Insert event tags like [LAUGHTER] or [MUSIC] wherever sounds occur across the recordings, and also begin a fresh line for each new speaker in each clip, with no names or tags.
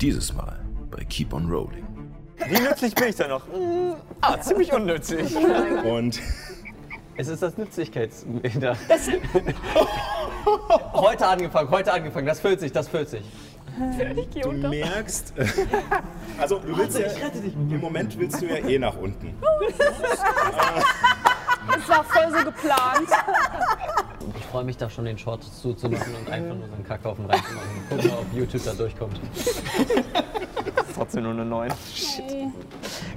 Dieses Mal bei Keep on Rolling.
Wie nützlich bin ich da noch? Ah, ziemlich unnützlich.
Und
Es ist das Nützlichkeitsmeter. [LAUGHS] heute angefangen, heute angefangen. Das füllt sich, das füllt sich.
Ich gehe
du
unter.
merkst, äh, also du willst ja, im Moment willst du ja eh nach unten.
Das war voll so geplant.
Ich freue mich da schon, den Short zuzumachen und einfach nur so einen Kackhaufen reinzumachen. Gucken, ob YouTube da durchkommt.
[LAUGHS] Trotzdem nur eine 9.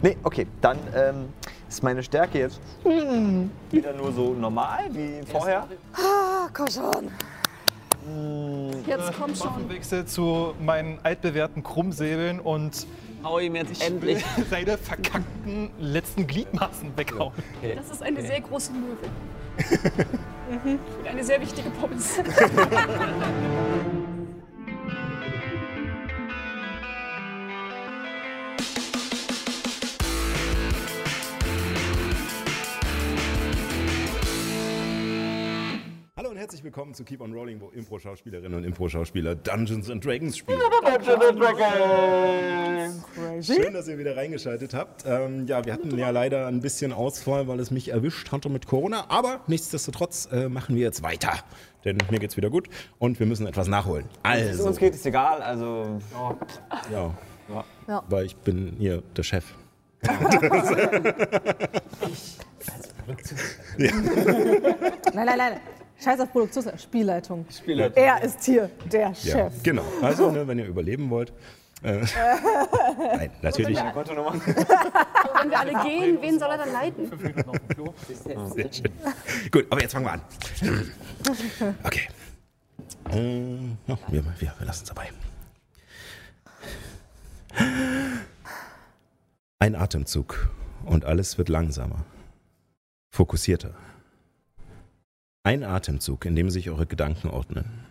Nee, okay, dann ähm, ist meine Stärke jetzt.
mm, Wieder nur so normal wie vorher.
Ah, komm schon.
Jetzt komm schon.
Wechsel zu meinen altbewährten Krummsäbeln und
Hau ihm jetzt
[LAUGHS]
endlich.
seine verkackten letzten Gliedmaßen weghauen.
Das ist eine sehr große Möwe. mhm. Und eine sehr wichtige Pommes.
Hallo und herzlich willkommen zu Keep on Rolling, wo Impro-Schauspielerinnen und Impro-Schauspieler Dungeons and Dragons spielen. Schön, dass ihr wieder reingeschaltet habt. Ähm, ja, wir hatten ja leider ein bisschen Ausfall, weil es mich erwischt hatte mit Corona. Aber nichtsdestotrotz äh, machen wir jetzt weiter. Denn mir geht's wieder gut und wir müssen etwas nachholen. Also,
Uns geht es egal, also
ja,
Ja.
weil ich bin hier der Chef.
Nein, nein, nein. Scheiß auf Produktions Spielleitung. Spielleitung. Er ist hier der
Ja,
Chef.
genau. Also, ne, wenn ihr überleben wollt. Äh, [LAUGHS] nein, natürlich.
Kontonummer.
Wenn wir alle gehen, wen soll er dann leiten?
Sehr schön. Gut, aber jetzt fangen wir an. Okay. Ähm, ja, wir, wir, wir lassen es dabei. Ein Atemzug und alles wird langsamer, fokussierter. Ein Atemzug, in dem sich eure Gedanken ordnen.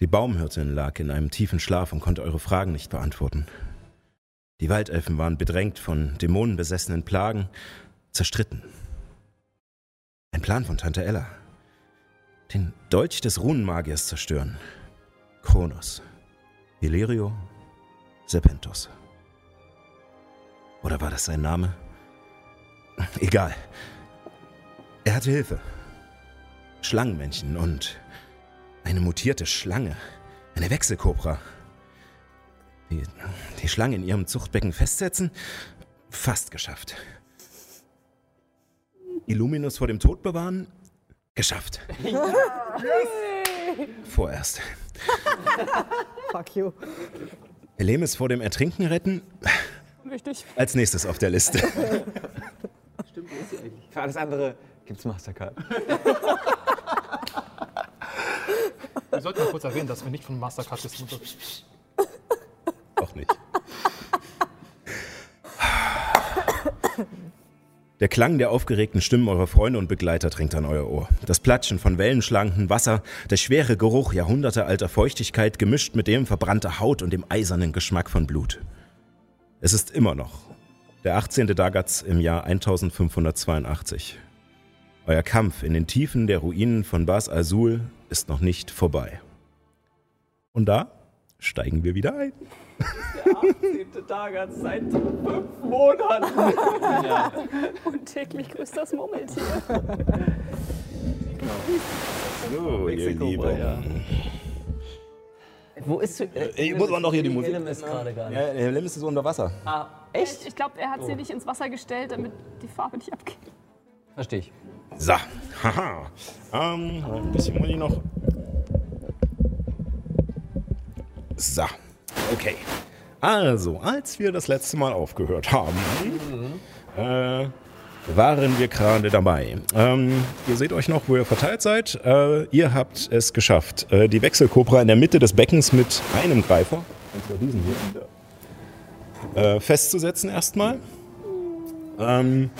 Die Baumhirtin lag in einem tiefen Schlaf und konnte eure Fragen nicht beantworten. Die Waldelfen waren bedrängt von dämonenbesessenen Plagen zerstritten. Ein Plan von Tante Ella. Den Dolch des Runenmagiers zerstören. Kronos. Illyrio. Serpentos. Oder war das sein Name? [LAUGHS] Egal. Er hatte Hilfe. Schlangenmännchen und eine mutierte Schlange. Eine Wechselkobra. Die, die Schlange in ihrem Zuchtbecken festsetzen? Fast geschafft. Illuminus vor dem Tod bewahren? Geschafft. Vorerst.
Fuck you.
Lemis vor dem Ertrinken retten?
Wichtig.
Als nächstes auf der Liste.
Für alles andere gibt's Mastercard.
Wir sollten mal kurz erwähnen, dass wir nicht von Mastercard gesponsert sind.
Auch nicht. Der Klang der aufgeregten Stimmen eurer Freunde und Begleiter dringt an euer Ohr. Das Platschen von wellenschlanken Wasser, der schwere Geruch jahrhundertealter Feuchtigkeit gemischt mit dem verbrannter Haut und dem eisernen Geschmack von Blut. Es ist immer noch der 18. Dagatz im Jahr 1582. Euer Kampf in den Tiefen der Ruinen von Bas Azul ist noch nicht vorbei. Und da steigen wir wieder ein.
Siebte Tag hat seit fünf Monaten.
Und täglich grüßt das Murmeltier.
So, Oh, ihr Lieben.
Wo ist zu, äh,
Ey, muss man noch hier die Musik-
Willem ist gerade gar nicht.
Ja, der Lem ist unter Wasser.
Ah, echt?
Ich glaube, er hat sie nicht ins Wasser gestellt, damit die Farbe nicht abgeht.
Verstehe ich.
So, haha. Ähm, ein bisschen muss ich noch. So, okay. Also, als wir das letzte Mal aufgehört haben, äh, waren wir gerade dabei. Ähm, ihr seht euch noch, wo ihr verteilt seid. Äh, ihr habt es geschafft. Äh, die Wechselkobra in der Mitte des Beckens mit einem Greifer, und zwar diesen hier, äh, festzusetzen erstmal. Ähm,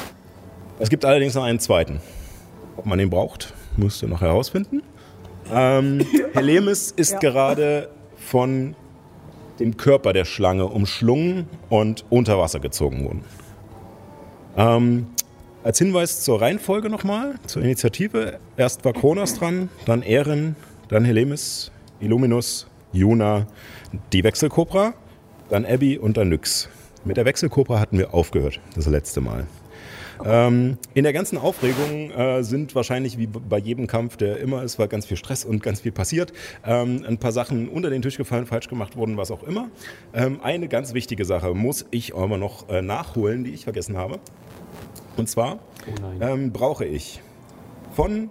es gibt allerdings noch einen zweiten. Ob man den braucht, müsst ihr noch herausfinden. Ähm, Herr Lemes ist gerade von dem Körper der Schlange umschlungen und unter Wasser gezogen worden. Ähm, als Hinweis zur Reihenfolge nochmal, zur Initiative. Erst war Kronos dran, dann Ehren, dann Helemis, Illuminus, Juna die Wechselkobra, dann Abby und dann Nyx. Mit der Wechselkobra hatten wir aufgehört, das letzte Mal. Ähm, in der ganzen Aufregung äh, sind wahrscheinlich wie b- bei jedem Kampf, der immer ist, weil ganz viel Stress und ganz viel passiert, ähm, ein paar Sachen unter den Tisch gefallen, falsch gemacht worden, was auch immer. Ähm, eine ganz wichtige Sache muss ich aber noch äh, nachholen, die ich vergessen habe. Und zwar ähm, brauche ich von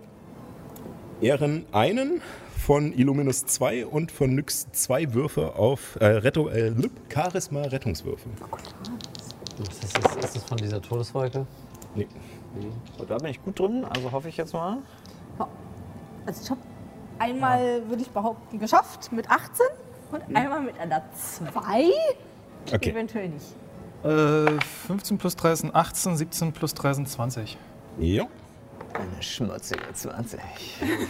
Ehren einen, von Illuminus zwei und von Nyx zwei Würfe auf äh, Retto, äh, Charisma-Rettungswürfe.
Ist das, ist, ist das von dieser Todeswolke?
Nee.
So, Oh, da bin ich gut drin, also hoffe ich jetzt mal.
Also ich habe einmal, würde ich behaupten, geschafft mit 18 und einmal mit einer 2.
Okay.
Eventuell nicht.
Äh, 15 plus 3 sind 18, 17 plus 3 sind 20.
Ja.
Eine schmutzige 20.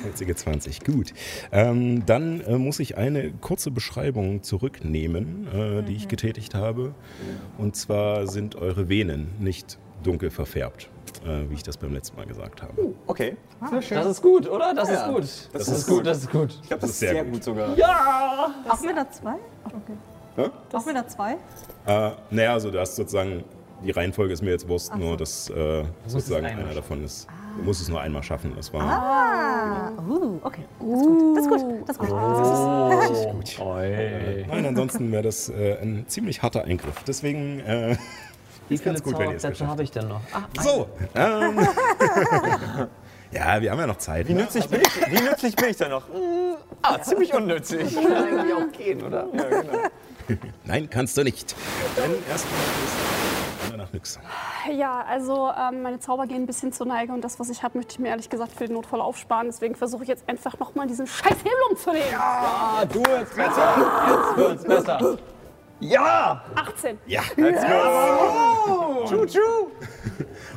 Witzige 20, gut. Ähm, dann äh, muss ich eine kurze Beschreibung zurücknehmen, äh, die ich getätigt habe. Und zwar sind eure Venen nicht dunkel verfärbt, äh, wie ich das beim letzten Mal gesagt habe.
Okay.
Das ist gut, oder? Das ist gut. Das, ist gut, das ist gut.
Ich glaube, das,
ist
ist
sehr
sehr,
gut.
gut. sogar.
Auch mit einer 2? Okay. Auch mit einer 2?
Äh, naja, also du hast sozusagen, die Reihenfolge ist mir jetzt Wurst, nur dass äh, sozusagen
einmal
einer davon ist. Du musst es nur einmal schaffen, das war...
Uh, okay. Das ist gut. Das ist gut. Das ist gut. Das ist
Oh.
gut.
Nein, ansonsten wäre das äh, ein ziemlich harter Eingriff. Deswegen äh,
Wie
ganz
viele
gut, wenn ihr es
Zauberplätze
geschafft
habe ich denn noch? Ah,
so. Ähm, [LAUGHS] ja, wir haben ja noch Zeit.
Wie
ne?
nützlich, bin ich, wie nützlich bin ich da noch? Mm, Ah, ziemlich unnützig. [LAUGHS] Kann eigentlich auch gehen, oder? Ja, genau.
Nein, kannst du nicht. Denn erstmal ist danach nix.
Ja, also ähm, meine Zauber gehen ein bisschen zur Neige und das, was ich habe, möchte ich mir ehrlich gesagt für den Notfall aufsparen. Deswegen versuche ich jetzt einfach nochmal diesen scheiß Hebel umzulegen.
ah, du wird's besser. Jetzt
genau.
wird's besser.
Ja!
18.
Ja, let's go! Tschu, tschu.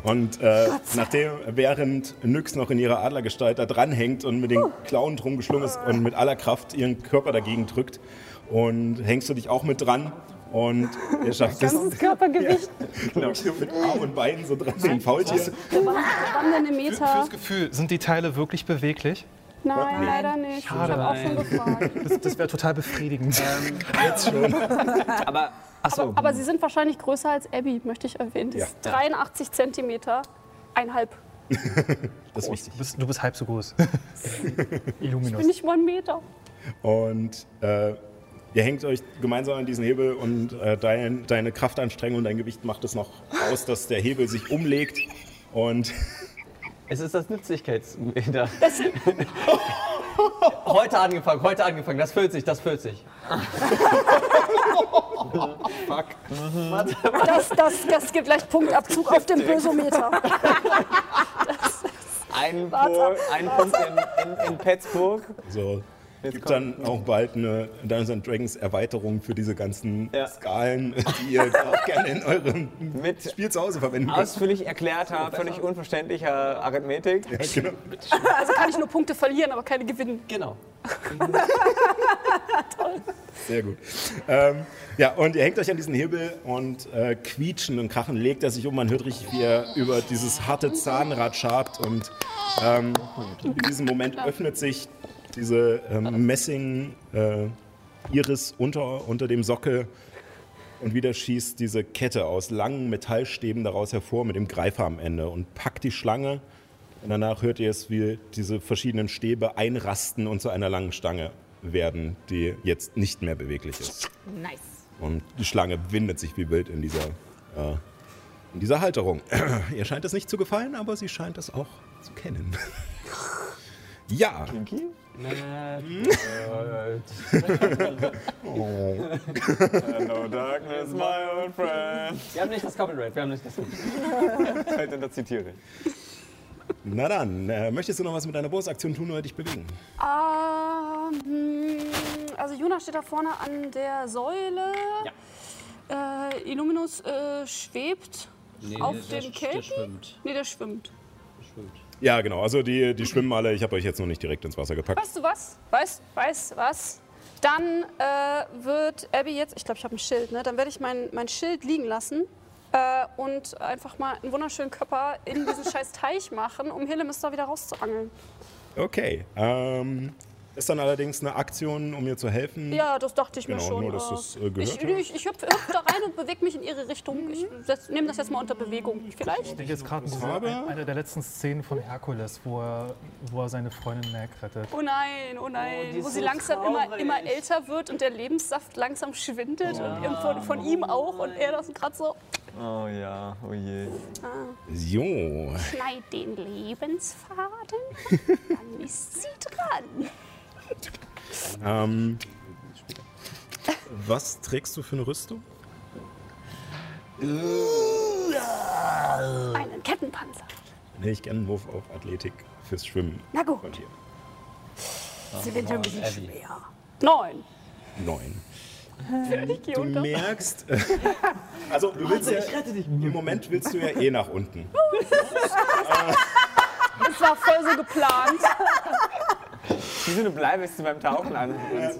Und äh, nachdem, während Nyx noch in ihrer Adlergestalt da dranhängt und mit den Klauen drum geschlungen ist und mit aller Kraft ihren Körper dagegen drückt, und hängst du dich auch mit dran und ihr schafft es. [LAUGHS]
Das Körpergewicht.
Genau, mit Arm und Beinen so dran, so ein Faultier.
Wann denn eine Meter?
Fürs Gefühl, sind die Teile wirklich beweglich?
Nein, leider nicht. Ich habe auch schon gefragt.
Das, das wäre total befriedigend.
Aber, achso.
Aber sie sind wahrscheinlich größer als Abby, möchte ich erwähnen. Die
Ja.
ist 83 Zentimeter, einhalb.
Das ist wichtig.
Du bist, du bist halb so groß.
Bin
Illuminus.
ich mal ein Meter.
Und äh, ihr hängt euch gemeinsam an diesen Hebel und äh, dein, deine Kraftanstrengung und dein Gewicht macht es noch aus, dass der Hebel sich umlegt. Und [LAUGHS]
Es ist das Nützlichkeitsmeter. [LAUGHS] heute angefangen, heute angefangen. Das füllt sich, das füllt sich.
Das, das, das gibt gleich Punktabzug auf dem Bösometer.
Ein, Punkt- ein Punkt in, in, in Petzburg.
so gibt dann auch bald eine Dungeons and Dragons Erweiterung für diese ganzen
Ja.
Skalen, [LAUGHS] die ihr auch gerne in eurem
Mit-
Spiel zu Hause verwenden könnt.
Ausführlich erklärter, völlig unverständlicher Arithmetik.
Ja, genau.
Also kann ich nur Punkte verlieren, aber keine gewinnen.
Genau.
Sehr gut. Ähm, ja, und ihr hängt euch an diesen Hebel und äh, quietschen und krachen legt er sich um. Man hört richtig, wie er über dieses harte Zahnrad schabt. Und ähm, in diesem Moment öffnet sich diese ähm, Messing-Iris unter, unter dem Sockel. Und wieder schießt diese Kette aus langen Metallstäben daraus hervor mit dem Greifer am Ende und packt die Schlange. Und danach hört ihr es, wie diese verschiedenen Stäbe einrasten und zu einer langen Stange werden, die jetzt nicht mehr beweglich ist.
Nice.
Und die Schlange windet sich wie wild in dieser, äh, in dieser Halterung. [CLEARS THROAT] ihr scheint es nicht zu gefallen, aber sie scheint es auch zu kennen. [LAUGHS] ja,
[LAUGHS]
Hello darkness, my old friend.
Wir haben nicht das Copyright, wir haben nicht das Copyright.
Halt, und da zitiere ich.
na dann, äh, möchtest du noch was mit deiner Bonusaktion tun oder dich bewegen?
Ah, hm, also Jonas steht da vorne an der Säule. Äh, Illuminus äh, schwebt auf dem Kelch. Nee, der schwimmt.
Ja, genau, also die, die schwimmen alle. Ich habe euch jetzt noch nicht direkt ins Wasser gepackt.
Weißt du was? Weißt weißt du was? Dann äh, wird Abby jetzt, ich glaube, ich habe ein Schild, ne? Dann werde ich mein, mein Schild liegen lassen äh, und einfach mal einen wunderschönen Körper
[LAUGHS]
in diesen scheiß Teich machen, um Hillemister wieder rauszuangeln.
Okay. Ähm, Ist dann allerdings eine Aktion, um mir zu helfen.
Ja, das dachte ich mir
Genau,
schon.
nur, dass
äh,
du's, äh, gehört
ich ich, ich hüpf, hüpf da rein und bewege mich in ihre Richtung. Ich
Hm.
nehme das jetzt mal unter Bewegung. Vielleicht?
Ich jetzt gerade eine, eine der letzten Szenen von Herkules, wo er, wo er seine Freundin Meg rettet.
Oh nein, oh nein. Wo sie langsam immer, immer älter wird und der Lebenssaft langsam schwindet. Und eben von, von ihm auch. Und er das gerade so,
Oh ja, oh je.
Jo,
schneid den Lebensfaden, dann ist sie dran.
ähm, was trägst du für eine Rüstung?
Einen Kettenpanzer.
Nee, ich gerne einen Wurf auf Athletik fürs Schwimmen.
Na gut.
Von dir.
Sie wird schon ein bisschen
Abby.
schwer.
Nein.
Neun.
Ich gehe
Du
unter.
merkst, äh,
[LAUGHS]
also du willst ja, im Moment willst du ja eh nach
[LAUGHS]
unten.
Das war voll so geplant.
Wie so eine Bleiweste beim Tauchen an.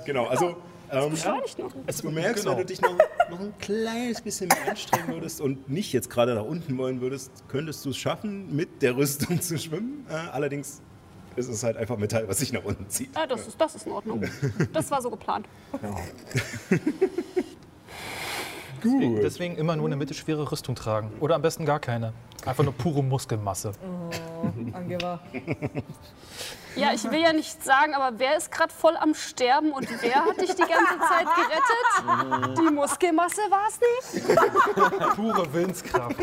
Genau, also ähm,
Beschleunigt noch.
du merkst, wenn du dich noch, noch ein kleines bisschen mehr anstrengen würdest und nicht jetzt gerade nach unten wollen würdest, könntest du es schaffen, mit der Rüstung zu schwimmen. Äh, allerdings ist es halt einfach Metall, was sich nach unten zieht.
Ah, das, ist, das ist in Ordnung. Das war so geplant.
Gut.
Deswegen immer nur eine mittelschwere Rüstung tragen. Oder am besten gar keine. Einfach nur pure Muskelmasse.
Angela.
Ja, ich will ja nichts sagen, aber wer ist gerade voll am Sterben und wer hat dich die ganze Zeit gerettet? Die Muskelmasse war es nicht.
Pure Willenskraft.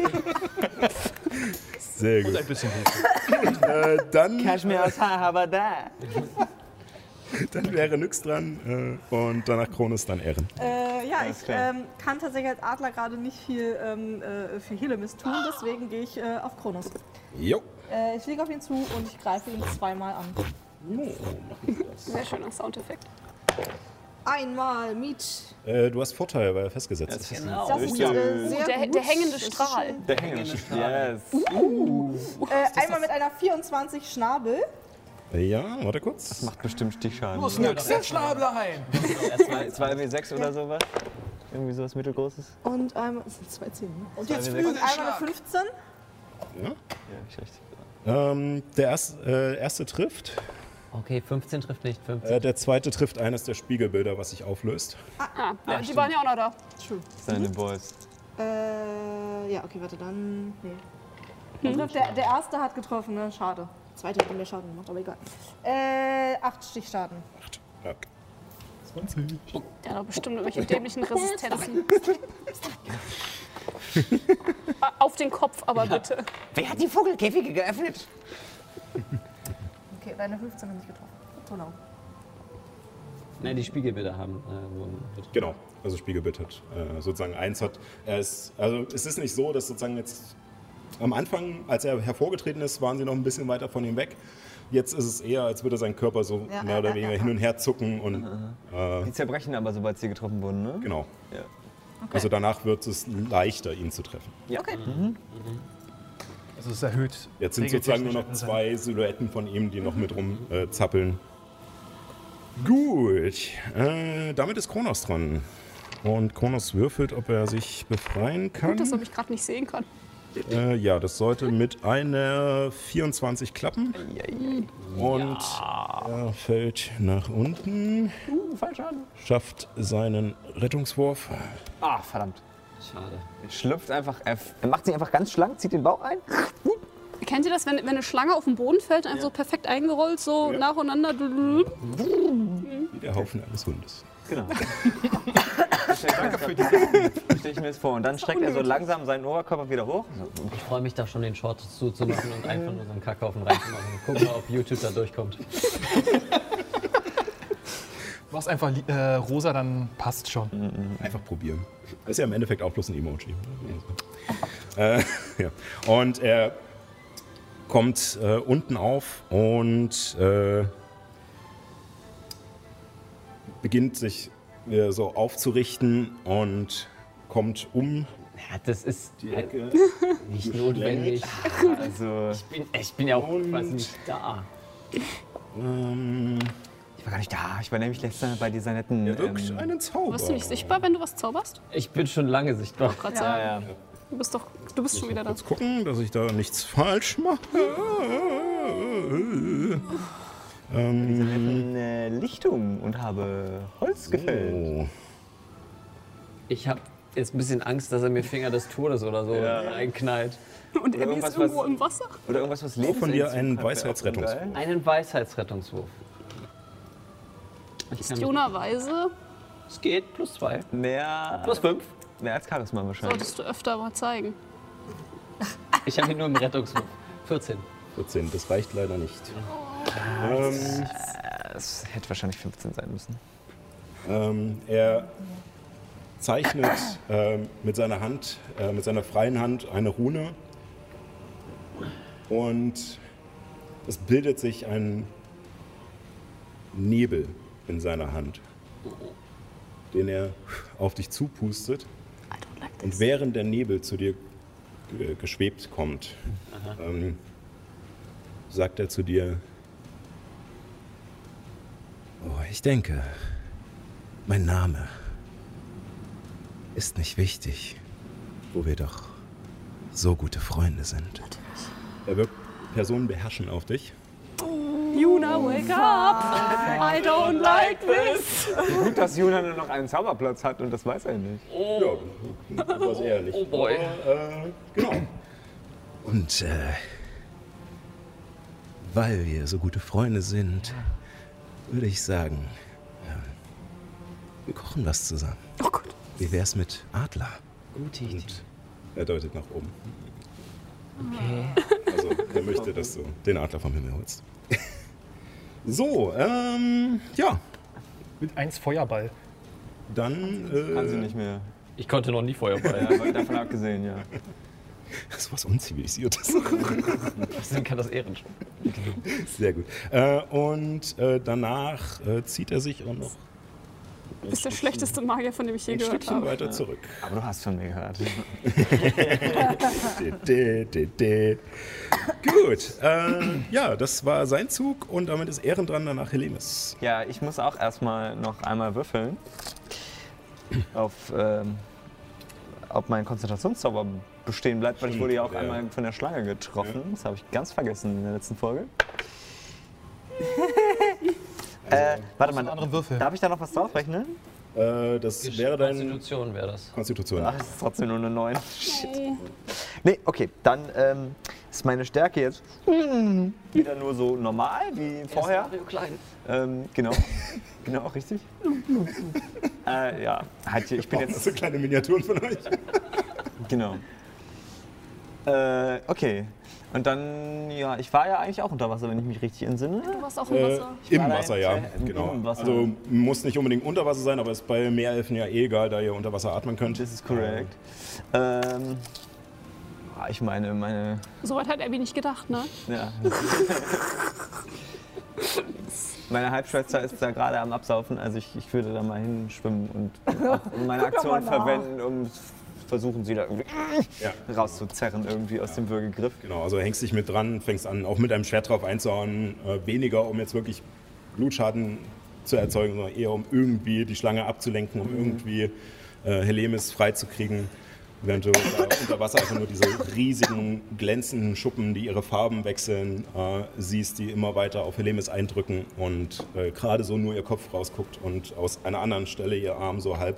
Sehr gut.
Ein bisschen Hilfe.
[LAUGHS] Äh, dann,
Kaschmir aus Habada.
dann wäre Nyx dran äh, und danach Kronos, dann Ehren.
Äh, ja, ich
klar.
ähm, kann tatsächlich als Adler gerade nicht viel ähm, äh, für Helemis tun, deswegen gehe ich äh, auf Kronos.
Jo.
Äh, ich fliege auf ihn zu und ich greife ihn zweimal an.
Sehr schöner Soundeffekt.
Einmal mit.
Äh, du hast Vorteil, weil er festgesetzt ist.
Genau.
Das ist äh, sehr
Der,
gut.
der hängende
Das ist
Strahl.
Der Hängende Yes.
schon- Äh, einmal mit einer 24 Schnabel. ne?
Ja, warte kurz.
Macht bestimmt Stichschaden.
Los, nix, der Schnabler ein!
2W6 oder sowas? Irgendwie sowas mittelgroßes?
Und einmal. Das sind zwei ne? Zehen. Und jetzt
Zwei
Flügel. Einmal eine 15.
Ja, nicht recht.
Ähm, der erst, äh, erste trifft,
Okay, 15 trifft nicht, 15.
äh, der zweite trifft eines der Spiegelbilder, was sich auflöst.
Ah, ja, die waren ja auch noch da.
Seine Boys.
Äh, ja, okay, warte, dann. Nee. Dann trifft Der, der erste hat getroffen, ne? Schade. Zweite hat mehr Schaden gemacht, aber egal. Äh, acht Stichschaden.
Acht. Ja.
Der hat doch bestimmt irgendwelche
[LAUGHS]
dämlichen Resistenzen. Ah, Auf den Kopf aber bitte.
Wer hat die Vogelkäfige geöffnet?
Okay, deine 15 haben nicht getroffen.
Äh,
Genau.
Nein, die Spiegelbilder haben äh, wurden getroffen.
Genau, also Spiegelbild hat äh, sozusagen eins hat. Er ist, also es ist nicht so, dass sozusagen jetzt am Anfang, als er hervorgetreten ist, waren sie noch ein bisschen weiter von ihm weg. Jetzt ist es eher, als würde sein Körper so
Ja,
mehr
ja,
oder
ja,
weniger
ja. Mhm.
hin und her zucken und
Die zerbrechen aber, sobald sie getroffen wurden, ne?
genau.
Ja.
Also danach wird es leichter, ihn zu treffen.
Also es erhöht.
Jetzt sind sozusagen nur noch zwei Silhouetten von ihm, die noch mit rumzappeln. Äh, zappeln. Gut, äh, damit ist Kronos dran. Und Kronos würfelt, ob er sich befreien kann.
Gut, dass er mich gerade nicht sehen kann.
Äh, ja, das sollte mit einer 24 klappen. Und er fällt nach unten,
Uh, Fallschaden.
schafft seinen Rettungswurf.
Ah, verdammt.
Schade.
Schlüpft einfach F.
Er macht sich einfach ganz schlank, zieht den Bauch ein.
Kennt ihr das, wenn, wenn eine Schlange auf den Boden fällt, einfach so perfekt eingerollt, so nacheinander?
Wie der Haufen eines Hundes.
[LAUGHS] Genau. Danke für die [LAUGHS] Stell ich mir das vor. Und dann streckt er so langsam seinen Oberkörper wieder hoch.
Ich freue mich da schon, den Short zuzumachen und einfach nur so einen Kackhaufen [LAUGHS] reinzumachen. Gucken wir, ob YouTube da durchkommt.
Mach's einfach li- äh, rosa, dann passt schon.
Mhm. Einfach probieren. Das ist ja im Endeffekt auch bloß ein Emoji. äh, ja. Und er kommt äh, unten auf und äh, beginnt sich äh, so aufzurichten und kommt um
Ja, das ist halt
die Ecke.
nicht notwendig.
Also,
Ich bin, ich bin ja auch
Und-
quasi nicht da.
Ähm,
ich war gar nicht da. Ich war nämlich letztes Mal bei dieser netten.
Wirkt
Ähm,
einen Zauber.
Wirst du nicht sichtbar, wenn du was zauberst?
Ich bin schon lange sichtbar.
Grad
ah,
sagen.
ja.
Du bist doch, du bist schon wieder da.
Kurz Hm. gucken, dass ich da nichts falsch mache.
Ich
Ähm,
bin äh, Lichtung und habe Holz gefällt.
oh.
Ich habe jetzt ein bisschen Angst, dass er mir Finger des Todes oder so einknallt.
Und Emmy
irgendwas,
ist irgendwo
was-
im Wasser.
Oder irgendwas, was Leben
von dir einen Weisheitsrettungs-
Einen Weisheitsrettungswurf. Ich kann mich-
Jona Weise
Es geht, plus zwei.
Mehr,
Plus fünf.
mehr als Charisma wahrscheinlich.
solltest du öfter mal zeigen.
Ich habe ihn nur im Rettungswurf. 14.
14, das reicht leider nicht. Ähm,
Es hätte wahrscheinlich 15 sein müssen.
Ähm, er zeichnet ähm, mit seiner Hand, äh, mit seiner freien Hand eine Rune und es bildet sich ein Nebel in seiner Hand, den er auf dich zupustet. Und während der Nebel zu dir äh, geschwebt kommt, ähm, sagt er zu dir, oh, ich denke, mein Name ist nicht wichtig, wo wir doch so gute Freunde sind. Er wirkt Personen beherrschen auf dich.
Juna, wake up! I don't like this!
Gut, dass Juna nur noch einen Zauberplatz hat und das weiß er nicht.
Ja, das weiß er nicht.
Oh boy.
Äh, genau. Und äh, weil wir so gute Freunde sind, würde ich sagen, äh, wir kochen was zusammen.
Oh Gott.
Wie wär's mit Adler?
Gute Idee.
Er deutet nach oben.
Ah.
Okay. Also, er möchte, dass du den Adler vom Himmel holst. So, ähm, ja,
Mit 1 Feuerball.
dann.
Kann sie
Äh,
nicht mehr.
Ich konnte noch nie Feuerball. [LAUGHS]
Ja, aber davon abgesehen, ja.
das ist was Unzivilisiertes.
Deswegen kann das Ehren schon.
Sehr gut. Äh, und äh, danach äh, zieht er sich auch noch
Du bist der schlechteste Magier, von dem ich je
ein
gehört
Stückchen
habe.
weiter zurück.
Aber du hast von mir gehört.
Dä, dä, dä. Gut. Äh, ja, das war sein Zug und damit ist Ehren dran, danach Helemis.
Ja, ich muss auch erstmal noch einmal würfeln. Auf, ähm, ob mein Konzentrationszauber bestehen bleibt, weil ich wurde ja auch
ja.
einmal von der Schlange getroffen. Das habe ich ganz vergessen in der letzten Folge. äh, warte mal,
anderen Würfel.
darf ich da noch was draufrechnen?
Äh, das wäre deine
Konstitution wäre das.
Konstitution.
Ach, es ist trotzdem nur eine 9. Shit.
Nee, okay, dann ähm, ist meine Stärke jetzt.
[LAUGHS] Wieder nur so normal wie vorher.
Klein.
Ähm, genau. [LAUGHS] genau, [LAUGHS] richtig. äh, ja, halt, hier, ich bin jetzt
so Oh, kleine Miniaturen von euch.
Genau. Äh, okay. Und dann, ja, ich war ja eigentlich auch unter Wasser, wenn ich mich richtig entsinne.
Du warst auch im
Äh,
Wasser.
Im
war da
Wasser,
jetzt,
ja.
äh, im
Genau.
Wasser.
Also muss nicht unbedingt unter Wasser sein, aber ist bei Meerelfen ja eh egal, da ihr unter Wasser atmen könnt.
Das ist korrekt. Ähm, ah, ich meine, meine,
Soweit hat Abby nicht gedacht, ne?
[LAUGHS] ja. meine Halbschwester ist da gerade am Absaufen, also ich, ich würde da mal hinschwimmen [LAUGHS] und auch meine Aktion verwenden, um versuchen, sie da irgendwie
Ja.
rauszuzerren, irgendwie aus dem Würgegriff.
Genau, also hängst dich mit dran, fängst an, auch mit einem Schwert drauf einzuhauen. Äh, weniger, um jetzt wirklich Blutschaden zu erzeugen, sondern eher, um irgendwie die Schlange abzulenken, um irgendwie äh, Helemis freizukriegen. Während du unter, unter Wasser einfach nur diese riesigen, glänzenden Schuppen, die ihre Farben wechseln, äh, siehst, die immer weiter auf Helemis eindrücken und äh, gerade so nur ihr Kopf rausguckt und aus einer anderen Stelle ihr Arm so halb.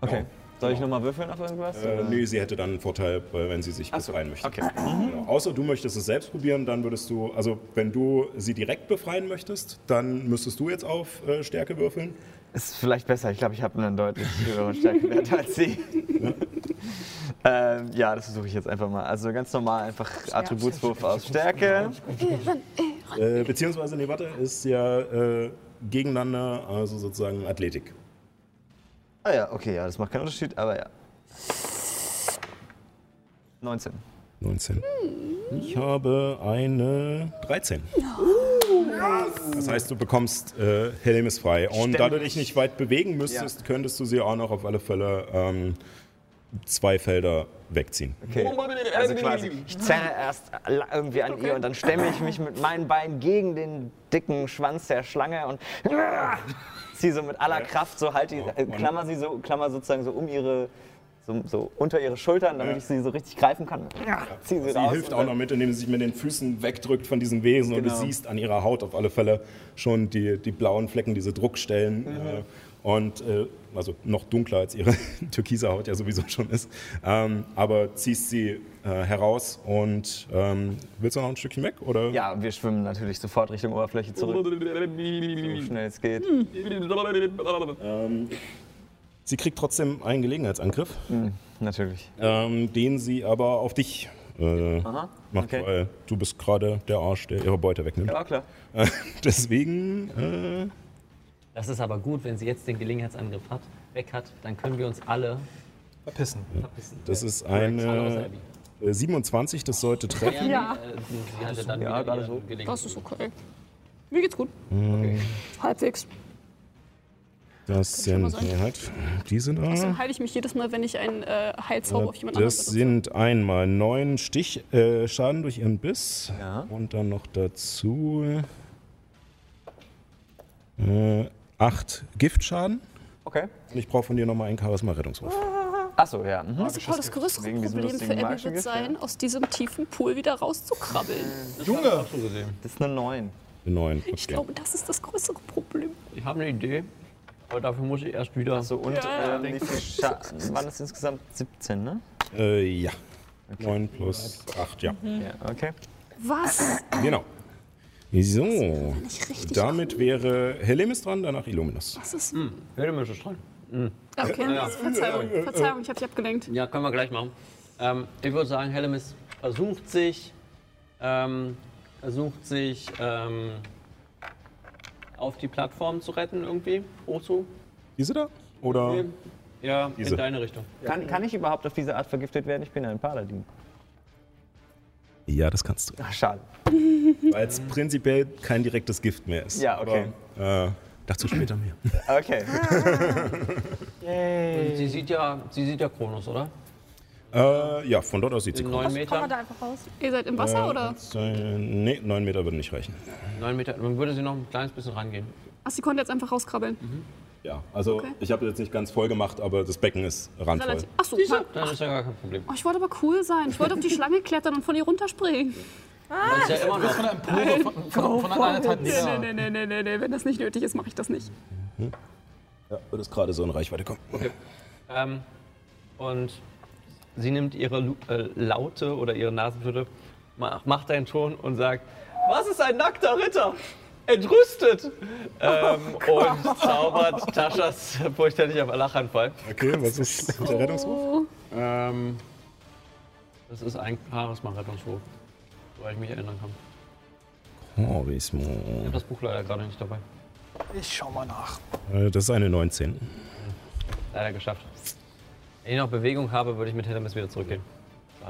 Okay. Soll ich nochmal würfeln auf irgendwas?
Äh,
oder?
nee, sie hätte dann einen Vorteil, weil- wenn sie sich
Genau. Ach so,
befreien möchte.
Okay. Mhm.
Genau. Außer du möchtest es selbst probieren, dann würdest du, also wenn du sie direkt befreien möchtest, dann müsstest du jetzt auf äh, Stärke würfeln.
Ist vielleicht besser. Ich glaube, ich habe einen deutlich höheren Stärkenwert als [LAUGHS] sie. ähm, ja, das versuche ich jetzt einfach mal. Also ganz normal einfach Attributswurf aus Stärke.
Äh, beziehungsweise, nee, warte, ist ja äh, gegeneinander, also sozusagen Athletik.
Ah ja, okay, ja, das macht keinen Unterschied, aber ja. 19.
19. Ich habe eine 13. Das heißt, du bekommst äh, Helmes frei. Und da du dich nicht weit bewegen müsstest, könntest du sie auch noch auf alle Fälle ähm, zwei Felder wegziehen.
Okay. Also quasi, ich zerre erst la- irgendwie an ihr und dann stemme ich mich mit meinen Beinen gegen den dicken Schwanz der Schlange und [LAUGHS] ziehe so mit aller Kraft so halt die, äh,
Mann.
klammer sie so, klammer sozusagen so um ihre so, so unter ihre Schultern, damit ich sie so richtig greifen kann. Zieh sie,
Sie
raus.
hilft
und
auch
dann-
noch mit, indem sie sich mit den Füßen wegdrückt von diesem Wesen und
Genau.
du siehst an ihrer Haut auf alle Fälle schon die, die blauen Flecken, diese Druckstellen.
Mhm.
Äh, und äh, also noch dunkler als ihre [LAUGHS] türkise Haut ja sowieso schon ist. Ähm, aber ziehst sie äh, heraus und ähm, willst du noch ein Stückchen weg? Oder?
Ja, wir schwimmen natürlich sofort Richtung Oberfläche
[LAUGHS]
zurück, so
Mhm.
schnell es geht.
Sie kriegt trotzdem einen Gelegenheitsangriff,
Natürlich.
ähm, den sie aber auf dich äh, macht,
okay.
weil du bist gerade der Arsch, der ihre Beute wegnimmt.
Ja, klar.
[LAUGHS] Deswegen äh,
Das ist aber gut, wenn sie jetzt den Gelegenheitsangriff hat, weg hat, dann können wir uns alle
Pissen.
verpissen.
Das ist
Alle außer
eine
Abby.
äh, 27, das sollte treffen.
Ja, nee, äh, sie hatte dann wieder
gerade
ihren
so.
Das
Gelegenheits-
ist okay. Mir geht's gut. Halbwegs.
Das
mal
sind
sein.
nee, halt, die sind
Dann
ah,
heile ich mich jedes Mal, wenn ich einen äh, Heilzauber auf jemand
Das
anderen
sind einmal neun Stich äh, Schaden durch ihren Biss
Ja.
und dann noch dazu äh, acht Giftschaden.
Okay.
Und ich brauche von dir nochmal einen Charisma-Rettungswurf.
Ah.
Achso, ja. Mhm.
benutze. Also Das größere
Wegen diesem
Problem
lustigen
für Abby
magischen
wird
Gift,
sein, aus diesem tiefen Pool wieder rauszukrabbeln.
Junge!
Das ist eine 9.
Neun. Okay.
Ich glaube, das ist das größere Problem.
Ich habe eine Idee, aber dafür muss ich erst wieder.
So, und ähm, wie viel Schaden? Waren das insgesamt 17, ne?
äh, ja. Neun plus acht, ja.
Ja, okay.
Was?
Genau. So,
Nicht richtig.
damit wäre Helemis dran, danach Illuminus.
Das ist.
Hör mir schon dran.
Ah, Okay, Verzeihung. Verzeihung, ich habe dich abgelenkt.
Mhm. Ja, können wir gleich machen. Ähm, ich würde sagen, Hellemis versucht sich, ähm, versucht sich ähm, auf die Plattform zu retten irgendwie, hochzu.
Diese da? Oder?
Ja,
Diese.
in deine Richtung.
Kann, kann ich überhaupt auf diese Art vergiftet werden? Ich bin ein Paladin.
Ja, das kannst du.
Ach, schade.
Weil es prinzipiell kein direktes Gift mehr ist.
Ja, okay.
Aber, äh, dazu später mehr.
[LAUGHS] Okay.
Und sie sieht ja, sie sieht ja Kronos, oder?
äh, ja, von dort aus sieht sie
In
groß.
neun
Kommen wir
Metern.
da einfach raus.
Ihr seid im Wasser oder?
Äh, nee, neun Meter würde nicht reichen.
Neun Meter. Dann würde sie noch ein kleines bisschen rangehen.
Ach, sie konnte jetzt einfach rauskrabbeln.
Ja, also ich habe jetzt nicht ganz voll gemacht, aber das Becken ist randvoll.
Relativ. Ach so, Mann.
Dann ist ja gar kein Problem.
Oh, ich wollte aber cool sein. Ich [LAUGHS] wollte auf die Schlange klettern und von ihr runterspringen.
Das ist ja immer noch.
Von einem Pulver, von, von, von einer anderthalb
Nee,
Meter.
nee, nee, nee, nee, nee. Wenn das nicht nötig ist, mache ich das nicht.
Ja, würde es gerade so in Reichweite kommen.
Ähm, und sie nimmt ihre Lu äh, Laute oder ihre Nasenflöte, ma- macht einen Ton und sagt: Was ist ein nackter Ritter? Entrüstet! Ähm, und zaubert Taschas fürchterlicher Lachanfall.
Okay, was ist der Rettungswurf?
Ähm, das ist ein Charisma-Rettungswurf, soweit ich mich erinnern kann. Ich
Oh, Charisma.
habe das Buch leider gerade nicht dabei.
Ich schau mal nach.
Äh, das ist eine 19.
Leider geschafft. Wenn ich noch Bewegung habe, würde ich mit Hellemis wieder zurückgehen.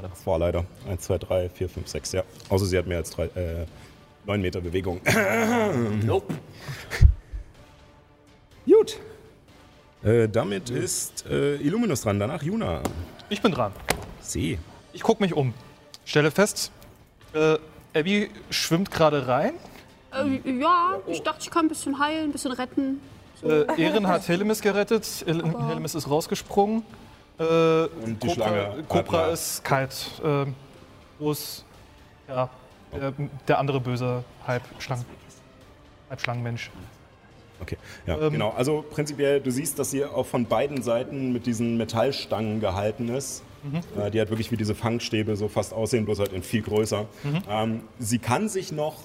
Das war leider. 1, 2, 3, 4, 5, 6, ja. Außer sie hat mehr als drei, äh, 9 Meter Bewegung.
Nope.
Gut. Äh, damit ist äh, Illuminus dran, danach Juna.
Ich bin dran.
See.
Ich guck mich um. Stelle fest, äh, Abby schwimmt gerade rein.
Ähm, ja, ich dachte, ich kann ein bisschen heilen, ein bisschen retten.
Äh, Ehren hat Helemis gerettet. Hel Helemis ist rausgesprungen. Äh, Und
die Schlange.
Cobra
Adler.
ist kalt. Äh, bloß, ja, der, der andere böse Halbschlangen. Halbschlangenmensch.
Okay, ja,
Ähm.
genau. Also prinzipiell, du siehst, dass sie auch von beiden Seiten mit diesen Metallstangen gehalten ist. Äh, die hat wirklich wie diese Fangstäbe so fast aussehen, bloß halt in viel größer. Ähm, sie kann sich noch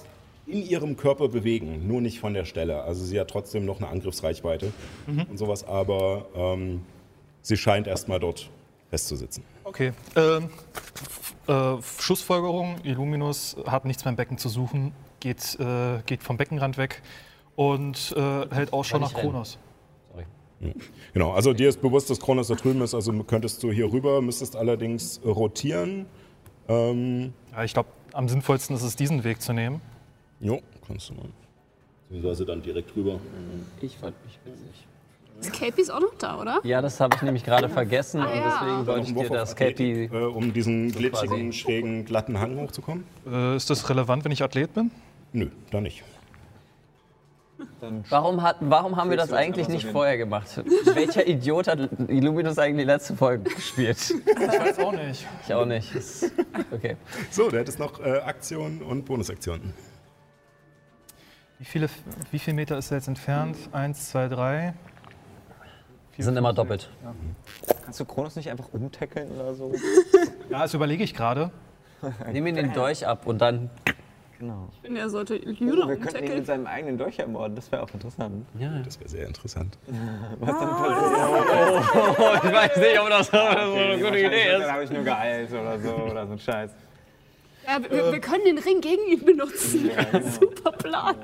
in ihrem Körper bewegen, nur nicht von der Stelle. Also sie hat trotzdem noch eine Angriffsreichweite und sowas, aber ähm, sie scheint erstmal dort festzusitzen.
Okay. Ähm, f- äh, Schlussfolgerung: Illuminus hat nichts beim Becken zu suchen, geht, äh, geht vom Beckenrand weg und äh, hält Ausschau
Kann ich
nach
rennen?
Kronos.
Genau, also dir ist bewusst, dass Kronos da drüben ist, also könntest du hier rüber, müsstest allerdings rotieren. Ähm,
Ja, ich glaube, am sinnvollsten ist es, diesen Weg zu nehmen.
jo, kannst du mal. Beziehungsweise dann direkt rüber.
Ich fand mich witzig.
Das Capi ist auch noch da, oder?
Ja, das habe ich nämlich gerade vergessen und
ja.
deswegen wollte ich dir das Cappy
äh, um diesen glitschigen,
quasi.
schrägen, glatten Hang hochzukommen?
Äh, ist das relevant, wenn ich Athlet bin?
Nö, da nicht.
Dann
Warum, hat, warum haben wir
Kriegst
das
du das einfach
eigentlich
so
nicht
hin.
vorher gemacht? [LAUGHS] Welcher Idiot hat Illuminus eigentlich die letzte Folge gespielt?
Ich weiß auch nicht.
Ich auch nicht. Ist- Okay.
So, der hat jetzt noch äh, Aktionen und Bonusaktionen.
Wie viele, wie viele Meter ist er jetzt entfernt? Eins, zwei, drei.
Die sind immer doppelt.
kannst du Kronos nicht einfach umtackeln oder so?
Ja, das überlege ich gerade.
Nimm ihn den Dolch ab und dann.
Genau.
Wenn er sollte Jula
wir könnten ihn mit
umtackeln.
seinem eigenen Dolch ermorden, das wäre auch interessant.
Ja.
Das wäre sehr interessant.
Oh, ich weiß nicht, ob das so eine gute Idee Also-
Dann
ist.
habe ich nur geeilt oder so oder so ein Scheiß.
Ja, wir, wir können den Ring gegen ihn benutzen. Äh. [LAUGHS] Super Plan.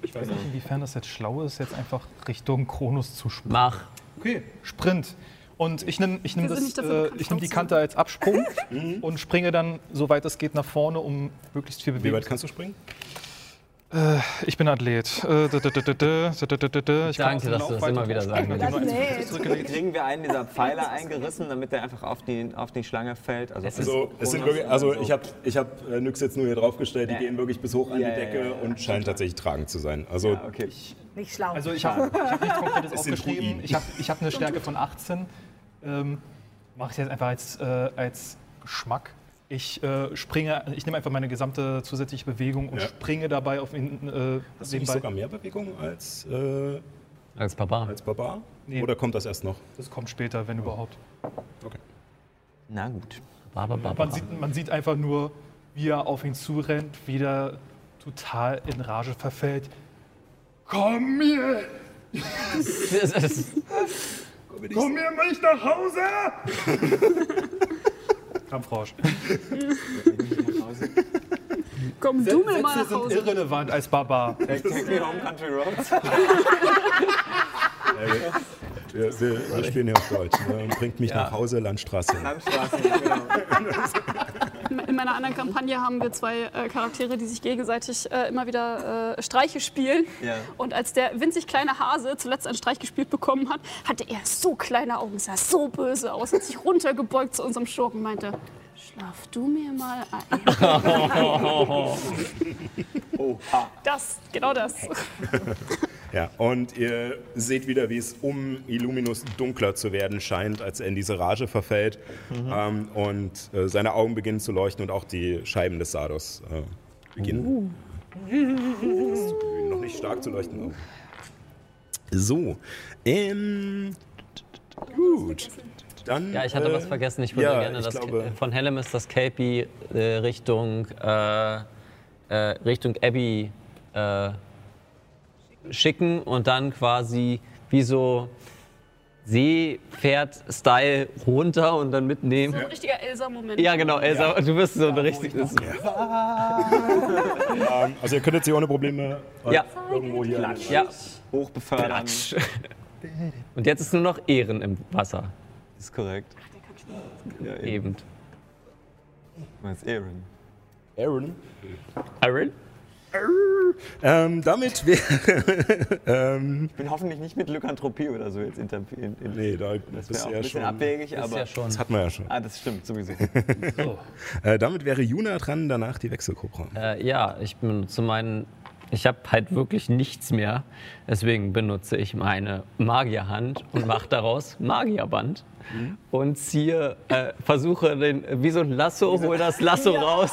Ich weiß nicht, inwiefern das jetzt schlau ist, jetzt einfach Richtung Kronos zu springen.
Mach.
Okay, Sprint. Und ich nehme ich nehm
Wir sind nicht
das,
dafür
äh,
bekannt, Mhm.
ich nehm die
Franzosen.
Kante
[LAUGHS]
als Absprung und springe dann, soweit es geht, nach vorne, um möglichst viel
Wie
Bewegung.
weit kannst du springen?
Ich bin Athlet. Äh, dä, dä, dä, dä, dä, dä, dä, dä, dä. Ich kann aus
Danke,
dem
dass du das
Laufband
immer wieder sagen willst.
Nee,
Kriegen wir einen dieser
[LAUGHS]
Pfeiler eingerissen, damit der einfach auf die, auf die Schlange fällt? Also
Es
Also, es sind wirklich, also ich habe ich hab, äh, Nyx jetzt nur hier draufgestellt, die gehen wirklich bis hoch an die Decke und scheinen tatsächlich tragend zu sein. Also,
okay.
nicht schlau.
Also ich habe ich hab
[LAUGHS]
nichts Konkretes
sind Druiden.
aufgeschrieben. Ich habe ich hab eine Stärke von 18. Ähm, Mache ich jetzt einfach als, äh, als Geschmack. Ich äh, springe, ich nehme einfach meine gesamte zusätzliche Bewegung und
Ja.
springe dabei auf ihn
hast
äh,
du nicht
nebenbei.
sogar mehr Bewegung als, äh,
Als Papa.
als Barbar?
Nee.
Oder kommt das erst noch?
Das kommt später, wenn überhaupt.
Na gut.
Baba, Baba.
Man sieht, man sieht einfach nur, wie er auf ihn zurennt, wie der total in Rage verfällt. Komm hier!
Es ist-
Komm mir nicht nach Hause!
Kampfrausch.
Komm du mir mal
Sätze
nach
sind
Hause.
irrelevant als Barbar.
Take me home, Country Roads. [LAUGHS]
Wir, wir, wir spielen hier auf Deutsch. Ne? Bringt mich nach Hause, Landstraße.
Landstraße, genau.
In meiner anderen Kampagne haben wir zwei äh, Charaktere, die sich gegenseitig äh, immer wieder äh, Streiche spielen.
Ja.
Und als der winzig kleine Hase zuletzt einen Streich gespielt bekommen hat, hatte er so kleine Augen, sah so böse aus, hat sich runtergebeugt zu unserem Schurken und meinte, schlaf du mir mal ein. das, genau das.
Ja, und ihr seht wieder, wie es um Illuminus dunkler zu werden scheint, als er in diese Rage verfällt. Ähm, und äh, seine Augen beginnen zu leuchten und auch die Scheiben des Sados äh, beginnen. Noch nicht stark zu leuchten. aber- So. Ähm, gut. Dann,
Ja, ich hatte
äh,
was vergessen. Ich würde
ja,
gerne
ich
das
glaube-
von Hellemis das Kelpie äh, Richtung, äh, äh, Richtung Abby äh, schicken und dann quasi wie so Seepferd-Style runter und dann
So
mitnehmen.
ein richtiger Elsa-Moment.
Ja, genau, Elsa, du bist so ein richtiges.
Ähm, also ihr könntet sie ohne Probleme äh,
Ja.
irgendwo hier... Klatsch.
Ja.
Hochbefördern.
[LAUGHS] Und jetzt ist nur noch Ehren im Wasser.
Ist korrekt. Ja, eben.
Eben.
Das ist Aaron.
Aaron.
Erin?
Ähm, damit wäre... ähm,
Ich bin hoffentlich nicht mit Lykanthropie oder so jetzt interveniert.
[LAUGHS] nee, da
das
bist du ja
wäre auch ein bisschen
schon...
abwegig,
Ist
aber.
ja schon.
Das hatten wir ja schon.
Ah, das stimmt, sowieso.
Äh, damit wäre Juna dran, danach die Wechselkobra.
Äh, ja, ich benutze meinen. Ich habe halt wirklich nichts mehr. Deswegen benutze ich meine Magierhand und mache daraus Magierband. Und ziehe, äh, versuche den, wie so ein Lasso, hol das Lasso raus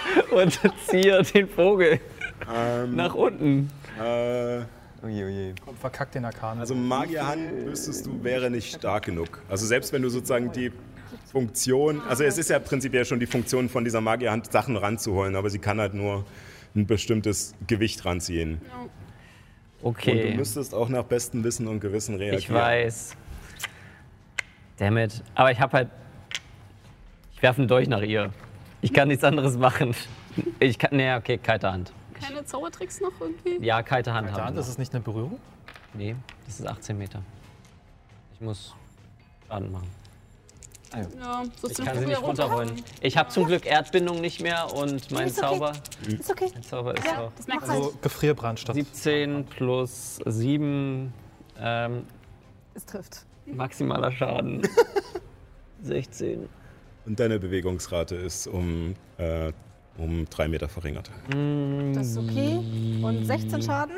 [LAUGHS] und ziehe den Vogel nach unten.
Äh,
Oje, oje.
Und verkackt den Arkan.
also Magierhand wüsstest du, wäre nicht stark genug. Also selbst wenn du sozusagen die Funktion, also es ist ja prinzipiell schon die Funktion von dieser Magierhand, Sachen ranzuholen, aber sie kann halt nur ein bestimmtes Gewicht ranziehen. Und du
Okay,
müsstest auch nach bestem Wissen und Gewissen reagieren.
ich weiß. Dammit. Aber ich habe halt. Ich werfe einen Dolch nach ihr. Ich kann nichts anderes machen. Ich kann. Nee, okay, kalte Hand.
Keine Zaubertricks noch irgendwie?
Ja, kalte Hand haben.
Arkan, das ist nicht eine Berührung?
Nee, das ist 18 Meter. Ich muss Schaden machen.
Ja, so ist
Ich kann sie nicht runterrollen. Ich habe zum Glück Erdbindung nicht mehr und mein
Ist okay.
Zauber.
Ist okay.
Mein Zauber ist auch
Das merkt man.
Also Gefrierbrand statt.
17 plus 7 ähm,
Es trifft.
maximaler
[LAUGHS]
Schaden. 16.
Und deine Bewegungsrate ist um äh, um drei Meter verringert.
Das ist okay. Und 16 Schaden.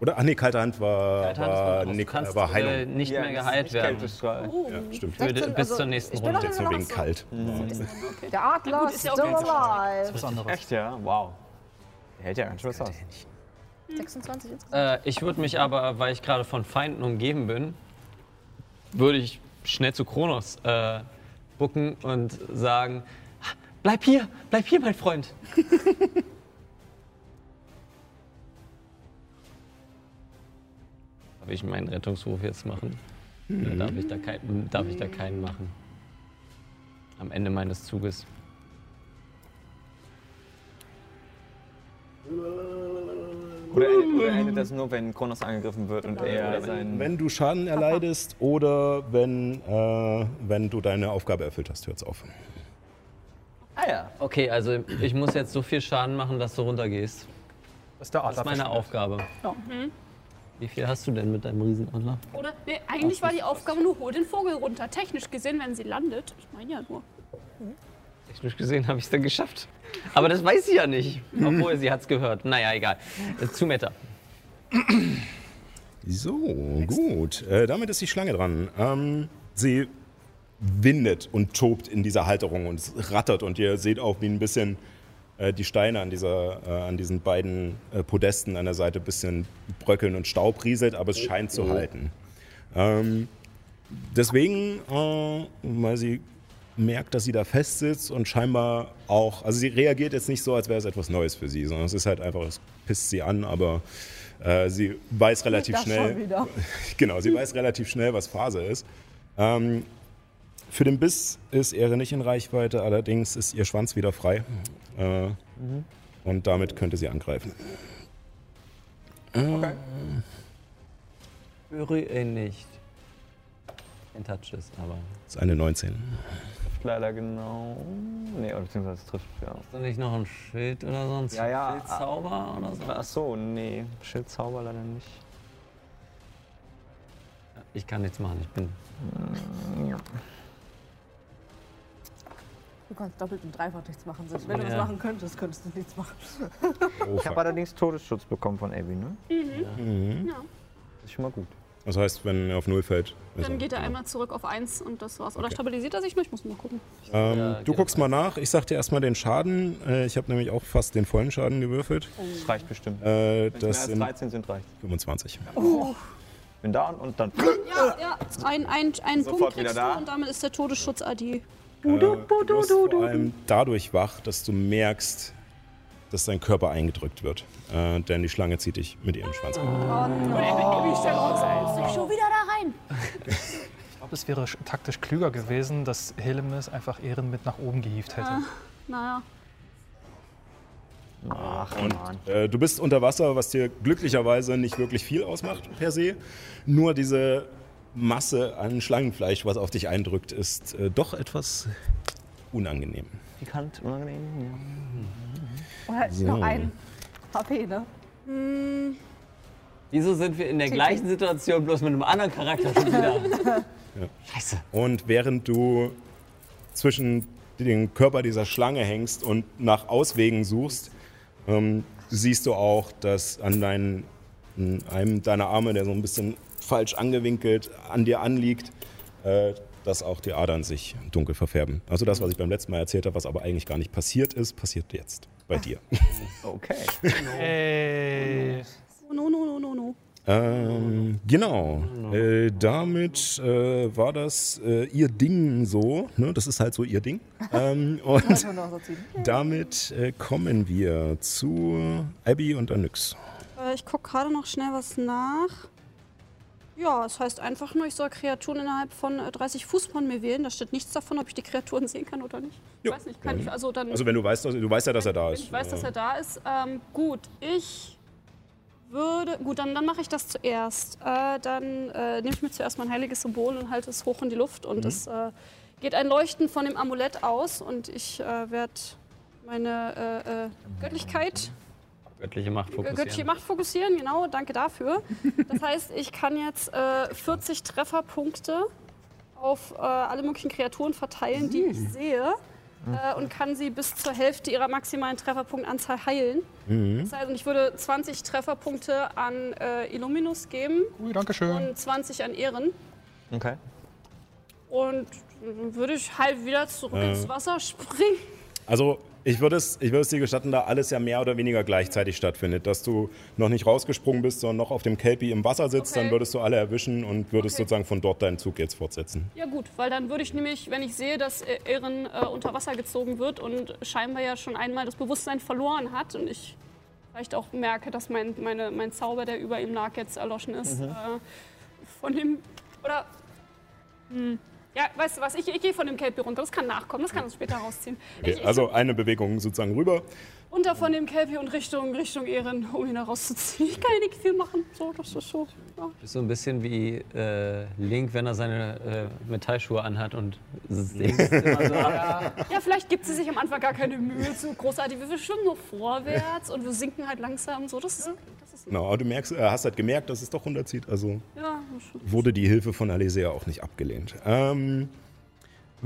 Oder? Ach nee, kalte Hand war,
Kalte Hand ist
war,
raus.
Nick-
du kannst
war
äh,
Heilung.
nicht
Ja,
mehr
das ist
geheilt
nicht
werden.
Kältestrahl.
ja, stimmt.
Würde- bis zur nächsten
also ich
Runde.
bin doch immer
Deswegen
noch
wegen
so-
kalt.
Mhm.
Der Adler
Gut,
ist
ist ja
still
auch kein
alive.
Was
oh.
anderes.
Echt, ja? Wow. Der hält ja ganz schön was aus.
26 insgesamt.
Äh, ich würde mich aber, weil ich gerade von Feinden umgeben bin, würde ich schnell zu Kronos äh, bucken und sagen, "Ah, bleib hier, bleib hier, mein Freund. [LAUGHS] darf ich meinen Rettungsruf jetzt machen? Oder darf, ich da kein, darf ich da keinen machen? Am Ende meines Zuges.
Oder endet, oder endet das nur, wenn Kronos angegriffen wird und er seinen.
Mhm. Wenn du Schaden erleidest oder wenn, äh, wenn du deine Aufgabe erfüllt hast, hört's auf.
Ah ja.
Okay, also ich muss jetzt so viel Schaden machen, dass du runtergehst.
Das ist der
Das ist meine Aufgabe. Wie viel hast du denn mit deinem Riesenadler?
Oder? Nee, eigentlich war die Aufgabe nur, hol den Vogel runter. Technisch gesehen, wenn sie landet. Ich meine ja nur.
Technisch gesehen habe ich es dann geschafft. Aber das weiß sie ja nicht. Obwohl, sie hat es gehört. Naja, egal. Äh, Zu Meta.
So, gut. Äh, damit ist die Schlange dran. Ähm, sie windet und tobt in dieser Halterung und es rattert und ihr seht auch, wie ein bisschen äh, die Steine an, dieser, äh, an diesen beiden äh, Podesten an der Seite ein bisschen bröckeln und Staub rieselt, aber es scheint zu halten. Ähm, deswegen, äh, weil sie merkt, dass sie da fest sitzt und scheinbar auch, also sie reagiert jetzt nicht so, als wäre es etwas Neues für sie, sondern es ist halt einfach, es pisst sie an, aber äh, sie weiß relativ
Das schon
schnell,
wieder.
[LAUGHS] genau, sie weiß relativ schnell, was Phase ist. Ähm, für den Biss ist Ehre nicht in Reichweite, allerdings ist ihr Schwanz wieder frei. Äh, Und damit könnte sie angreifen.
Berühre ihn nicht. Ein Touch ist, aber.
Das ist eine 19.
Leider genau. Nee, oder beziehungsweise es trifft. Ja.
Hast du nicht noch ein Schild oder sonst?
Ja, ja.
Schildzauber oder so?
Ach so, nee. Schildzauber leider nicht.
Ich kann nichts machen. Ich bin.
Du kannst doppelt und dreifach nichts machen. Selbst wenn du was
Ja.
machen könntest, könntest du nichts machen.
Oh,
Ich habe
fuck.
allerdings Todesschutz bekommen von Abby, ne?
Das ist schon mal gut.
das heißt, wenn er auf Null fällt. ist
Dann geht er
genau.
einmal zurück auf 1 und das war's. Oder stabilisiert er sich noch? Ich muss mal gucken.
Ähm,
Ja,
du
genau.
guckst mal nach. Ich sag dir erstmal den Schaden. Äh, ich habe nämlich auch fast den vollen Schaden gewürfelt.
Das reicht bestimmt.
Äh,
Wenn
das
es mehr
sind
als 13 sind, reicht.
25.
Bin da und, und dann.
Ja, ja. Ein, ein, ein
Ah. Sofort
Punkt
wieder
kriegst
da.
du und damit ist der Todesschutz AD.
Äh, Du wirst vor allem dadurch wach, dass du merkst, dass dein Körper eingedrückt wird. Äh, denn die Schlange zieht dich mit ihrem Schwanz an.
Schon wieder da rein.
Ich glaube, es wäre sch- taktisch klüger gewesen, dass Helemis einfach Ehren mit nach oben gehievt hätte.
Naja.
Äh, du bist unter Wasser, was dir glücklicherweise nicht wirklich viel ausmacht per se. Nur diese Masse an Schlangenfleisch, was auf dich eindrückt, ist äh, doch etwas unangenehm.
Pikant, unangenehm. Ja.
Und halt
So.
noch ein HP, ne?
Wieso sind wir in der gleichen Situation, bloß mit einem anderen Charakter schon wieder? Scheiße.
Und während du zwischen dem Körper dieser Schlange hängst und nach Auswegen suchst, ähm, siehst du auch, dass an deinen, an einem deiner Arme, der so ein bisschen falsch angewinkelt an dir anliegt, äh, dass auch die Adern sich dunkel verfärben. Also das, was ich beim letzten Mal erzählt habe, was aber eigentlich gar nicht passiert ist, passiert jetzt bei dir.
Okay.
Hey.
Oh, no, no, no, no, no.
Ähm, genau. Äh, damit äh, war das äh, ihr Ding so. Ne? Das ist halt so ihr Ding.
[LAUGHS]
Ähm, und
Wollte nur noch so ziehen.
damit äh, kommen wir zu Abby und Anyx.
Äh, Ich gucke gerade noch schnell was nach. Ja, es heißt einfach nur, ich soll Kreaturen innerhalb von äh, 30 Fuß von mir wählen. Da steht nichts davon, ob ich die Kreaturen sehen kann oder nicht. Ich
Ja.
weiß nicht, kann ich. Also dann.
Also wenn du weißt, dass- du weißt ja, dass er da
wenn
ist.
ich weiß, dass er da ist. Ähm, gut, ich würde. Gut, dann, dann mache ich das zuerst. Äh, dann äh, nehme ich mir zuerst mein heiliges Symbol und halte es hoch in die Luft.
Mhm.
Und es äh, geht ein Leuchten von dem Amulett aus. Und ich äh, werde meine äh, äh, Göttlichkeit
Göttliche Macht fokussieren.
göttliche Macht fokussieren, genau, danke dafür. Das heißt, ich kann jetzt äh, 40 Trefferpunkte auf äh, alle möglichen Kreaturen verteilen, die ich sehe. äh, und kann sie bis zur Hälfte ihrer maximalen Trefferpunktanzahl heilen. Das heißt, ich würde 20 Trefferpunkte an äh, Illuminus geben
Ui, Dankeschön.
und 20 an Ehren.
Okay.
Und dann würde ich halt wieder zurück ins Wasser springen.
Also, ich würde es, ich würde es dir gestatten, da alles ja mehr oder weniger gleichzeitig stattfindet. Dass du noch nicht rausgesprungen bist, sondern noch auf dem Kelpie im Wasser sitzt,
Okay.
dann würdest du alle erwischen und würdest
Okay.
sozusagen von dort deinen Zug jetzt fortsetzen.
Ja gut, weil dann würde ich nämlich, wenn ich sehe, dass äh, Ehren äh, unter Wasser gezogen wird und scheinbar ja schon einmal das Bewusstsein verloren hat und ich vielleicht auch merke, dass mein, meine, mein Zauber, der über ihm lag, jetzt erloschen ist,
Mhm.
äh, von dem... Oder... Hm. Ja, weißt du was, ich, ich gehe von dem Kelpie runter, das kann nachkommen, das kann uns später rausziehen. Ich,
Okay,
ich
also eine Bewegung sozusagen rüber.
runter von dem Kelpie und Richtung, Richtung Ehren, um ihn da rauszuziehen. Ich kann ja nicht viel machen, so, das ist so. Ja.
Ist so ein bisschen wie äh, Link, wenn er seine äh, Metallschuhe anhat und singt [LAUGHS] immer so ab.
Ja, vielleicht gibt sie sich am Anfang gar keine Mühe zu großartig. Wir schwimmen nur vorwärts und wir sinken halt langsam so. Das ist, das ist
Genau, aber du merkst, äh, hast halt gemerkt, dass es doch runterzieht. Also
ja, schon.
wurde die Hilfe von Alesia auch nicht abgelehnt. Ähm,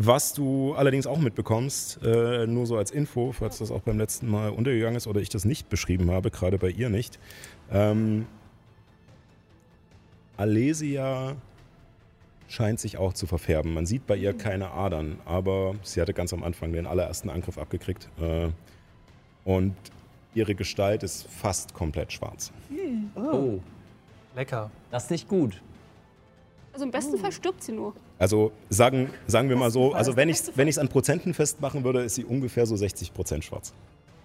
was du allerdings auch mitbekommst, äh, nur so als Info, falls das auch beim letzten Mal untergegangen ist oder ich das nicht beschrieben habe, gerade bei ihr nicht. Ähm, Alesia scheint sich auch zu verfärben. Man sieht bei ihr keine Adern, aber sie hatte ganz am Anfang den allerersten Angriff abgekriegt. Äh, und ihre Gestalt ist fast komplett schwarz.
Oh,
Lecker.
das ist nicht gut.
Also im besten Fall stirbt sie nur.
Also sagen, sagen wir mal so, also wenn ich es wenn ich's an Prozenten festmachen würde, ist sie ungefähr so 60 Prozent schwarz.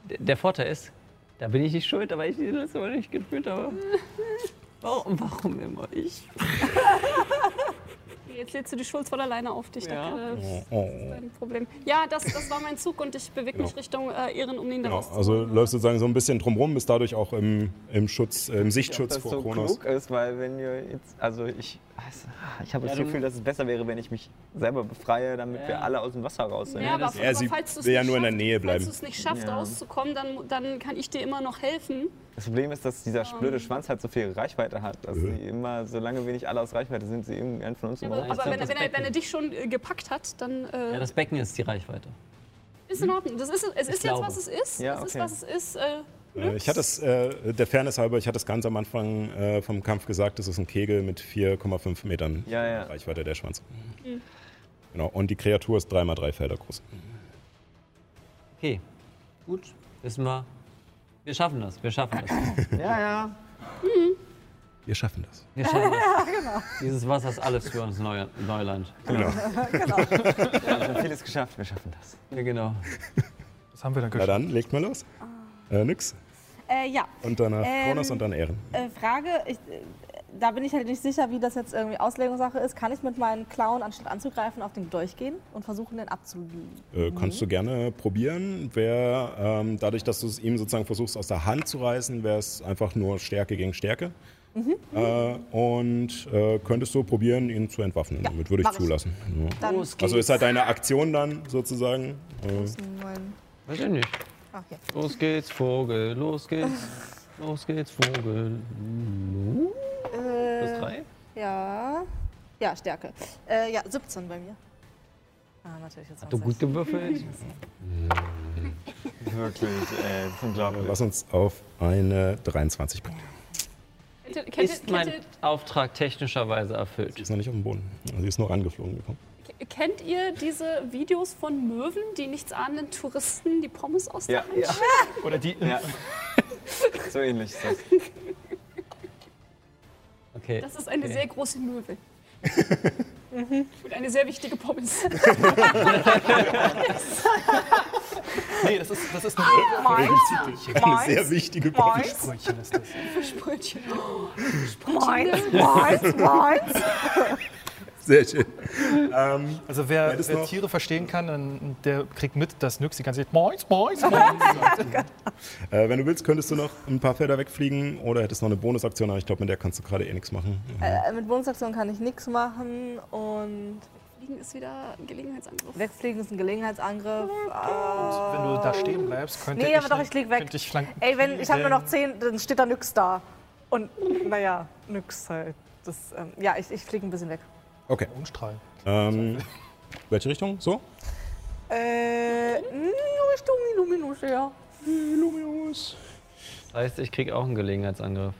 D der Vorteil ist, da bin ich nicht schuld, aber ich die letzte Mal nicht gefühlt [LAUGHS] habe. Warum, warum immer ich?
Jetzt lädst du die Schuld voll alleine auf dich. Ja. Das ist
Oh.
ein Problem. Ja, das, das war mein Zug und ich bewege mich
Genau.
Richtung äh, Ehren, um ihn da
Genau,
rauszuziehen.
also läuft sozusagen so ein bisschen drumrum, ist dadurch auch im, im Schutz, im Sichtschutz
das
vor
so
Kronos.
klug ist, weil wenn ihr jetzt, also ich, ich habe
Ja,
das
du-
Gefühl, dass es besser wäre, wenn ich mich selber befreie, damit
Ja.
wir alle aus dem Wasser raus sind.
Ja, aber,
das-
Also, Ja, sie
aber falls du es
will ja
nicht
nur in der
schaffst-
Nähe bleiben.
Falls du es nicht schaffst,
Ja.
rauszukommen, dann, dann kann ich dir immer noch helfen.
Das Problem ist, dass dieser blöde Schwanz halt so viel Reichweite hat, dass sie immer, solange wir nicht alle aus Reichweite sind, sie irgendeinen von uns
Aber,
überholt.
ich
aber
glaub,
wenn, er-
das
wenn, er, wenn er
Becken-
dich schon äh, gepackt hat, dann äh,
Ja, das Becken ist die Reichweite.
Ist in Ordnung. Das ist, es ist jetzt,
glaube.
was es ist.
Ja,
Es ist,
okay.
was es ist. Äh,
Äh, Ich hatte es, äh, der Fairness halber, ich hatte es ganz am Anfang äh, vom Kampf gesagt, es ist ein Kegel mit 4,5 Metern
Ja, Mhm. ja.
Reichweite der Schwanz. Genau, und die Kreatur ist 3x3 Felder groß.
Okay, gut, wissen wir. Wir schaffen das, wir schaffen das.
Ja, ja.
Wir schaffen das.
Wir schaffen das. [LAUGHS] Dieses Wasser ist alles für uns Neu Neuland.
Wir haben Also vieles geschafft, wir schaffen das.
Ja, genau.
Was haben wir denn
Na
geschafft?
dann, legt mal los.
Ah.
Äh, nix.
Äh, ja.
Und danach
Ähm,
Kronos und dann Ehren.
Äh, Frage, ich, äh, da bin ich halt nicht sicher, wie das jetzt irgendwie Auslegungssache ist. Kann ich mit meinen Klauen, anstatt anzugreifen, auf den durchgehen und versuchen, den abzulügen?
Äh, kannst du gerne probieren. Wer, ähm, dadurch, dass du es ihm sozusagen versuchst, aus der Hand zu reißen, wäre es einfach nur Stärke gegen Stärke.
Mhm.
Äh, und äh, könntest du probieren, ihn zu entwaffnen. Damit würde ich
mach ich.
zulassen. Ja.
Dann
Los geht's.
Also ist halt deine Aktion dann sozusagen. Äh,
mein,
Weiß ich nicht.
ach, hier.
Los geht's, Vogel, los geht's. Los geht's, Vogel. Plus drei?
Äh, Ja. Ja, Stärke. Äh, ja, 17 bei mir. Ah, natürlich jetzt
Du gut gewürfelt?
Wirklich, ey, das ist unglaublich.
lass uns auf eine 23 bringen.
kennt ihr, kennt,
Ist
ihr, kennt,
mein Auftrag technischerweise
Die
erfüllt?
ist noch nicht auf dem Boden. Also sie ist nur angeflogen gekommen.
ihr, kennt ihr diese Videos von Möwen, die nichts ahnenden Touristen die Pommes aus der
Ja,
Hand
ja.
Oder die.
ja. So ähnlich ist das.
Okay.
Das ist eine sehr große [LAUGHS] Möwe. Mhm. Und eine sehr wichtige [LAUGHS] Pommes.
Nee, das ist, das ist eine Möwe.
Eine sehr wichtige Gruppe.
Brötchen ist das.
Brötchen.
Sehr schön.
Also wer,
Wer das
wer
noch-
Tiere verstehen kann, dann, der kriegt mit, dass Nyx die ganze Zeit Moins, Moins, Moins.
Äh, wenn du willst, könntest du noch ein paar Felder wegfliegen oder hättest noch eine Bonusaktion, aber ich glaube, mit der kannst du gerade eh nichts machen.
[LAUGHS] Äh, mit Bonusaktion kann ich nichts machen und
Fliegen ist wieder ein Gelegenheitsangriff.
wegfliegen ist ein Gelegenheitsangriff.
Wenn du da stehen bleibst, könnte
Ähm, Nee,
ich,
aber doch, ich lieg weg. Äh.
Könnte ich flanken.
Ey, wenn ich habe nur noch 10, dann steht da nix da. Und naja, nix halt. Das, ähm, ja, ich, ich fliege ein bisschen weg.
Okay.
Unstrahlen.
Ähm, welche Richtung? So?
Äh, mh, Richtung Illuminus, ja.
Illuminus.
Das heißt, ich krieg auch einen Gelegenheitsangriff.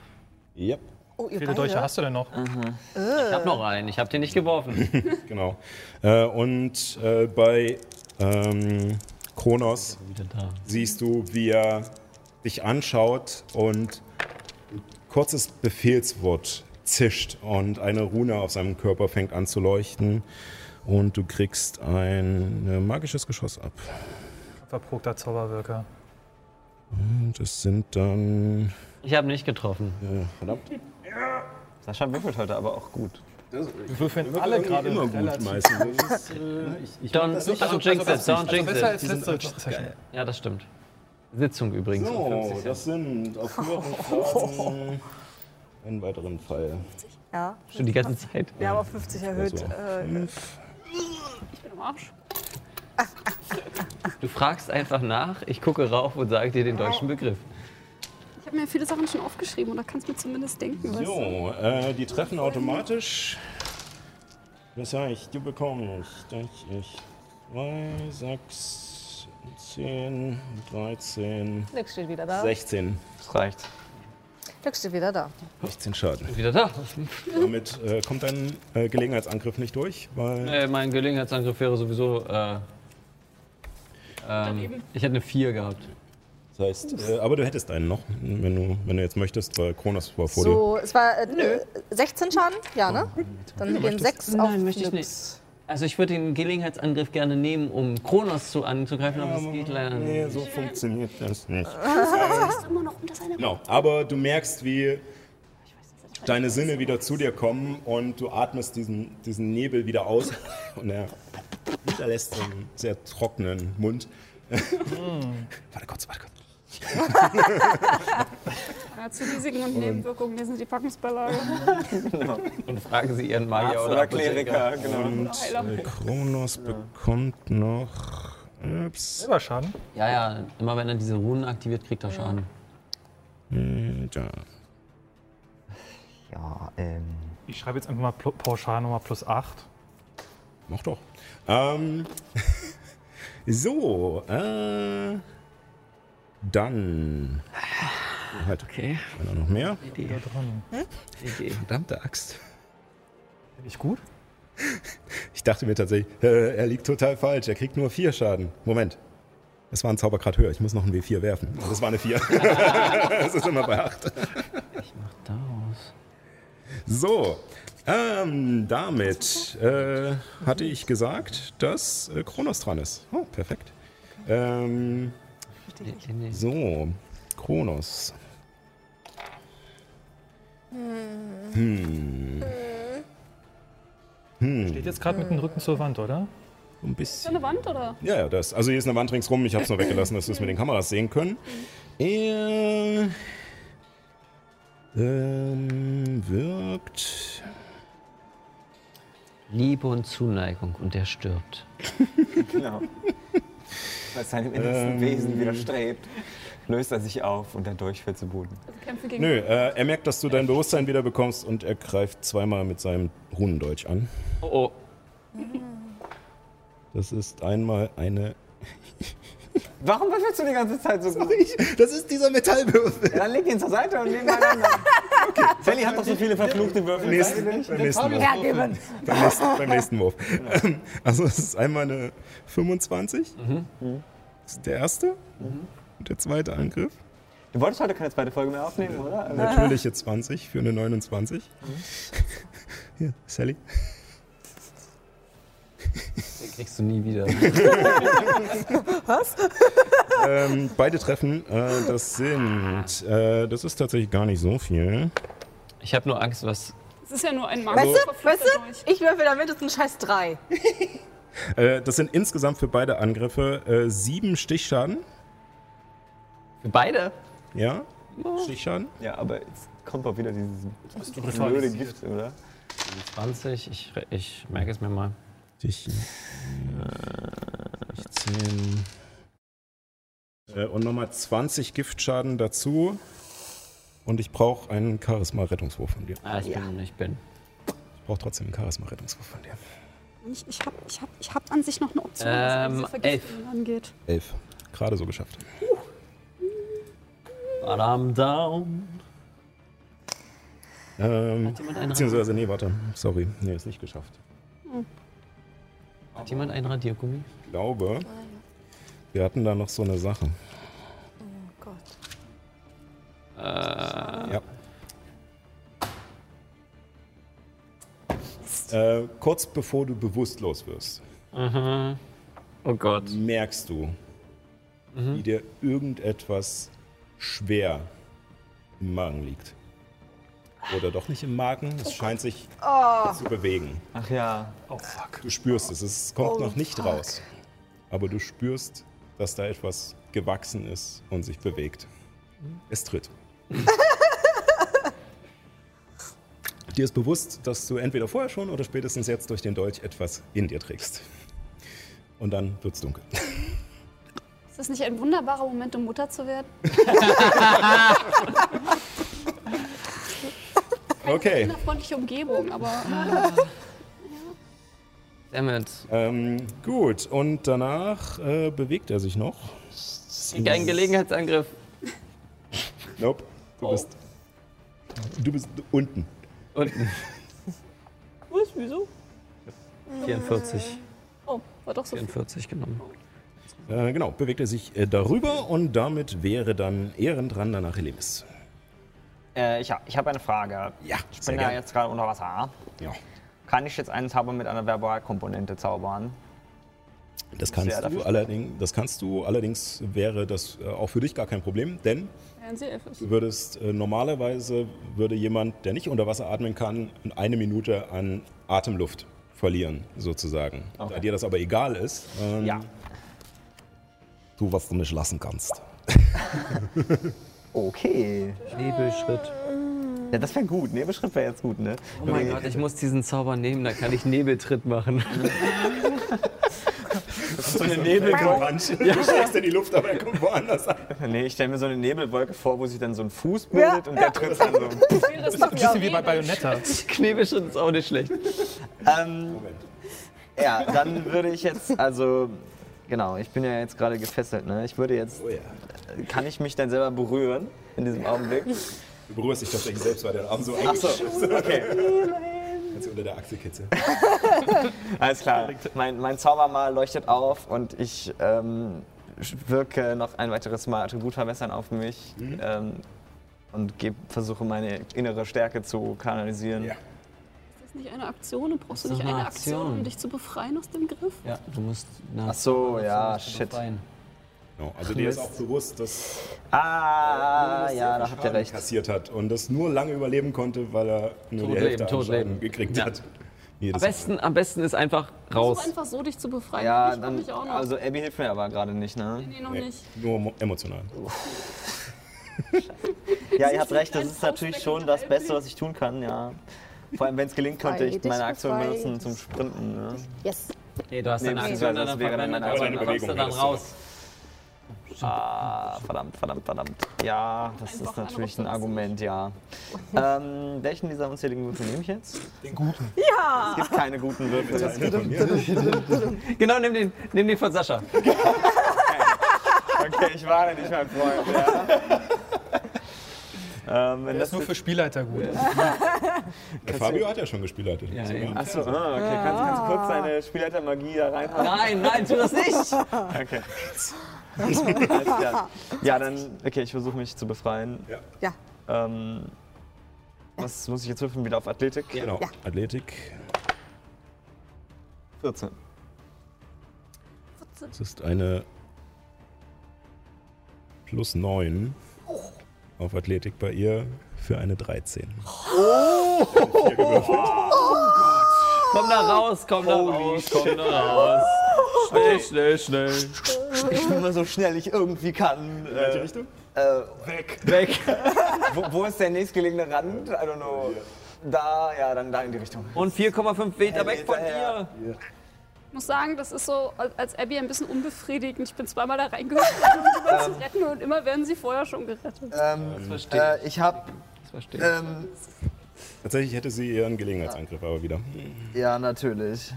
Yep,
Oh, ihr
Wie viele
beide?
Dolche hast du denn noch?
Äh.
Ich hab noch einen, ich hab den nicht geworfen.
genau. Äh, und äh, bei ähm, Kronos
Wieder da.
siehst du, wie er dich anschaut und ein kurzes Befehlswort zischt und eine Rune auf seinem Körper fängt an zu leuchten und du kriegst ein äh, magisches Geschoss ab.
Verprogter Zauberwirker.
Und es sind dann...
Ich hab nicht getroffen.
Äh, verdammt.
Sascha würfelt heute aber auch gut.
Wir würfeln alle gerade
immer gut
relativ-
meistens. Das ist, äh, ich- ich mach
Don't,
das
don't
nicht so-
jinx it, don't
Also
jinx
besser
it.
als letzte Zeichen.
Ja, das stimmt. Sitzung übrigens. um 50
So,
Cent.
das sind auf höheren Fragen einen weiteren Fall.
Ja.
Schon die ganze Zeit.
Wir haben auf 50 erhöht.
Also.
Äh,
Im Arsch.
Du fragst einfach nach, ich gucke rauf und sage dir den deutschen Begriff.
Ich habe mir viele Sachen schon aufgeschrieben oder kannst mir zumindest denken, was.
So, äh, die treffen automatisch. Das heißt, du bekommst ich, ich, 2, 6, 10, 13,
Nix steht wieder da.
16.
Das reicht.
Nix steht wieder da.
16 Schaden.
Wieder da.
Damit äh, kommt dein äh, Gelegenheitsangriff nicht durch, weil
Äh, mein Gelegenheitsangriff wäre sowieso. Äh, ähm, ich hätte eine 4 gehabt.
das heißt, äh, aber du hättest einen noch, wenn du, wenn du jetzt möchtest, weil Kronos war vor
So, es war äh, äh, 16 Schaden? Ja, ne? Dann gehen 6 auf Nix.
Also ich würde den Gelegenheitsangriff gerne nehmen, um Kronos zu anzugreifen, aber das geht leider
dir.
nicht.
Nee, so funktioniert das nicht.
Das ist immer noch unter seiner
Genau, aber du merkst, wie deine Sinne wieder zu dir kommen und du atmest diesen, diesen Nebel wieder [LAUGHS] aus und er hinterlässt so einen sehr trockenen Mund. [LAUGHS] warte kurz, warte kurz.
Ja, zu Risiken und Nebenwirkungen lesen Sie die Packungsbeilage.
Und fragen Sie Ihren Magier
Arzt
oder,
oder Kleriker, genau.
Und äh, Kronos bekommt noch... Ups.
Silberschaden?
Ja, ja, immer wenn er diese Runen aktiviert, kriegt er Schaden.
Äh, Da.
Ja, ähm.
Ich schreibe jetzt einfach mal pl- pauschal nochmal plus 8.
Mach doch. Ähm, [LAUGHS] so, äh, dann... Halt,
Okay,
einer noch mehr.
Wieder dran.
Idee.
Verdammte Axt.
Bin ich gut?
Ich dachte mir tatsächlich, [LAUGHS] äh, er liegt total falsch. Er kriegt nur vier Schaden. Moment. Es war ein Zaubergrad höher. Ich muss noch ein W4 werfen. Also es war eine 4. Es ist immer bei 8.
Daraus.
So. Ähm, damit äh, hatte ich gesagt, dass äh, Kronos dran ist. Oh, perfekt. Ähm,
Nee, nee, nee.
so. Kronos.
Hm. Steht jetzt gerade mit dem Rücken zur Wand, oder?
Ein bisschen.
Eine Wand oder?
Ja, ja, das. Also hier ist eine Wand ringsrum. Ich habe es nur weggelassen, dass wir es mit den Kameras sehen können. Er ähm, wirkt.
Liebe und Zuneigung und er stirbt.
Genau. Weil seinem innersten Wesen widerstrebt, löst er sich auf und dadurch fällt zu Boden.
Also Kämpfe gegen.
Nö, äh, er merkt, dass du dein Bewusstsein wieder bekommst und er greift zweimal mit seinem Runendeutsch an.
Oh, oh.
Das ist einmal eine.
Warum würfelst du die ganze Zeit so gut?
Das ist dieser Metallwürfel.
Dann leg ihn zur Seite und leg mal einen anderen. Sally hat doch so viele verfluchte Würfel.
Nächsten, beim, nächsten Wurf.
Hergeben!
beim, nächsten, beim nächsten Wurf. Also es ist einmal eine 25. Das ist der erste. Und der zweite Angriff.
Du wolltest heute keine zweite Folge mehr aufnehmen, oder? Also,
Natürliche 20 für eine 29. Hier, Sally.
Den kriegst du nie wieder.
Ähm, beide treffen, äh, das sind, äh, das ist tatsächlich gar nicht so viel.
[LAUGHS] Ich habe nur Angst, was.
Es ist ja nur ein Magus.
Weißt du, weißt du, ich würfel damit, das ist ein scheiß 3.
Äh, das sind insgesamt für beide Angriffe äh, sieben Stichschaden.
Für beide?
Ja, Stichschaden.
ja, aber jetzt kommt auch wieder dieses blöde Gift, oder?
20, ich, ich merke es mir mal.
Dich. 16. Äh, und nochmal 20 Giftschaden dazu. Und ich brauche einen Charisma-Rettungswurf von dir.
Ah, ich bin, ich bin.
Ich brauche trotzdem einen Charisma-Rettungswurf von dir.
Ich, ich habe ich hab, ich hab an sich noch eine Option,
Ähm,
was diese Vergiftung angeht.
Elf. Gerade so geschafft.
Badam down.
Ähm,
Jemand einen,
beziehungsweise, nee, warte. Sorry. Nee, ist nicht geschafft.
hat jemand einen Radiergummi?
Ich glaube, wir hatten da noch so eine Sache.
Äh,
Ja. Äh, kurz bevor du bewusstlos wirst,
mhm. Oh Gott.
merkst du, wie dir irgendetwas schwer im Magen liegt. Oder doch nicht im Magen, es scheint sich zu bewegen.
Ach ja.
Du spürst es, es kommt noch nicht raus. Aber du spürst, dass da etwas gewachsen ist und sich bewegt. Es tritt. dir ist bewusst, dass du entweder vorher schon oder spätestens jetzt durch den Dolch etwas in dir trägst. Und dann wird's dunkel.
Ist das nicht ein wunderbarer Moment, um Mutter zu werden?
Okay.
Eine freundliche Umgebung, aber
Damit.
Ähm, gut, und danach äh, bewegt er sich noch.
Kein Gelegenheitsangriff.
Nope. Du
Oh.
bist. Du bist unten.
Unten.
[LAUGHS] was, wieso?
44.
Oh, war doch so
Genau.
viel.
44 genommen.
Äh, genau, bewegt er sich äh, darüber und damit wäre dann Ehren dran danach Elimis.
Äh, ich ha- ich habe eine Frage.
Ja,
Ich
sehr
bin ja
gern.
jetzt gerade unter Wasser.
Ja.
Kann ich jetzt einen Zauber mit einer Verbalkomponente zaubern?
Das kannst,
Sehr
du
dafür.
allerdings, das kannst du, allerdings wäre das äh, auch für dich gar kein Problem, denn
Wären sie elf ist.
du würdest äh, normalerweise würde jemand, der nicht unter Wasser atmen kann, eine Minute an Atemluft verlieren, sozusagen. Da dir das aber egal ist,
Mhm.
ähm,
Ja.
tu, was du nicht lassen kannst.
Okay.
Nebelschritt.
Ja, das wäre gut. Nebelschritt wäre jetzt gut, ne?
Oh mein Gott, ich muss diesen Zauber nehmen, dann kann ich Nebeltritt machen. [LAUGHS]
[LAUGHS]
So eine Nebelgeräusche. [LAUGHS] Ja. Du steckst in die Luft, aber er kommt woanders an.
Nee, ich stelle mir so eine Nebelwolke vor, wo sich dann so ein Fuß bildet und der tritt dann so.
[LAUGHS]
Das
Ein bisschen wie bei Bayonetta.
Nebelschritt ist auch nicht schlecht.
Ähm, ja, dann würde ich jetzt, also, genau, ich bin ja jetzt gerade gefesselt, ne? Ich würde jetzt,
Oh ja.
kann ich mich dann selber berühren in diesem Augenblick?
Du berührst dich tatsächlich selbst, weil der Arm so eingeschafft ist.
Okay,
Kannst du unter der Achse kitzeln.
Alles klar, mein, mein Zaubermal leuchtet auf und ich ähm, wirke noch ein weiteres Mal Attribut verbessern auf mich
Mhm.
ähm, und geb, versuche meine innere Stärke zu kanalisieren.
Ja.
Ist das nicht eine Aktion? Und brauchst du
Das ist
nicht
eine
eine Aktion, um
Aktion.
dich zu befreien aus dem Griff?
Ja, du musst nach.
Ach so, ja, shit.
Genau. Also dir ist auch bewusst, dass
Ah,
sehr
ja,
viel
da habt ihr
Schaden
recht.
kassiert hat und das nur lange überleben konnte, weil er nur die
Totleben,
Hälfte an
totleben.
Schaden gekriegt
Ja.
hat. [LAUGHS] Jedes
Am besten, am besten ist einfach
So
raus.
einfach so dich zu befreien.
Ja,
ich freu
dann,
mich auch noch.
also Abby hilft mir aber gerade nicht, ne?
nee, noch
Mal. Nee,
nicht.
nur mo- emotional.
Ja, ihr habt recht, das
ein
ist natürlich
Faustbecken
schon das
mit
Beste, was ich tun kann, ja. Vor allem, wenn es gelingt, könnte ich
Befreit,
meine Aktion
befreit.
benutzen zum Sprinten. Ne?
Yes.
Nee, du hast
Nee,
deine
beziehungsweise
Aktion
das
dann
wäre dann
verwendet,
meine
aber
Aktion.
dann kommst du
Überlegung
dann
wäre das
raus.
Ah, verdammt, verdammt, verdammt. Ja, das
Einfach
ist natürlich ein
anrufen,
Argument, [LAUGHS] ja. Ähm, welchen dieser unzähligen Würfel nehme ich jetzt? Den guten. Ja! Es gibt keine guten Würfel. Es gibt-
Genau, nimm den, nimm den von Sascha.
Okay, ich war nicht mein Freund, ja. Ähm, wenn
Das ist
das
nur für Spielleiter gut.
Der Fabio hat ja schon gespielleitet.
Ja,
Sogar.
eben.
Achso, ah, okay. Kannst, kannst du kurz deine Spielleitermagie da reinhaben?
Nein, nein, tu das nicht!
[LAUGHS] Okay. Alles klar. Ja, dann, okay, ich versuche mich zu befreien.
Ja.
Ja.
Ähm, was muss ich jetzt würfeln? Wieder auf Athletik?
Genau. Athletik.
14.
Das ist eine plus 9 auf Athletik bei ihr für eine 13.
Komm da raus, komm da raus, komm da raus.
[LAUGHS]
Schnell, Ah, schnell, schnell.
Ich bin mal so schnell ich irgendwie kann. äh,
In welche Richtung?
Weg. [LAUGHS] wo, wo ist der nächstgelegene Rand? I don't know. Da, ja, dann da in die Richtung.
Und 4,5 Meter weg von dir.
Ich muss sagen, das ist so als Abby ein bisschen unbefriedigend. Ich bin zweimal da
[LAUGHS]
reingegangen, um die zu retten und immer werden sie vorher schon gerettet.
Ähm,
Verstehe,
ich habe,
ich verstehe.
ähm,
Tatsächlich hätte sie ihren Gelegenheitsangriff aber wieder.
ja, natürlich.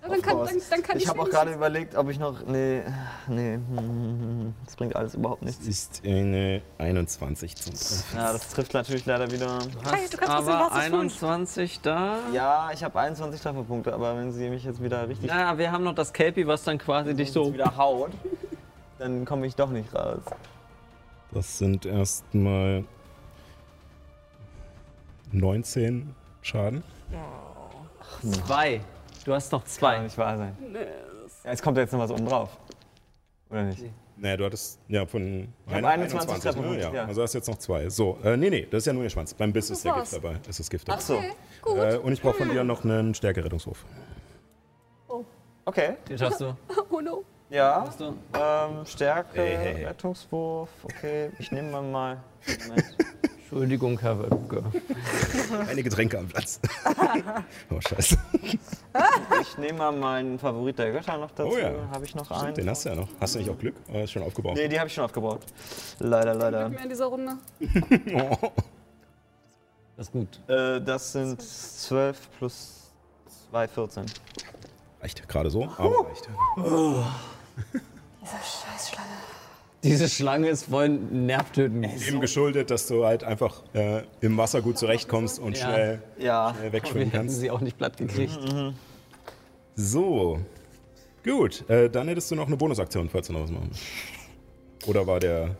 dann kann, dann, dann kann ich.
Ich habe auch
wenigstens-
gerade überlegt, ob ich noch. Nee, nee. hm, Das bringt alles überhaupt nichts.
Ist eine 21 zum Treffen.
Ja, das trifft natürlich leider wieder.
Hey, du kannst trotzdem
Aber
was tun.
21 da.
Ja, ich habe 21 Trefferpunkte, aber wenn sie mich jetzt wieder richtig
Naja, wir haben noch das Kelpie, was dann quasi dich so.
wieder haut, dann komme ich doch nicht raus.
Das sind erstmal 19 Schaden.
Zwei. Du hast noch
Kann
zwei.
nicht wahr sein. Ja, es kommt jetzt noch was oben drauf. Oder nicht?
Naja, du hattest ja von
hab 21 Trefferpunkte,
ne? ja.
ja.
Also hast jetzt noch zwei. So, äh, nee, nee, das ist ja nur ihr Schwanz. Beim Biss ist der
war's.
Gift dabei. Es ist Gift dabei.
so.
[LAUGHS] Okay, gut.
Äh, und ich brauche von dir noch einen Stärkerettungswurf.
Okay.
Den schaffst du.
Oh no.
Ja.
du?
Ähm, Stärke,
Hey, hey, hey.
Rettungswurf. Okay, ich nehme mal. Moment.
Entschuldigung, Herr Wölke.
Keine Getränke am Platz. oh, scheiße.
Ich nehme mal meinen Favorit der Götter noch dazu.
Oh ja.
Habe ich noch
Stimmt, den
einen?
hast du ja noch. Hast du nicht auch Glück? Oder ist schon aufgebraucht?
Nee, die habe ich schon aufgebraucht. Leider, leider.
Mehr in dieser Runde.
Oh.
Das ist gut.
Äh, das sind 12 plus 2, 14.
Reicht gerade so, aber reicht.
Diese Schlange ist voll nervtötend.
Dem geschuldet, dass du halt einfach äh, im Wasser gut zurechtkommst und
Ja.
schnell,
Ja.
schnell
Wir
wegschwimmen
hätten
kannst.
sie auch nicht platt gekriegt.
Mhm.
So. Gut, äh, dann hättest du noch eine Bonusaktion, falls du noch was machen willst. Oder war der.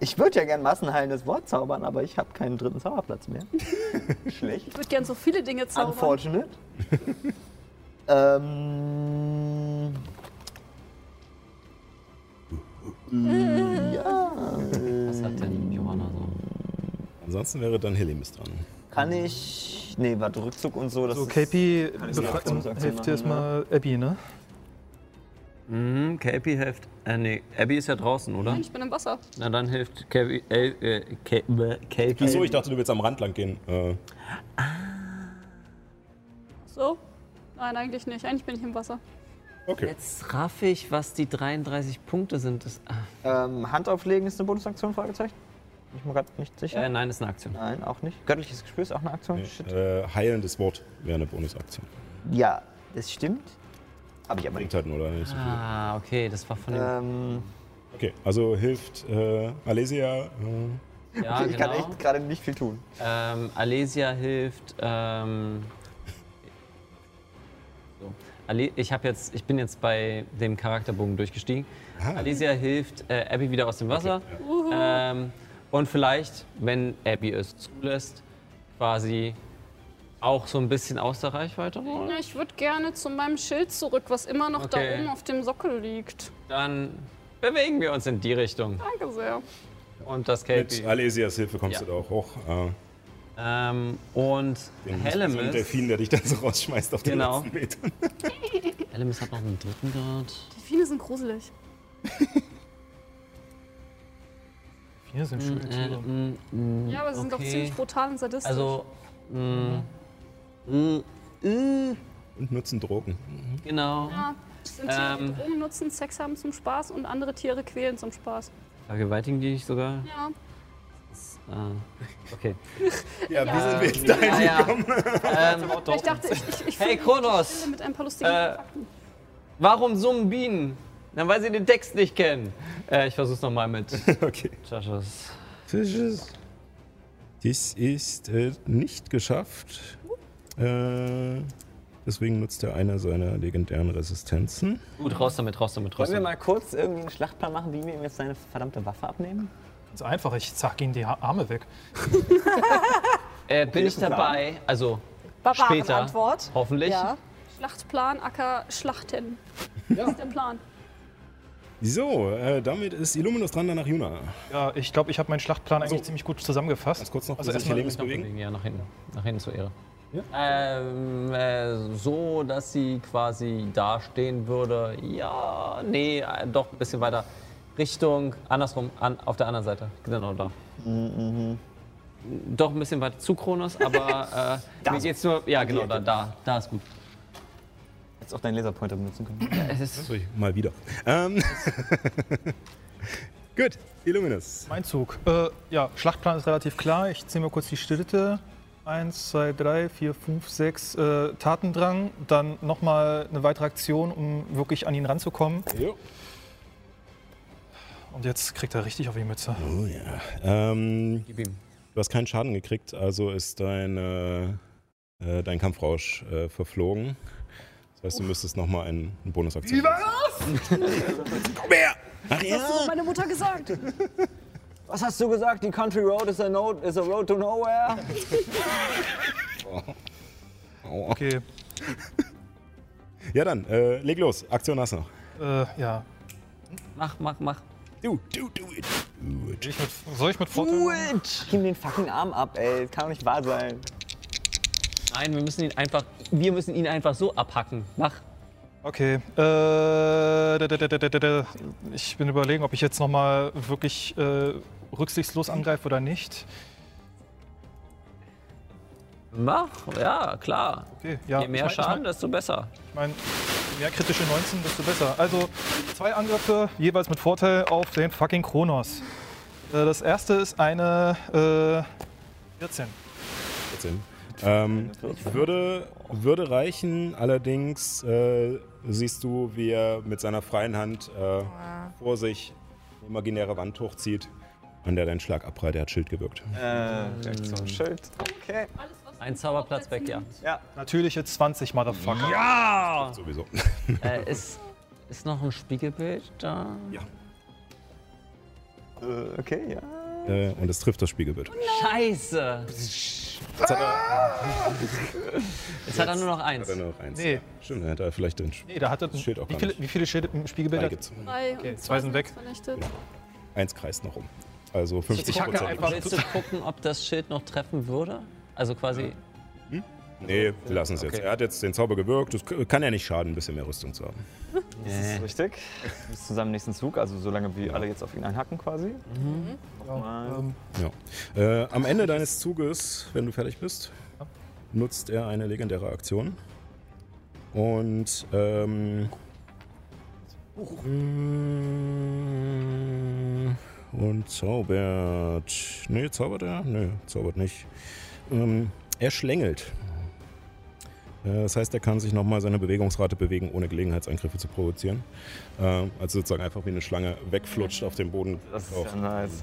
Ich würde ja gern massenheilendes Wort zaubern, aber ich habe keinen dritten Zauberplatz
[LAUGHS]
mehr. Schlecht.
Ich würde gern so viele Dinge zaubern.
Unfortunate.
[LAUGHS]
ähm.
Was hat denn Johanna so?
Ansonsten wäre dann Helimis dran.
Kann ich. Nee, warte, Rückzug und so. Das
So,
ist-
KP
ich so eine
befreit-
Aktionsaktion
hilft dir
machen,
erstmal Abby, ne?
Mhm, Kelpie hilft. Äh, nee, Abby ist ja draußen, oder?
Ich bin im Wasser.
Na dann hilft Kelpie. Äh, äh, Ke- bäh, Kelpie.
Achso, ich dachte, du willst am Rand lang gehen. Äh,
So? Nein, eigentlich nicht. Eigentlich bin ich im Wasser.
okay.
Jetzt raff ich, was die 33 Punkte sind. Das, ah,
Ähm, Hand auflegen ist eine Bonusaktion? Fragezeichen? Bin Ich mir gerade nicht sicher.
äh, nein, ist eine Aktion.
Nein, auch nicht. Göttliches Gespür ist auch eine Aktion. Shit.
Äh, heilendes Wort wäre eine Bonusaktion.
Ja, das stimmt. Habe ich aber nicht.
Bringt halt nur leider nicht so viel.
Ah, okay, das war von dem.
Ähm,
Okay, also hilft äh, Alesia. Äh,
ja,
ich kann
genau.
echt gerade nicht viel tun.
Ähm, Alesia hilft. Ähm, so. Ale ich, hab jetzt, ich bin jetzt bei dem Charakterbogen durchgestiegen. Alesia hilft äh, Abby wieder aus dem Wasser. Ähm, und vielleicht, wenn Abby es zulässt, quasi auch so ein bisschen aus der Reichweite holen.
Na, Hm, ich würde gerne zu meinem Schild zurück, was immer noch da
Okay.
oben auf dem Sockel liegt.
Dann bewegen wir uns in die Richtung.
Danke sehr.
Und das
mit
Kelpie.
Alesias Hilfe kommst
Ja.
du da auch hoch. Äh,
Ähm, und
den so einen
Hellemis.
Delfin, der dich dann so rausschmeißt auf den
Genau.
letzten Metern.
Hellemis hat noch einen dritten Grad.
Delfine sind gruselig.
Hier sind schöne
Äh,
Tiere.
mm,
Ja, aber sie sind doch
okay.
ziemlich brutal und sadistisch.
Also, mhm. mh, mh, mh,
Und nutzen Drogen.
genau.
ja, es sind Tiere, die
Ähm.
Drogen nutzen, Sex haben zum Spaß und andere Tiere quälen zum Spaß.
Vergewaltigen die ich sogar?
Ja.
Ah, okay.
Ja, wie sind wir jetzt
Ah, [LAUGHS] ja. ähm,
Ich dachte, ich, ich, ich
hey
finde
Kronos,
mit ein paar lustigen
Äh.
Fakten.
warum summen Bienen? Na, weil sie den Text nicht kennen. Äh, ich versuch's nochmal
[LAUGHS]
mit
Okay.
Josh's.
Fisches. Dies ist äh, nicht geschafft. Äh, deswegen nutzt er eine seiner legendären Resistenzen.
Gut, raus damit, raus damit, raus
Wollen wir
damit.
mal kurz irgendwie einen Schlachtplan machen, wie wir ihm jetzt seine verdammte Waffe abnehmen?
Ganz einfach, ich zack ihm die Ha- Arme weg.
Äh, bin ich dabei? Also, später.
Antwort.
Hoffentlich.
Ja.
Schlachtplan, Acker, Schlachten. Das ist der Plan.
So, äh, damit ist Illuminus dran, danach Juna.
Ja, ich glaube, ich habe meinen Schlachtplan eigentlich ziemlich gut zusammengefasst.
Ganz kurz noch,
also
wie sich
erstmal
Helene-
Noch
bewegen?
bewegen, Ja, nach hinten. Nach hinten zur Ehre. Ähm, äh, so, dass sie quasi dastehen würde. Ja, nee, äh, doch ein bisschen weiter. Richtung, andersrum, an, auf der anderen Seite. Genau da. mhm. Doch ein bisschen weiter zu Kronos, [LAUGHS] aber äh, mir geht's nur. Ja, genau, da, da, da ist gut.
Jetzt auch deinen Laserpointer benutzen können.
Es ist,
Mal wieder. Ähm. [LAUGHS] Gut, Illuminus.
mein Zug. Äh, ja, Schlachtplan ist relativ klar. Ich ziehe mal kurz die Schritte Eins, zwei, drei, vier, fünf, sechs äh, Tatendrang. Dann nochmal eine weitere Aktion, um wirklich an ihn ranzukommen.
Jo.
Und jetzt kriegt er richtig auf die Mütze.
Oh ja. Ähm,
Gib ihm.
du hast keinen Schaden gekriegt, also ist dein, äh, äh, dein Kampfrausch äh, verflogen. Das heißt, du müsstest nochmal einen, einen Bonusaktion. Komm her! Ach ja!
Hat meine Mutter gesagt.
Was hast du gesagt? Die Country Road is a, no is a road to nowhere?
Aua.
Okay,
Ja dann, äh, leg los. Aktion hast du noch.
äh, ja.
Mach, mach, mach.
Do, do, do it. Do it.
Ich mit, soll ich mit Vorteil?
Gib ihm den fucking Arm ab, ey. Kann doch nicht wahr sein.
Nein, wir müssen ihn einfach. Wir müssen ihn einfach so abhacken. Mach.
Okay. Äh, da, da, da, da, da, da. Ich bin überlegen, ob ich jetzt nochmal wirklich äh, rücksichtslos angreife oder nicht.
Mach, ja, klar.
Okay, ja.
Je mehr
ich mein,
Schaden, desto besser.
Ich mein, je mehr kritische 19, desto besser. Also zwei Angriffe, jeweils mit Vorteil auf den fucking Kronos. Äh, das erste ist eine äh, 14.
14. Ähm, würde, würde reichen, allerdings äh, siehst du, wie er mit seiner freien Hand äh, vor sich eine imaginäre Wand hochzieht, an der dein Schlag abprallt. Er hat Schild gewirkt.
So, Schild. Okay.
Ein Zauberplatz weg, ja.
Natürliche 20, Motherfucker.
Ja!
Sowieso.
Äh, ist, ist noch ein Spiegelbild da?
Äh, okay, ja.
äh, und es trifft das Spiegelbild.
Scheiße!
Jetzt hat er,
Jetzt hat er nur noch eins.
hat er nur noch eins.
Nee.
Stimmt, dann hätte er vielleicht den Sch
Nee, da hat er.
Schild auch
Wie
gar
viele,
nicht.
wie viele Schilde hm, im Spiegelbild?
Drei
hat-
gibt's.
Drei und
zwei sind weg.
Vernichtet.
Eins kreist noch um. Also 50
hacke
Prozent.
einfach-
Willst du gucken, ob das Schild noch treffen würde? Also quasi.
Nee, wir lassen es jetzt.
Okay.
Er hat jetzt den Zauber gewirkt. Das k- kann ja nicht schaden, ein bisschen mehr Rüstung zu haben.
Das ist richtig. Bis zu seinem nächsten Zug, also solange wir alle jetzt auf ihn einhacken quasi.
Ähm,
Ja. Äh, am Ende deines Zuges, wenn du fertig bist, nutzt er eine legendäre Aktion. Und ähm, mm, und zaubert. Nee, zaubert er? Nee, zaubert nicht. Ähm, er schlängelt. Äh, Das heißt, er kann sich nochmal seine Bewegungsrate bewegen, ohne Gelegenheitsangriffe zu provozieren. Äh, Also sozusagen einfach wie eine Schlange wegflutscht auf dem Boden.
Das ist
drauf.
ja nice.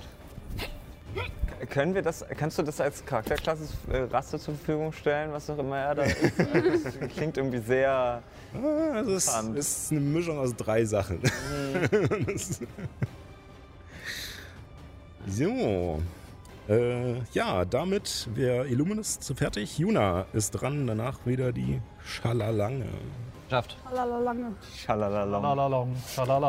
K- Können wir das, kannst du das als Charakterklasse äh, Raste zur Verfügung stellen, was auch immer er da ist? [LAUGHS] Also, das klingt irgendwie sehr.
Ah, Das ist,
Interessant.
das ist eine Mischung aus drei Sachen. [LAUGHS] Das- so. Äh, ja, damit wäre Illuminus zu fertig. Juna ist dran, danach wieder die Schalalange.
Schafft.
Halalalange.
Schalalalong.
Schalalalong,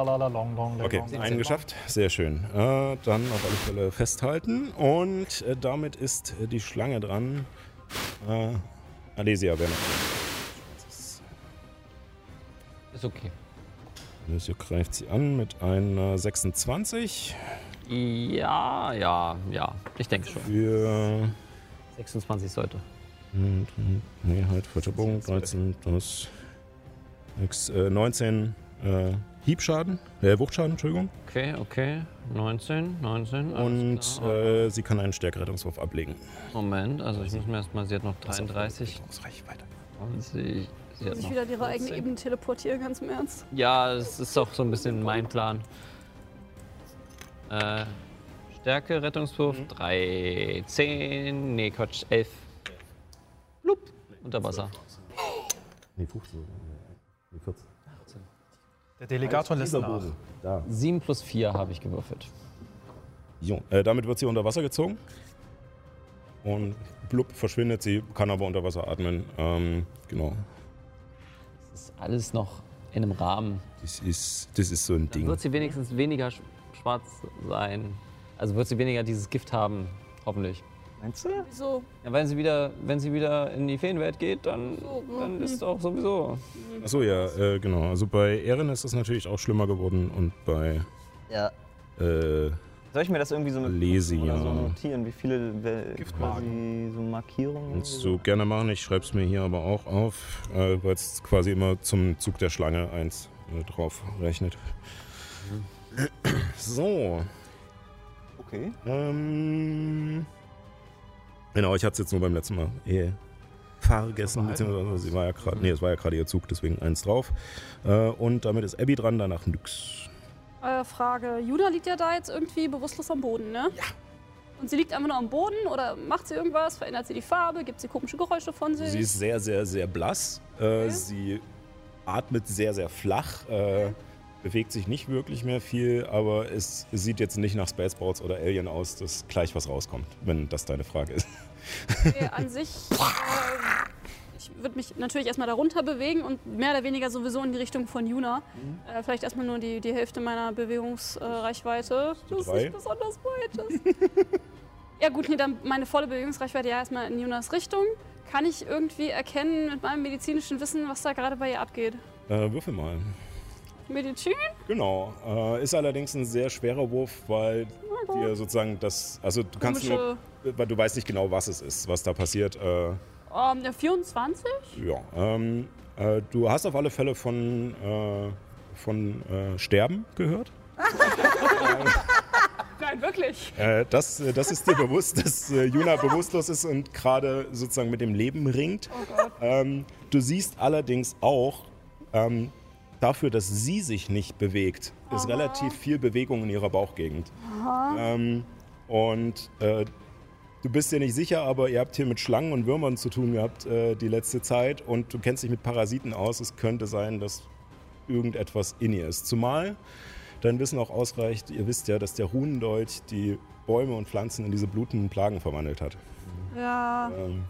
schalalalong, long,
Okay,
long.
einen geschafft. Sehr schön. Äh, dann auf alle Fälle festhalten. Und äh, damit ist äh, die Schlange dran. Äh, Alesia wäre noch.
Ist okay.
Alesia greift sie an mit einer 26
Ja, ja, ja. Ich denke schon.
für
26 sollte.
Nee, halt, falscher Bogen, 13, das. X, äh, 19 äh, Hiebschaden, äh, Wuchtschaden, Entschuldigung.
Okay, okay. 19, 19. alles
Und
klar.
äh, sie kann einen Stärkerettungswurf ablegen.
Moment, also ich muss mir erstmal, sie hat noch 33
Reichweite.
und sie, sie hat
Sich
noch
wieder in ihre eigene
14.
Ebene teleportieren, ganz im Ernst.
Ja, es ist auch so ein bisschen mein Plan. Äh, Stärke, Rettungswurf,
Mhm.
3, 10, nee, Quatsch, 11. Blub, unter Wasser.
Nee, 15. Nee, 14.
Der Delegator lässt nach.
Da.
7 plus 4 habe ich gewürfelt.
Jo, äh, damit wird sie unter Wasser gezogen. Und blub, verschwindet sie, kann aber unter Wasser atmen. Ähm, genau.
Das ist alles noch in einem Rahmen.
Das ist, das ist so ein Ding.
Wird sie wenigstens weniger sch- schwarz sein? Also wird sie weniger dieses Gift haben, hoffentlich.
Meinst du?
Wieso?
Ja, wenn sie wieder, wenn sie wieder in die Feenwelt geht, dann, dann ist es auch sowieso.
Achso, ja, äh, genau. Also bei Erin ist das natürlich auch schlimmer geworden und bei.
Ja.
Äh,
Soll ich mir das irgendwie so mit
Lesia.
oder so notieren, wie viele wel- quasi so Markierungen?
Kannst du gerne machen, ich schreibe es mir hier aber auch auf, äh, weil es quasi immer zum Zug der Schlange eins äh, drauf rechnet.
Mhm.
So,
Okay.
ähm, Genau, ich hatte es jetzt nur beim letzten Mal eh vergessen, beziehungsweise sie war ja gerade, nee, es war ja gerade ihr Zug, deswegen eins drauf. Äh, und damit ist Abby dran, danach nix.
Äh, Frage: Judah liegt ja da jetzt irgendwie bewusstlos am Boden, ne? Ja. Und sie liegt einfach nur am Boden oder macht sie irgendwas? Verändert sie die Farbe? Gibt sie komische Geräusche von sich?
Sie ist sehr, sehr, sehr blass. Äh, Sie atmet sehr, sehr flach. Äh, Bewegt sich nicht wirklich mehr viel, aber es sieht jetzt nicht nach Spaceballs oder Alien aus, dass gleich was rauskommt, wenn das deine Frage ist. [LAUGHS]
Okay, an sich. Äh, ich würde mich natürlich erstmal darunter bewegen und mehr oder weniger sowieso in die Richtung von Juna.
Mhm.
Äh, vielleicht erstmal nur die, die Hälfte meiner Bewegungsreichweite. das ist
drei.
nicht besonders weit. Ist. [LAUGHS] ja, gut, nee, dann meine volle Bewegungsreichweite ja erstmal in Junas Richtung. Kann ich irgendwie erkennen mit meinem medizinischen Wissen, was da gerade bei ihr abgeht?
Äh, würfel mal.
Medizin?
Genau. Äh, ist allerdings ein sehr schwerer Wurf, weil dir sozusagen das. Also du kannst
Komische-
nur. Weil du weißt nicht genau, was es ist, was da passiert. Äh,
Ähm, der 24?
ja. Ähm, äh, du hast auf alle Fälle von, äh, von äh, Sterben gehört.
Nein, wirklich.
Äh, das, äh, das ist dir bewusst, dass äh, Juna bewusstlos ist und gerade sozusagen mit dem Leben ringt. ähm, du siehst allerdings auch, ähm, dafür, dass sie sich nicht bewegt, ist relativ viel Bewegung in ihrer Bauchgegend. Ähm, und äh, du bist dir nicht sicher, aber ihr habt hier mit Schlangen und Würmern zu tun gehabt äh, die letzte Zeit und du kennst dich mit Parasiten aus. Es könnte sein, dass irgendetwas in ihr ist. Zumal dein Wissen auch ausreicht. Ihr wisst ja, dass der Runendolch die Bäume und Pflanzen in diese blutenden Plagen verwandelt hat.
Ja.
Ähm,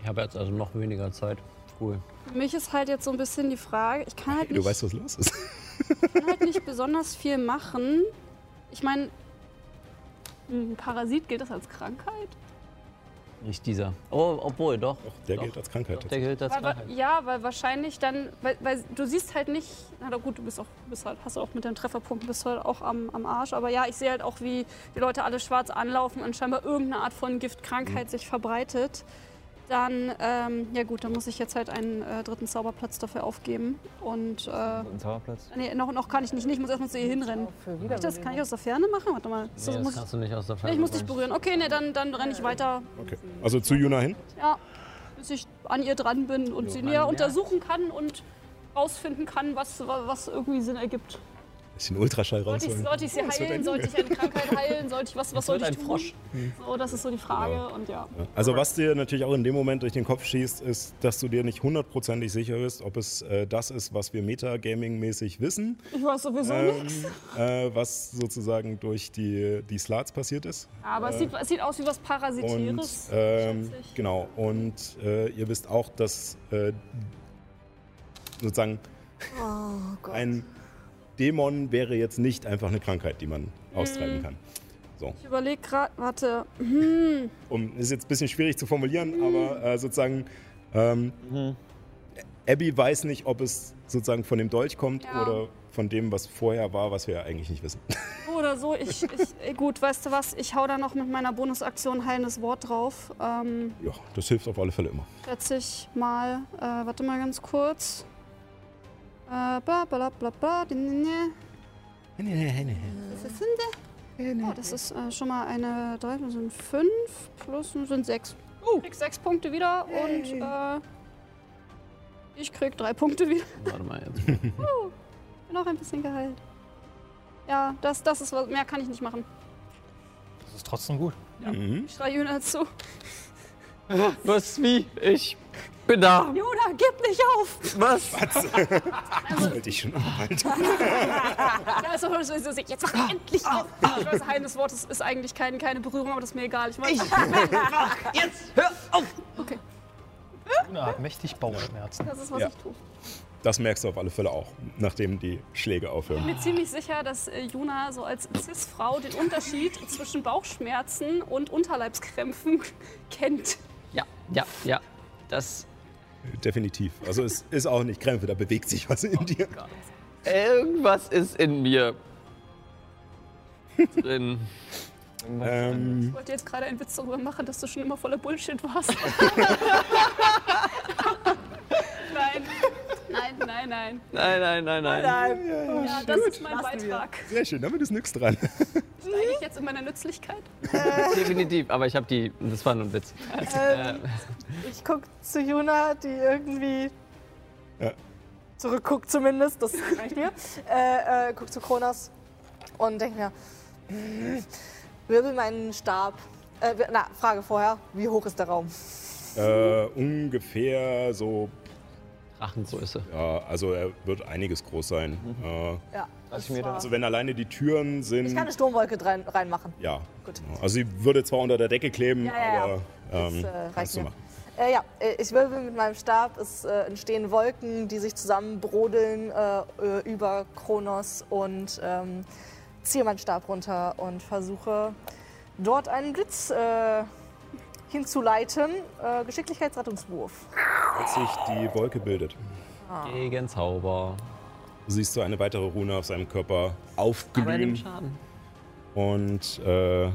Ich habe jetzt also noch weniger Zeit. Cool.
Für mich ist halt jetzt so ein bisschen die Frage, ich kann halt
du
nicht,
weißt, was los ist.
kann halt nicht besonders viel machen. Ich meine, ein Parasit gilt das als Krankheit?
Nicht dieser. Oh, obwohl, doch.
Der
doch,
gilt als Krankheit.
Doch, der gilt als
Weil,
Krankheit.
weil, ja, weil wahrscheinlich dann, weil, weil du siehst halt nicht, na doch gut, du bist auch, du bist halt, hast auch mit deinem Trefferpunkt, bist halt auch am, am Arsch, aber ja, ich sehe halt auch, wie die Leute alle schwarz anlaufen und scheinbar irgendeine Art von
Mhm.
Giftkrankheit sich verbreitet. Dann, ähm, ja gut, dann muss ich jetzt halt einen äh, dritten Zauberplatz dafür aufgeben und, äh,
Ein Zauberplatz.
nee, noch, noch kann ich nicht, nee, ich muss erstmal zu ihr hinrennen.
Für
Kann ich das, kann ich aus der Ferne machen? Warte mal, so,
nee, das
muss ich,
kannst du nicht aus der
nee,
Ferne
ich muss dich
machen.
berühren. Okay, nee, dann, dann renne ich weiter
Okay. Also zu Juna hin.
ja, bis ich an ihr dran bin und sie näher untersuchen kann und rausfinden kann, was, was irgendwie Sinn ergibt.
Bisschen Ultraschall
Sollte ich,
rausholen.
sollte ich sie
Oh, es wird
heilen?
ein
Sollte ich eine Krankheit heilen? Sollte ich was, was sollte
wird
ich
ein
tun?
Frosch. Genau.
So, das ist so die Frage und ja.
Also was dir natürlich auch in dem Moment durch den Kopf schießt, ist, dass du dir nicht hundertprozentig sicher bist, ob es äh, das ist, was wir Metagaming-mäßig wissen,
Ich weiß sowieso
ähm,
nicht.
äh, was sozusagen durch die, die Slats passiert ist.
Äh,
Aber es, sieht, es sieht aus wie was
Und
Parasitäres.
ähm,
schätze ich.
genau, und äh, ihr wisst auch, dass äh, sozusagen
Oh
ein Dämon wäre jetzt nicht einfach eine Krankheit, die man austreiben
Mhm.
kann.
Ich überlege gerade, warte, hm,
um, ist jetzt ein bisschen schwierig zu
Mhm.
formulieren, aber äh, sozusagen, ähm, Abby weiß nicht, ob es sozusagen von dem Dolch kommt
Ja.
oder von dem, was vorher war, was wir ja eigentlich nicht wissen.
so oder so. Ich, ich, [LAUGHS] gut, weißt du was, ich hau da noch mit meiner Bonusaktion heilendes Wort drauf. Ähm,
ja, das hilft auf alle Fälle immer.
schätze ich mal. Äh, warte mal ganz kurz. Äh, bla bla bla bla. di- ni- ni. Das ist Sünde. Oh, das ist äh, schon mal eine 3, das sind 5 plus das sind 6. Uh. Krieg 6 Punkte wieder und äh, ich krieg 3 Punkte wieder. [LAUGHS]
Warte mal jetzt. [LAUGHS]
Bin auch ein bisschen geheilt. Ja, das, das ist was. Mehr kann ich nicht machen.
Das ist trotzdem gut.
Mhm.
Ich schreie Juna zu.
Was, wie? Ich bin da.
Juna, gib nicht auf!
Was?
Wollte ich
[LAUGHS]
schon Alter.
Ja, so, so, so, so, jetzt mach endlich auf! Ich weiß, Heil des Wortes ist eigentlich kein, keine Berührung, aber das ist mir egal. Ich, ich
Jetzt hör auf!
Juna hat mächtig Bauchschmerzen.
Das ist, was
Ja.
ich tue.
Das merkst du auf alle Fälle auch, nachdem die Schläge aufhören.
Ich bin ziemlich sicher, dass äh, Juna so als Cis-Frau den Unterschied zwischen Bauchschmerzen und Unterleibskrämpfen [LAUGHS] kennt.
Ja, ja, ja. Das.
Definitiv. Also es ist auch nicht Krämpfe, da bewegt sich was in dir.
Oh
Irgendwas ist in mir. drin.
Ähm,
Ich wollte jetzt gerade einen Witz darüber machen, dass du schon immer voller Bullshit warst. [LAUGHS] nein, nein, nein, nein.
Nein, nein, nein, nein.
Oh,
Ja, das ist mein Beitrag.
[LAUGHS]
sehr schön, damit ist nichts dran.
Nein, Schaden eigentlich jetzt in meiner Nützlichkeit?
Definitiv, aber ich habe die. Das war nur ein Witz.
Ähm, ich gucke zu Juna, die irgendwie
Ja.
zurückguckt zumindest, das reicht mir. Äh, äh, guck zu Kronos und denke mir, hm, wirbel meinen Stab. Äh, wir- na, Frage vorher, wie hoch ist der Raum?
Äh, ungefähr so,
Drachengröße.
ja, also er wird einiges groß sein. Äh,
Ja, das
mir
war-
also wenn alleine die Türen sind,
Mhm. ich kann eine Sturmwolke rein, reinmachen.
ja.
Gut.
Genau. Also sie würde zwar unter der Decke kleben,
Ja, ja, ja.
aber ähm,
Das, äh, reicht
kannst du
mir.
machen.
Äh, ja, äh, ich wirbel mit meinem Stab. Es äh, entstehen Wolken, die sich zusammenbrodeln äh, äh, über Kronos und ähm, ziehe meinen Stab runter und versuche dort einen Blitz äh, hinzuleiten. Äh, Geschicklichkeitsrettungswurf.
Als sich die Wolke bildet,
Ah.
Gegen Zauber.
siehst du eine weitere Rune auf seinem Körper
Aber nimmt
aufglühen.
Schaden.
Und äh,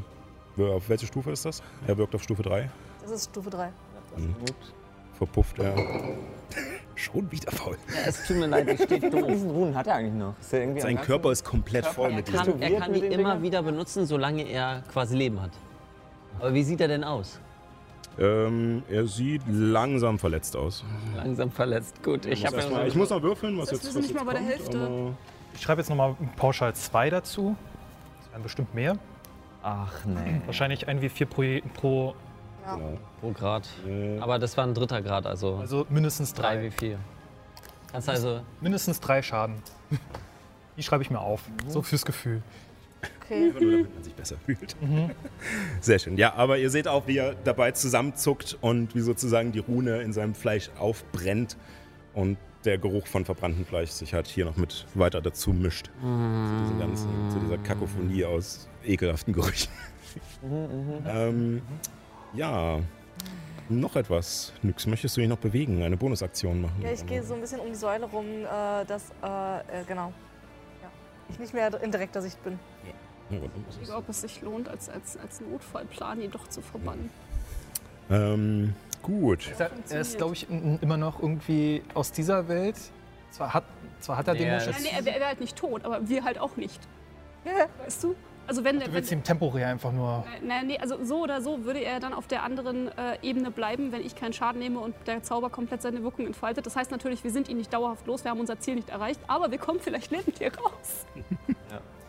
auf welche Stufe ist das? Er wirkt auf Stufe 3.
Das ist Stufe 3.
Verpufft
[LAUGHS]
er. Schon wieder faul.
Es tut mir leid, ich
[LAUGHS]
stehe doof.
Oh, Diesen Runen hat er eigentlich noch. Ist er irgendwie am
Sein
Ganzen?
Körper ist komplett voll mit diesem.
Kann, er kann die
mit den
immer
Dingern?
wieder benutzen, solange er quasi Leben hat. Aber wie sieht er denn aus?
Ähm, er sieht langsam verletzt aus.
Langsam verletzt. Gut, ich
Muss
habe
erst mal, ich muss noch würfeln, was jetzt.
wir
was
sind nicht
jetzt
mal bei der
kommt,
Hälfte.
aber-
Ich schreibe jetzt nochmal pauschal 2 dazu. Das wären bestimmt mehr.
Ach nee.
Wahrscheinlich ein W4 pro, pro
pro Grad. Aber das war ein dritter Grad, also
also mindestens
3
drei.
wie 4. Kannst also
Mindestens drei Schaden. [LAUGHS] Die schreibe ich mir auf. So fürs Gefühl.
Okay.
Oder damit man sich besser fühlt. [LAUGHS] Sehr schön. Ja, aber ihr seht auch, wie er dabei zusammenzuckt und wie sozusagen die Rune in seinem Fleisch aufbrennt und der Geruch von verbranntem Fleisch sich halt hier noch mit weiter dazu mischt. Zu, diesem ganzen, zu dieser Kakophonie aus ekelhaften Gerüchen.
Mhm,
[LAUGHS] ähm, ja, noch etwas. Nix, möchtest du dich noch bewegen, eine Bonusaktion machen?
Ja, ich gehe so ein bisschen um die Säule rum, äh, dass, äh, äh, genau. Ja. Ich nicht mehr in direkter Sicht bin. [LAUGHS]
Ja, gut, dann muss ich's.
Ich glaube, ob es sich lohnt, als, als, als Notfallplan jedoch zu verbannen.
Ähm, gut.
Er ist, glaube ich, n- immer noch irgendwie aus dieser Welt. Zwar hat, zwar hat er den
Ja,
Muschel.
Nein, nee, er wäre wär halt nicht tot, aber wir halt auch nicht. Weißt du? Also wenn,
Du
wenn
willst ihm temporär einfach nur.
Nein, nee, also so oder so würde er dann auf der anderen äh, Ebene bleiben, wenn ich keinen Schaden nehme und der Zauber komplett seine Wirkung entfaltet. Das heißt natürlich, wir sind ihn nicht dauerhaft los, wir haben unser Ziel nicht erreicht, aber wir kommen vielleicht lebend hier raus.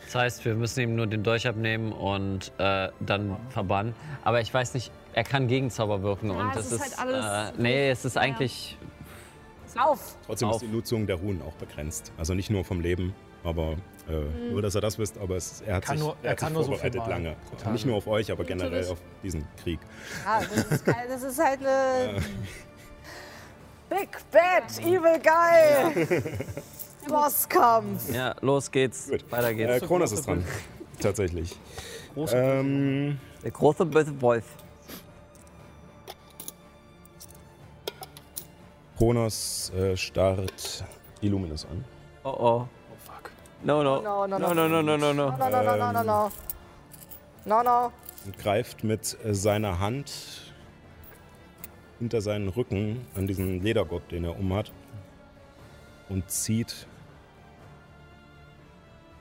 Das heißt, wir müssen ihm nur den Dolch abnehmen und äh, dann verbannen. Aber ich weiß nicht, er kann Gegenzauber wirken und
es
das
ist
ist.
halt alles-
äh, nee, es ist eigentlich.
[LAUGHS] Auf!
Trotzdem
Auf.
ist die Nutzung der Runen auch begrenzt. Also nicht nur vom Leben, aber äh, nur, dass er das wisst, aber es, er hat
Kann
sich,
nur-
er
er
hat
kann
sich
nur so
vorbereitet
viel malen.
lange.
Pro Tage.
Nicht nur auf euch, aber
Natürlich.
generell auf diesen Krieg.
Ja, Ah, das ist, geil. das ist halt eine. Big Bad, Evil Guy! Bosskampf!
Ja, los geht's. Weiter
Äh,
geht's.
Kronos ist dran, [LAUGHS] tatsächlich. Ähm,
Der große böse Wolf.
Kronos äh, starrt Illuminus an.
Oh oh. No, no.
No, no, no.
no, no, no, no, Ähm.
No, no, no, no, no, no. No, no.
und greift mit äh, seiner Hand hinter seinen Rücken an diesen Ledergurt, den er umhat, und zieht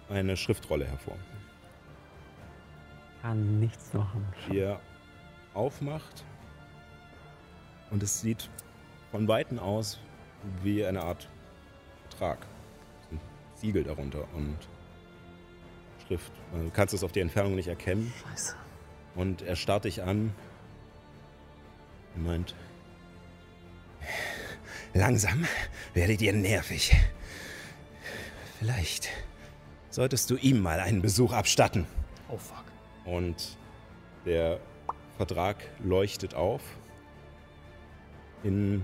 eine Schriftrolle hervor,
Kann nichts machen.
die er aufmacht. Und es sieht von Weitem aus wie eine Art Vertrag. Ein Siegel darunter und Schrift. Also Du kannst es auf die Entfernung nicht erkennen.
Scheiße.
Und er starrt dich an und meint, langsam werdet ihr nervig. Vielleicht solltest du ihm mal einen Besuch abstatten.
Oh fuck.
Und der Vertrag leuchtet auf in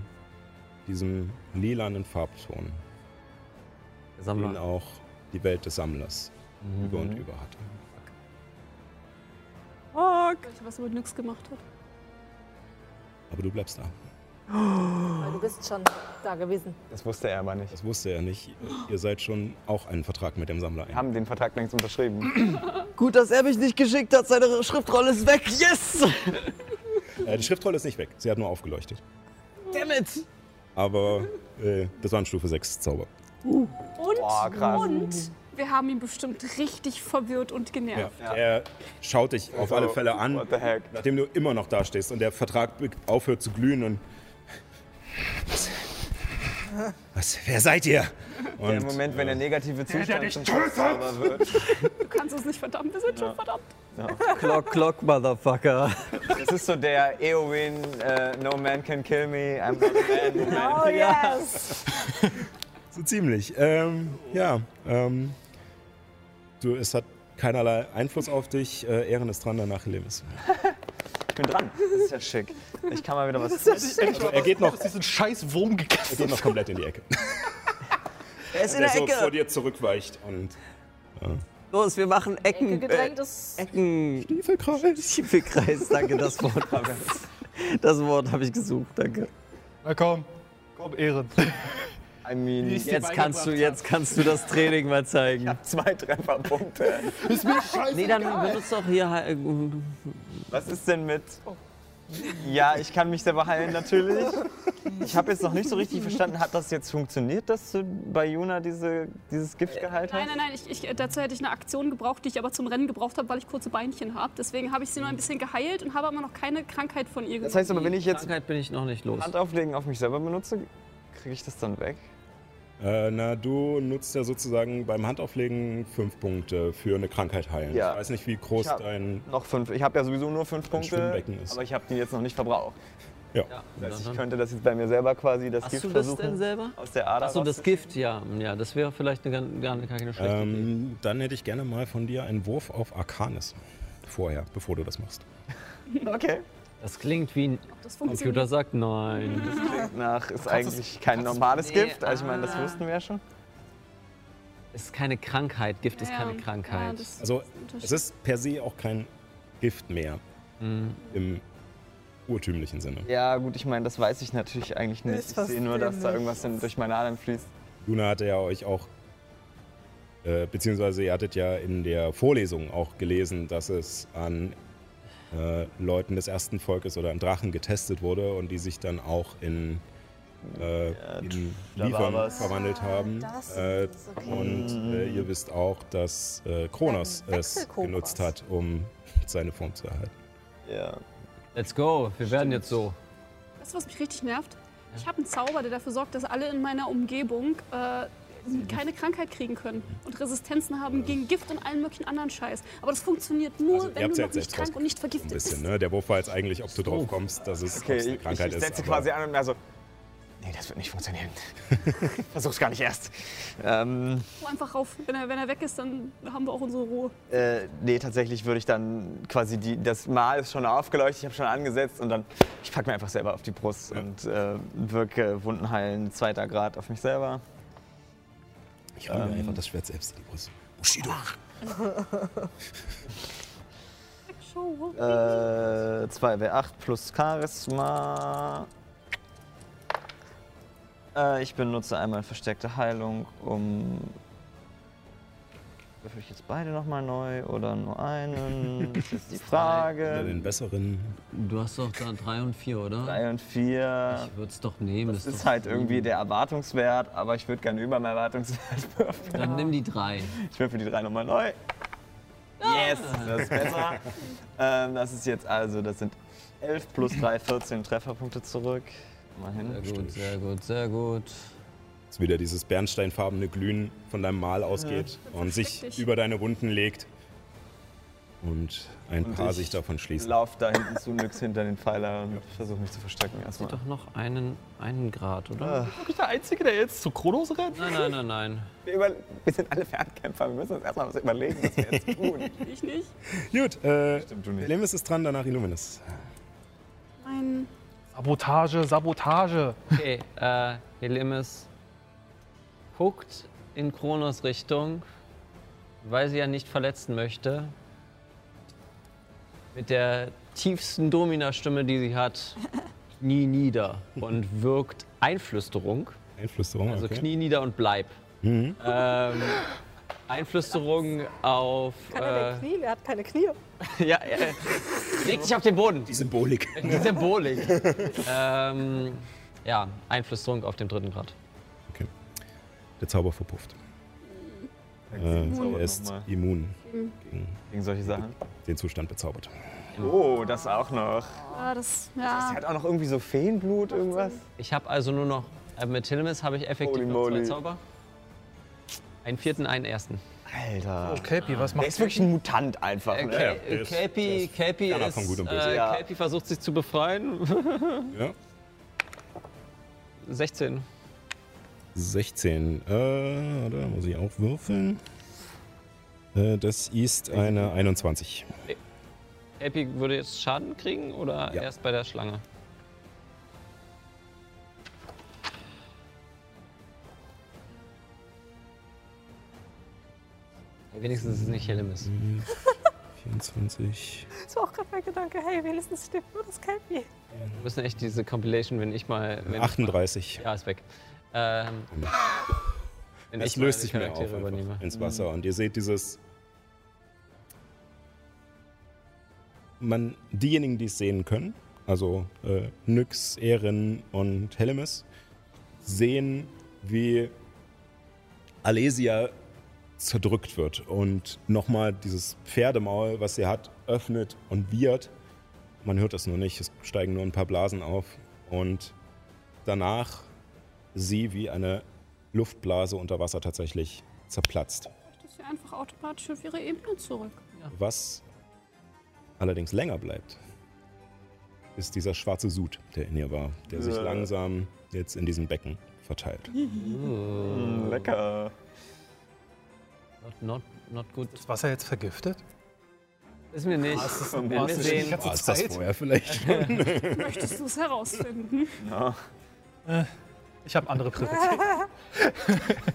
diesem lilanen Farbton,
Der
den
Sammler.
auch die Welt des Sammlers über und über hatte.
Ich was mit nix gemacht hat.
Aber du bleibst da.
Weil du bist schon da gewesen.
Das wusste er aber nicht.
Das wusste er nicht. Ihr seid schon auch einen Vertrag mit dem Sammler eingegangen.
Wir haben den Vertrag längst unterschrieben. [CLEARS THROAT]
Gut, dass er mich nicht geschickt hat. Seine Schriftrolle ist weg. Yes!
Äh, die Schriftrolle ist nicht weg, sie hat nur aufgeleuchtet.
Damn it!
Aber äh, das war ein Stufe 6 Zauber.
Und,
Boah, Ah, krass.
und Wir haben ihn bestimmt richtig verwirrt und
Ja.
genervt.
Er schaut dich auf alle Fälle an,
What the heck?
nachdem du immer noch da stehst und der Vertrag be- aufhört zu glühen und. Was? Was? Wer seid ihr?
Im
Und
Moment, wenn der negative Zustand zum Zauber wird.
Du kannst uns nicht verdammt, wir sind schon verdammt.
Clock, Clock, Motherfucker.
Das ist so der Eowyn, äh, no man can kill me, I'm not a man.
Oh yes!
so ziemlich. Ähm, ja. Ähm, du, es hat keinerlei Einfluss auf dich. Äh, Ehren ist dran, danach Levis.
Ich bin dran. Das ist ja schick. Ich kann mal wieder was.
Also, Er geht noch,
Ist diesen scheiß Wurm
er
gegessen?
geht noch komplett in die Ecke. [LAUGHS]
Er ist in
Der so vor dir zurückweicht und.
Los, wir machen Ecken. äh,
Gedrängt ist.
Ecken.
Stiefelkreis.
Stiefelkreis, danke, das Wort habe ich. Das Wort habe ich gesucht, danke.
Na komm, komm, Ehren.
I mean,
Jetzt kannst du, jetzt kannst du das Training mal zeigen.
zwei Trefferpunkte.
Nee, dann benutzt doch hier halt-
Was ist denn mit. Ja, ich kann mich selber heilen, natürlich. Ich habe jetzt noch nicht so richtig verstanden, hat das jetzt funktioniert, dass du bei Juna diese, dieses Gift geheilt
Äh, Nein,
hast?
nein, nein, ich, ich, dazu hätte ich eine Aktion gebraucht, die ich aber zum Rennen gebraucht habe, weil ich kurze Beinchen habe. Deswegen habe ich sie nur ein bisschen geheilt und habe aber noch keine Krankheit von ihr.
Das heißt aber, wenn ich jetzt
Krankheit bin ich noch nicht los.
Hand auflegen auf mich selber benutze, kriege ich das dann weg?
Äh, na, du nutzt ja sozusagen beim Handauflegen fünf Punkte für eine Krankheit heilen.
Ja.
Ich weiß nicht, wie groß
Ich hab-
dein.
Noch fünf. Ich habe ja sowieso nur fünf Punkte,
Schwimmbecken ist.
aber ich habe die jetzt noch nicht verbraucht.
Ja.
Das heißt, ich könnte das jetzt bei mir selber quasi das
Hast
Gift
du das
versuchen.
denn selber?
aus der Ader.
Achso, das
rauszu-
Gift, ja. Ja, das wäre vielleicht eine, gan- gar gar keine schlechte Idee.
Ähm, dann hätte ich gerne mal von dir einen Wurf auf Arcanis. Vorher, bevor du das machst.
[LAUGHS] Okay.
Das klingt wie ein
das funktioniert.
Computer sagt nein.
Nach ist eigentlich kein normales
nee,
Gift. Also ich meine, das
ah.
wussten wir ja schon.
Es ist keine Krankheit, Gift ist
Ja,
keine
ja,
Krankheit.
das-
Also, es ist per se auch kein Gift mehr.
Mhm.
Im urtümlichen Sinne.
Ja, gut, ich meine, das weiß ich natürlich eigentlich nicht. Ich sehe nur, dass da irgendwas in- durch meine Adern fließt.
Luna hatte ja euch auch. Äh, beziehungsweise, ihr hattet ja in der Vorlesung auch gelesen, dass es an äh, Leuten des ersten Volkes oder an Drachen getestet wurde und die sich dann auch in, äh, in
da war
Liefern
was.
verwandelt haben.
das
Äh,
ist okay.
Mm.
Und äh, ihr wisst auch, dass äh, Kronos
Ein
es
Wechselkokos.
genutzt hat, um seine Form zu erhalten.
Ja.
Let's go, wir werden jetzt so.
Weißt du, was mich richtig nervt? Ich habe einen Zauber, der dafür sorgt, dass alle in meiner Umgebung äh, keine Krankheit kriegen können und Resistenzen haben gegen Gift und allen möglichen anderen Scheiß. Aber das funktioniert nur,
Also, ihr
wenn
habt's
du
ja
noch
jetzt
nicht
selbst
krank und nicht vergiftet
Ein bisschen,
bist.
ne? Der Wurf war jetzt eigentlich, ob du drauf kommst, dass es
Okay,
ob's eine
ich,
Krankheit
ich
ist.
setze
aber-
quasi an und also. Nee, das wird nicht
[LAUGHS]
funktionieren. Versuch's gar nicht erst. Ähm,
Hau einfach rauf. Wenn er, wenn er weg ist, dann haben wir auch unsere Ruhe.
äh, nee, tatsächlich würde ich dann quasi die. Das Mal ist schon aufgeleuchtet, ich habe schon angesetzt und dann. Ich packe mir einfach selber auf die Brust und äh, wirke Wunden heilen, zweiter Grad auf mich selber.
Ich hole mir einfach das Schwert selbst in die Brust. Bushido.
Show.
Äh, 2W8 plus Charisma. Äh, ich benutze einmal versteckte Heilung, um. Würfel ich jetzt beide nochmal neu oder nur einen? Das
[LAUGHS]
ist
Oder
die
Den
Frage.
besseren.
Du hast doch da drei und vier, oder?
3 und 4.
Ich würde es doch nehmen.
Das ist
doch
halt
gut.
irgendwie der Erwartungswert, aber ich würde gerne über meinen Erwartungswert würfeln.
Dann
genau.
nimm die drei.
Ich würfel die drei nochmal neu. Yes, das ist besser. ähm, das ist jetzt also, das sind 11 plus 3, 14 Trefferpunkte zurück. Mal
Sehr
hin.
gut, sehr gut, sehr gut.
Dass wieder dieses bernsteinfarbene Glühen von deinem Mal ausgeht und sich
dich.
über deine Wunden legt. Und ein
Und
paar
ich
sich davon schließen.
Lauf da hinten zu, nix hinter den Pfeiler und versuche mich zu verstecken erstmal.
Doch noch einen, einen Grad,
Ah.
oder?
Bin ich der Einzige, der jetzt zu Kronos rennt?
Nein, nein, nein, nein.
Wir, über, wir sind alle Fernkämpfer, wir müssen uns erstmal was überlegen, was wir jetzt tun.
Ich nicht.
Gut, äh,
du nicht.
Lemis ist dran, danach Illuminus.
Mein
Sabotage, Sabotage.
Okay, äh, Helimis guckt in Kronos Richtung, weil sie ja nicht verletzen möchte. Mit der tiefsten Domina-Stimme, die sie
[LAUGHS]
hat, Knie nieder und wirkt Einflüsterung.
Einflüsterung.
Also
okay.
Knie nieder und bleib. Ähm, Einflüsterung auf.
Kann er
Äh,
denn Knie? Er hat keine Knie.
[LAUGHS] ja, äh, leg dich auf den Boden.
Die Symbolik.
Die Symbolik.
[LAUGHS]
ähm, ja, Einflüsterung auf dem dritten Grad.
Der Zauber verpufft. Äh, er ist
Nochmal.
immun gegen
Gegen solche Sachen.
den Zustand bezaubert.
Oh, das auch noch.
Ah, das, ja.
Hat auch noch irgendwie so Feenblut, irgendwas?
Ich habe also nur noch, äh, mit Tilmes habe ich effektiv
Holy
noch zwei
moly.
Zauber. Einen vierten, einen ersten.
Alter.
Okay, Pi, was
Der
macht
ist wirklich ein Mutant einfach.
Äh,
Ne?
Kel-
der ist- der
Kelpie
ist
Kelpie
ferner
ist,
von Gut und Böse.
äh,
Ja.
Kelpie versucht sich zu befreien. [LAUGHS]
Ja.
16.
16. Äh, da muss ich auch würfeln. Äh, das ist eine 21.
Kelpie würde jetzt Schaden kriegen oder
Ja.
erst bei der Schlange? Wenigstens ist es nicht Hellemis.
24.
Das war auch gerade mein Gedanke. Hey, wenigstens stimmt nur das Kelpie.
Wir müssen echt diese Compilation, wenn ich mal. Wenn ich mal
38.
ja, ist weg. Ähm, wenn
Es
mal
löst
die
sich mehr auf
Charaktere
einfach
übernehme. Mhm.
ins Wasser. Und ihr seht dieses. Man, diejenigen, die es sehen können, also äh, Nyx, Eren und Hellemis, sehen, wie Alesia zerdrückt wird und nochmal dieses Pferdemaul, was sie hat, öffnet und wiehert. Man hört das nur nicht, es steigen nur ein paar Blasen auf. Und danach sie wie eine Luftblase unter Wasser tatsächlich zerplatzt.
Das ist ja einfach automatisch auf ihre Ebene zurück.
Was allerdings länger bleibt, ist dieser schwarze Sud, der in ihr war, der sich langsam jetzt in diesem Becken verteilt.
Hm,
Mm, Lecker.
Not, not, not good.
das Wasser jetzt vergiftet?
Wissen wir nicht. Werden wir
Hast du die
sehen.
ganze
War es Ah, das
Zeit?
vorher vielleicht?
Möchtest du es herausfinden?
Ich habe andere Prioritäten.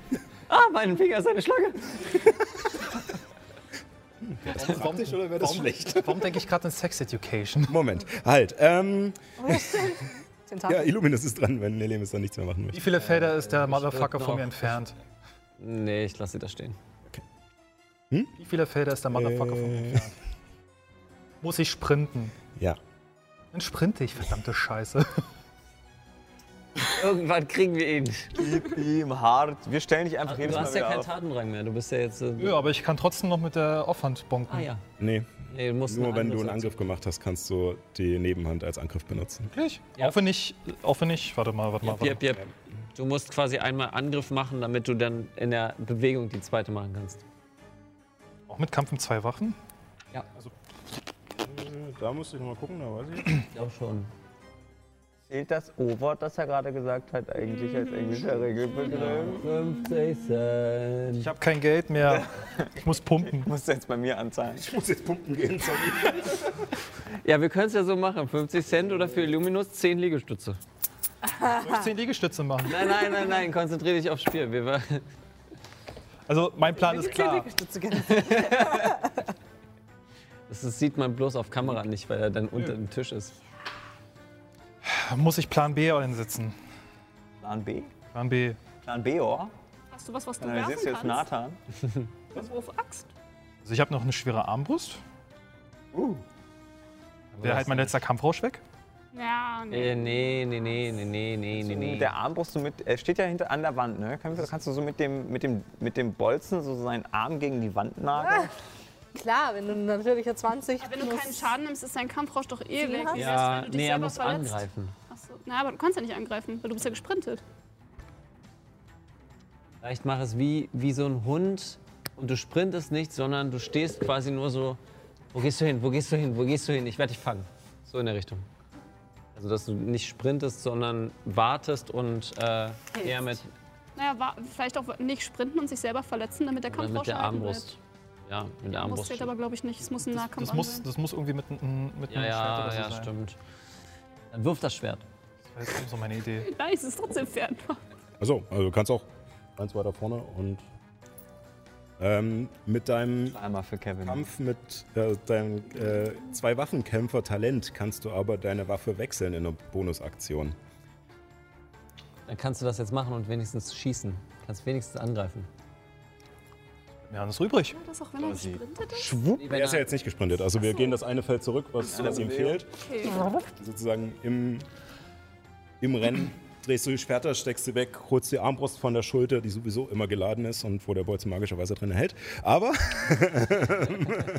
[LAUGHS] Ah, mein Finger ist eine Schlange.
Praktisch oder wäre das schlecht?
Warum denke ich gerade an Sex Education?
Moment, halt. Ähm, ja, [LAUGHS]
Tentakel.
Illuminus ist dran, wenn Nelemis dann nichts mehr machen
Wie
möchte.
viele Felder ist der Motherfucker
noch-
von mir entfernt?
Nee, ich lasse sie da stehen.
Wie viele Felder ist der Motherfucker von mir
Äh.
entfernt? Muss ich sprinten?
Ja.
Dann sprinte ich, verdammte [LAUGHS] Scheiße.
Irgendwann kriegen wir ihn.
Gib ihm hart. Wir stellen dich einfach jedes
Du
Mal
hast ja
wieder
keinen
auf.
Tatendrang mehr. Du bist ja jetzt. Äh,
Ja, aber ich kann trotzdem noch mit der Offhand bonken.
Ah ja.
Nee,
Nee, du musst
nur wenn du
Angriff
einen
setzen.
Angriff gemacht hast, kannst du die Nebenhand als Angriff benutzen.
Wirklich?
Ja.
Auch wenn ich, auch wenn ich, warte mal, warte mal, warte mal.
Jep, jep. Du musst quasi einmal Angriff machen, damit du dann in der Bewegung die zweite machen kannst.
Auch mit Kampf mit zwei Waffen?
Da musste ich nochmal gucken, da weiß ich.
Ich glaube schon.
Zählt das O-Wort, das er gerade gesagt hat, eigentlich als englischer Regelbegriff?
50 Cent.
Ich habe kein Geld mehr. Ich muss pumpen.
Musst du jetzt bei mir anzahlen.
Ich muss jetzt pumpen gehen, sorry.
Ja, wir können es ja so machen. 50 Cent oder für Illuminus 10 Liegestütze.
Soll ich zehn Liegestütze machen?
Nein, nein, nein, nein, konzentriere dich aufs Spiel. Wir war-
Also mein Plan ist klar.
[LAUGHS] das ist- sieht man bloß auf Kamera nicht, weil er dann unter dem Tisch ist.
Muss ich Plan B einsetzen?
Plan B?
Plan B.
Plan B, oh?
Hast du was, was du
Dann sitzt
werfen
jetzt
kannst?
Nathan.
Was auf Axt?
Also ich habe noch eine schwere Armbrust.
Uh.
Wäre halt mein letzter Kampfrausch weg.
Ja, nee.
Äh, nee, nee, nee, nee, nee, nee, nee, nee.
Mit der Armbrust so mit, er steht ja hinter an der Wand, ne? Kannst, du- kannst du so mit dem, mit, dem, mit dem Bolzen so seinen Arm gegen die Wand nageln?
Klar, wenn du natürlich 20
Wenn du
plus-
keinen Schaden nimmst, ist dein Kampfrausch doch eh
Sie
weg.
hast-
Wie
Ja,
wär's, wenn du dich
nee, er
selber
muss
verletzt?
angreifen.
Ach so. Na, aber du kannst ja nicht angreifen, weil du bist ja gesprintet.
Vielleicht mach es wie, wie so ein Hund und du sprintest nicht, sondern du stehst quasi nur so, wo gehst du hin, wo gehst du hin, wo gehst du hin, ich werde dich fangen. So in der Richtung. Also, dass du nicht sprintest, sondern wartest und äh, eher mit,
Naja, wa- vielleicht auch nicht sprinten und sich selber verletzen, damit der
oder
Kampfrausch
mit der
erhalten
Armbrust. Ja, mit der
bleibt. Muss
Armbrust.
steht aber, glaube ich, nicht. Es muss ein Nahkampf
Das muss,
sein.
das muss irgendwie mit, n- mit
Ja,
einem Schwert
ja,
oder so
ja,
sein.
stimmt. Dann wirf das Schwert.
Das war jetzt so meine Idee.
Nein, es ist trotzdem fern.
Achso, also du kannst auch ganz weiter vorne und ähm, mit deinem
Einmal für Kevin.
Kampf mit äh, deinem äh, zwei Waffenkämpfer Talent kannst du aber deine Waffe wechseln in einer Bonusaktion.
Dann kannst du das jetzt machen und wenigstens schießen. Kannst wenigstens angreifen.
Ja, das ist übrig.
Das auch wenn er gesprintet ist?
Schwupp, er ist ja
er-
jetzt nicht gesprintet, also wir gehen das eine Feld zurück, was, was ihm fehlt.
Okay.
Sozusagen Also im, im Rennen drehst du die Schwerter, steckst sie weg, holst die Armbrust von der Schulter, die sowieso immer geladen ist und wo der Bolzen magischerweise drin hält. Aber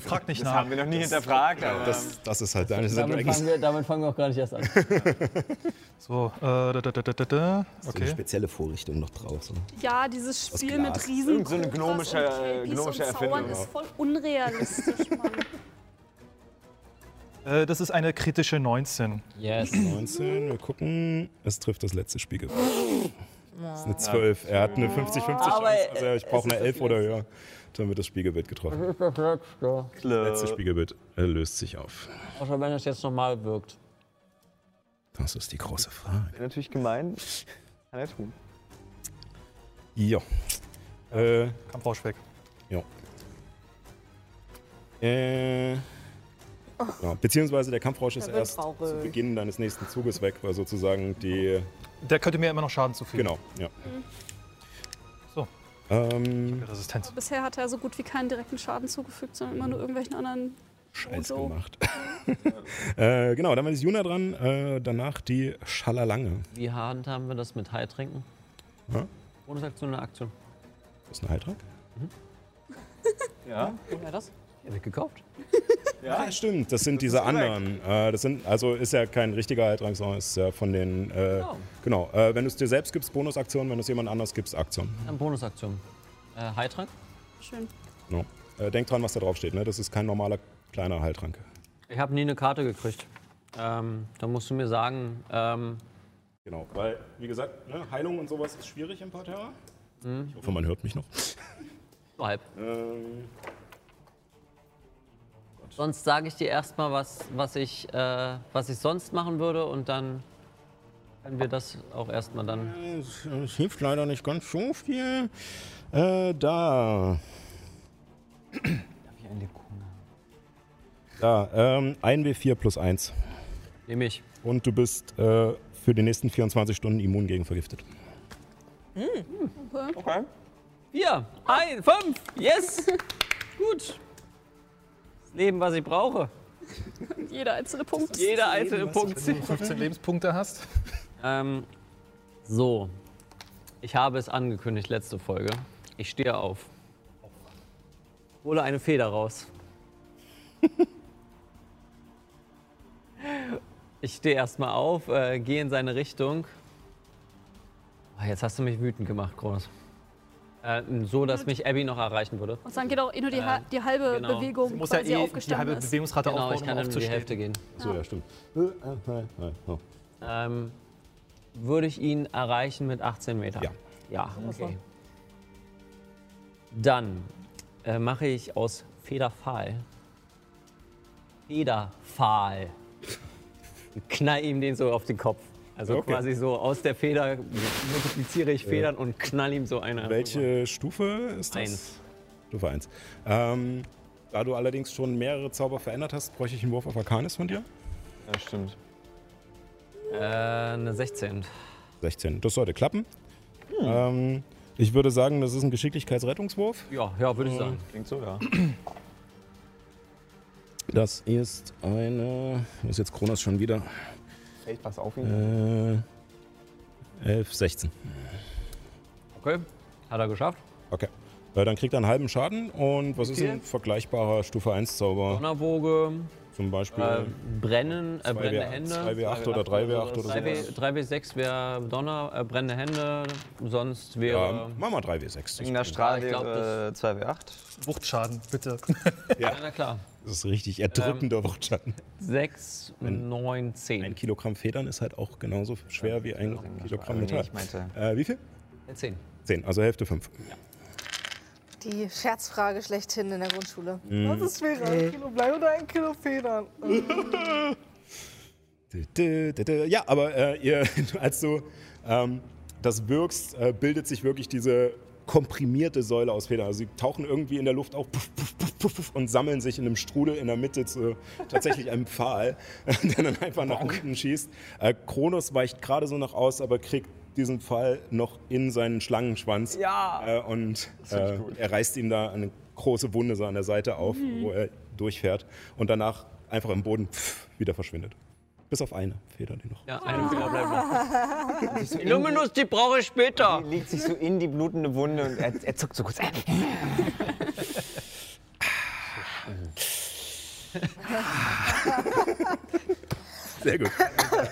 Frag nicht
Das
nach.
haben wir noch nie hinterfragt, aber
das, das ist halt Dungeons and
Damit
Dragons.
fangen, wir, damit fangen wir auch gar nicht erst an.
So, äh, da, da, da, da, da, da.
So eine
Okay.
spezielle Vorrichtung noch drauf. So.
Ja, dieses Spiel
Glas.
mit riesen
so eine gnomische- äh,
und Kelpis
gnomische
und Zaubern
Erfindung.
ist voll unrealistisch, Mann. [LAUGHS]
Äh, das ist eine kritische 19.
Yes.
19, wir gucken. Es trifft das letzte Spiegel. Das ist eine 12. Er hat eine 50-50 Chance.
Aber,
Also ich
äh,
brauche
es
eine
ist
11 oder höher. Dann wird das Spiegelbild getroffen.
ist das Letzte.
Das letzte Spiegelbild äh, löst sich auf.
Außer wenn es jetzt nochmal wirkt.
Das ist die große Frage.
natürlich gemein. Kann er tun.
Ja. Äh,
Kampfrausch weg.
Äh, ja, beziehungsweise der Kampfrausch ist
wird
erst
traurig.
zu Beginn deines nächsten Zuges weg, weil sozusagen die.
Der könnte mir immer noch Schaden zufügen.
Genau, ja.
So.
Ähm,
Mhm.
Resistenz.
Bisher hat er so gut wie keinen direkten Schaden zugefügt, sondern immer nur irgendwelchen anderen.
Scheiß
so.
gemacht. äh, genau, dann ist Juna dran, äh, danach die Schalalange.
Wie handhaben wir das mit High trinken?
Ja.
Bonusaktion eine Aktion.
Das ist ein Heiltrag.
Ja?
Woher das? Die habe ich gekauft.
Ah, stimmt, das sind diese anderen. Äh, das sind, also ist ja kein richtiger Heiltrag, sondern ist ja von den. Äh,
Genau.
Genau, äh, wenn du es dir selbst gibst, Bonusaktion, wenn du es jemand anders gibst, Aktion.
Eine Bonusaktion. Äh, High trank?
Schön.
Genau. Äh, denk dran, was da drauf steht, ne? Das ist kein normaler kleiner Heiltrank.
Ich habe nie eine Karte gekriegt. Ähm, da musst du mir sagen, ähm,
Genau, weil, wie gesagt, ne, Heilung und sowas ist schwierig im Parterre. Ich hoffe, man hört mich noch.
so halb.
Ähm,
Sonst sage ich dir erstmal, was, was, ich, äh, was ich sonst machen würde und dann können wir das auch erstmal dann.
Es, es hilft leider nicht ganz so viel. Äh, da. Da, ähm, 1W4 plus 1.
Nehme ich.
Und du bist äh, für die nächsten 24 Stunden immun gegen vergiftet.
Okay.
Vier, ein, fünf, yes! Gut. Das Leben, was ich brauche.
Jeder einzelne Punkt.
Jeder einzelne Punkt.
Wenn du 15 Lebenspunkte
Mhm,
hast.
Ähm, so. Ich habe es angekündigt, letzte Folge. Ich stehe auf. Hole eine Feder
[LAUGHS]
raus. ich stehe erstmal auf, äh, gehe in seine Richtung. Ah, Jetzt hast du mich wütend gemacht, Kronos. Äh, so, dass mich Abby noch erreichen würde.
Und dann geht auch eh nur die, ha- die halbe
genau.
Bewegung,
Muss ja
quasi
eh die
aufgestanden
halbe
ist.
Bewegungsrate
Genau,
aufbauen,
ich kann
um
dann nur die
aufzustehen.
Hälfte gehen.
So, ja, stimmt. Äh, äh, nein, nein, oh.
Ähm, würde ich ihn erreichen mit 18 Metern?
Ja.
Ja, okay. Dann äh, mache ich aus Federpfahl.
[LAUGHS]
Federpfahl. Und Knall ihm den so auf den Kopf. Also
Okay.
quasi so aus der Feder multipliziere ich Federn und knall ihm so eine.
Welche Stufe ist das?
Eins.
Stufe 1. Ähm, da du allerdings schon mehrere Zauber verändert hast, bräuche ich einen Wurf auf Arcanis von dir.
Ja, stimmt.
Äh, eine 16.
16. Das sollte klappen. Ähm, ich würde sagen, das ist ein Geschicklichkeitsrettungswurf.
Ja, ja,
Mhm.
würde ich sagen.
Klingt so, ja.
Das ist eine. Wo ist jetzt Kronos schon wieder?
Hey, pass auf
Hm.
ihn.
Äh, 11, 16.
Okay. Hat er geschafft.
Okay. Äh, dann kriegt er einen halben Schaden. Und was ist ein vergleichbarer Stufe 1 Zauber?
Donnerwoge,
Zum Beispiel
äh, brennen, äh, brennende Hände.
2W8 oder 3W8 oder sowas.
3W, 3W6 wäre Donner, äh, brennende Hände, sonst
Ja,
wäre.
mach mal 3W6.
In der Strahl
ich glaub,
wäre 2W8.
Wuchtschaden, bitte. [LAUGHS]
Ja, na klar.
Das ist richtig erdrückender Wortschatten.
6, 9,
Ein
10.
Kilogramm Federn ist halt auch genauso schwer wie ein Kilogramm
Nee,
Metall.
ich meinte.
Äh, wie viel?
10.
10, also Hälfte 5.
Die Scherzfrage schlechthin in der Grundschule.
Hm.
Was ist schwerer, ein Kilo Blei oder ein Kilo Federn?
Dü, dü, dü, dü. Ja, aber äh, ihr, [LAUGHS] als du ähm, das wirkst, äh, bildet sich wirklich diese komprimierte Säule aus Federn. Also sie tauchen irgendwie in der Luft auf puff, puff, puff, puff, puff, und sammeln sich in einem Strudel in der Mitte zu tatsächlich einem Pfahl, [LAUGHS] der dann einfach nach unten schießt. Äh, Kronos weicht gerade so noch aus, aber kriegt diesen Pfahl noch in seinen Schlangenschwanz. Äh, und äh, er reißt ihm da eine große Wunde so an der Seite auf, wo er durchfährt und danach einfach im Boden pff, wieder verschwindet. Bis auf eine Feder, die noch.
Ja, eine Finger bleibt noch. Illuminus, die brauche ich später.
Legt sich so in die blutende Wunde und er, er zuckt so kurz.
Sehr
[LAUGHS]
gut.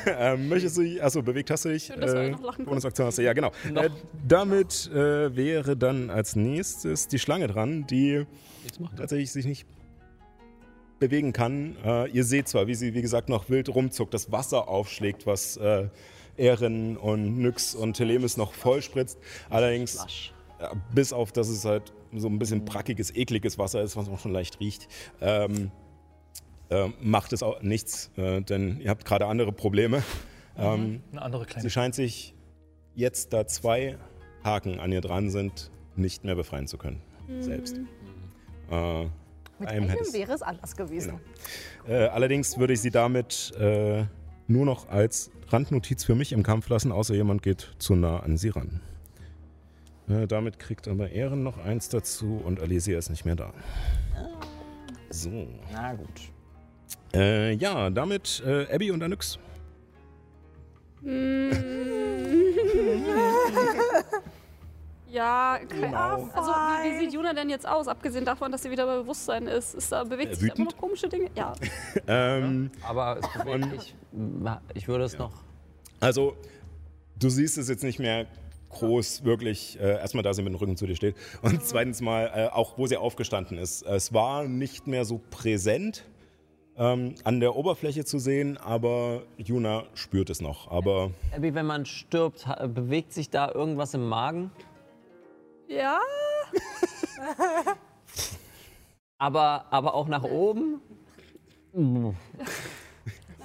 ähm, möchtest du dich, achso, bewegt hast du dich.
Schön, dass wir noch lachen
Bonusaktion hast du, ja, genau. Äh, damit äh, wäre dann als nächstes die Schlange dran, die tatsächlich sich nicht bewegen kann. Äh, ihr seht zwar, wie sie, wie gesagt, noch wild rumzuckt, das Wasser aufschlägt, was äh, Ehren und Nyx und Telemis noch voll spritzt. Allerdings, ja, bis auf, dass es halt so ein bisschen brackiges, ekliges Wasser ist, was man schon leicht riecht. Ähm, äh, macht es auch nichts, äh, denn ihr habt gerade andere Probleme. Ähm,
Eine andere kleine.
Sie scheint sich jetzt, da zwei Haken an ihr dran sind, nicht mehr befreien zu können. Selbst. Äh,
Mit
einem
einem
hättest-
wäre es anders gewesen.
äh, allerdings würde ich sie damit äh, nur noch als Randnotiz für mich im Kampf lassen, außer jemand geht zu nah an sie ran. Äh, damit kriegt aber Ehren noch eins dazu und Alesia ist nicht mehr da. So.
Na gut.
Äh, ja, damit äh, Abby und Anyx.
Mm. [LAUGHS] Ja,
Genau.
keine Ahnung. Also, wie, wie sieht Juna denn jetzt aus? Abgesehen davon, dass sie wieder bei Bewusstsein ist. ist da,
Äh,
bewegt sich da immer
wütend?
noch komische Dinge?
[LAUGHS]
Ja.
Ähm,
Aber es bewegt mich. Ich würde es noch.
Also, du siehst es jetzt nicht mehr groß, wirklich. Äh, erstmal, da sie mit dem Rücken zu dir steht. Und zweitens mal, äh, auch wo sie aufgestanden ist. Es war nicht mehr so präsent ähm, an der Oberfläche zu sehen, aber Juna spürt es noch. Aber
Abby, wenn man stirbt, ha- bewegt sich da irgendwas im Magen?
Ja?
Aber, aber auch nach oben?
Nein,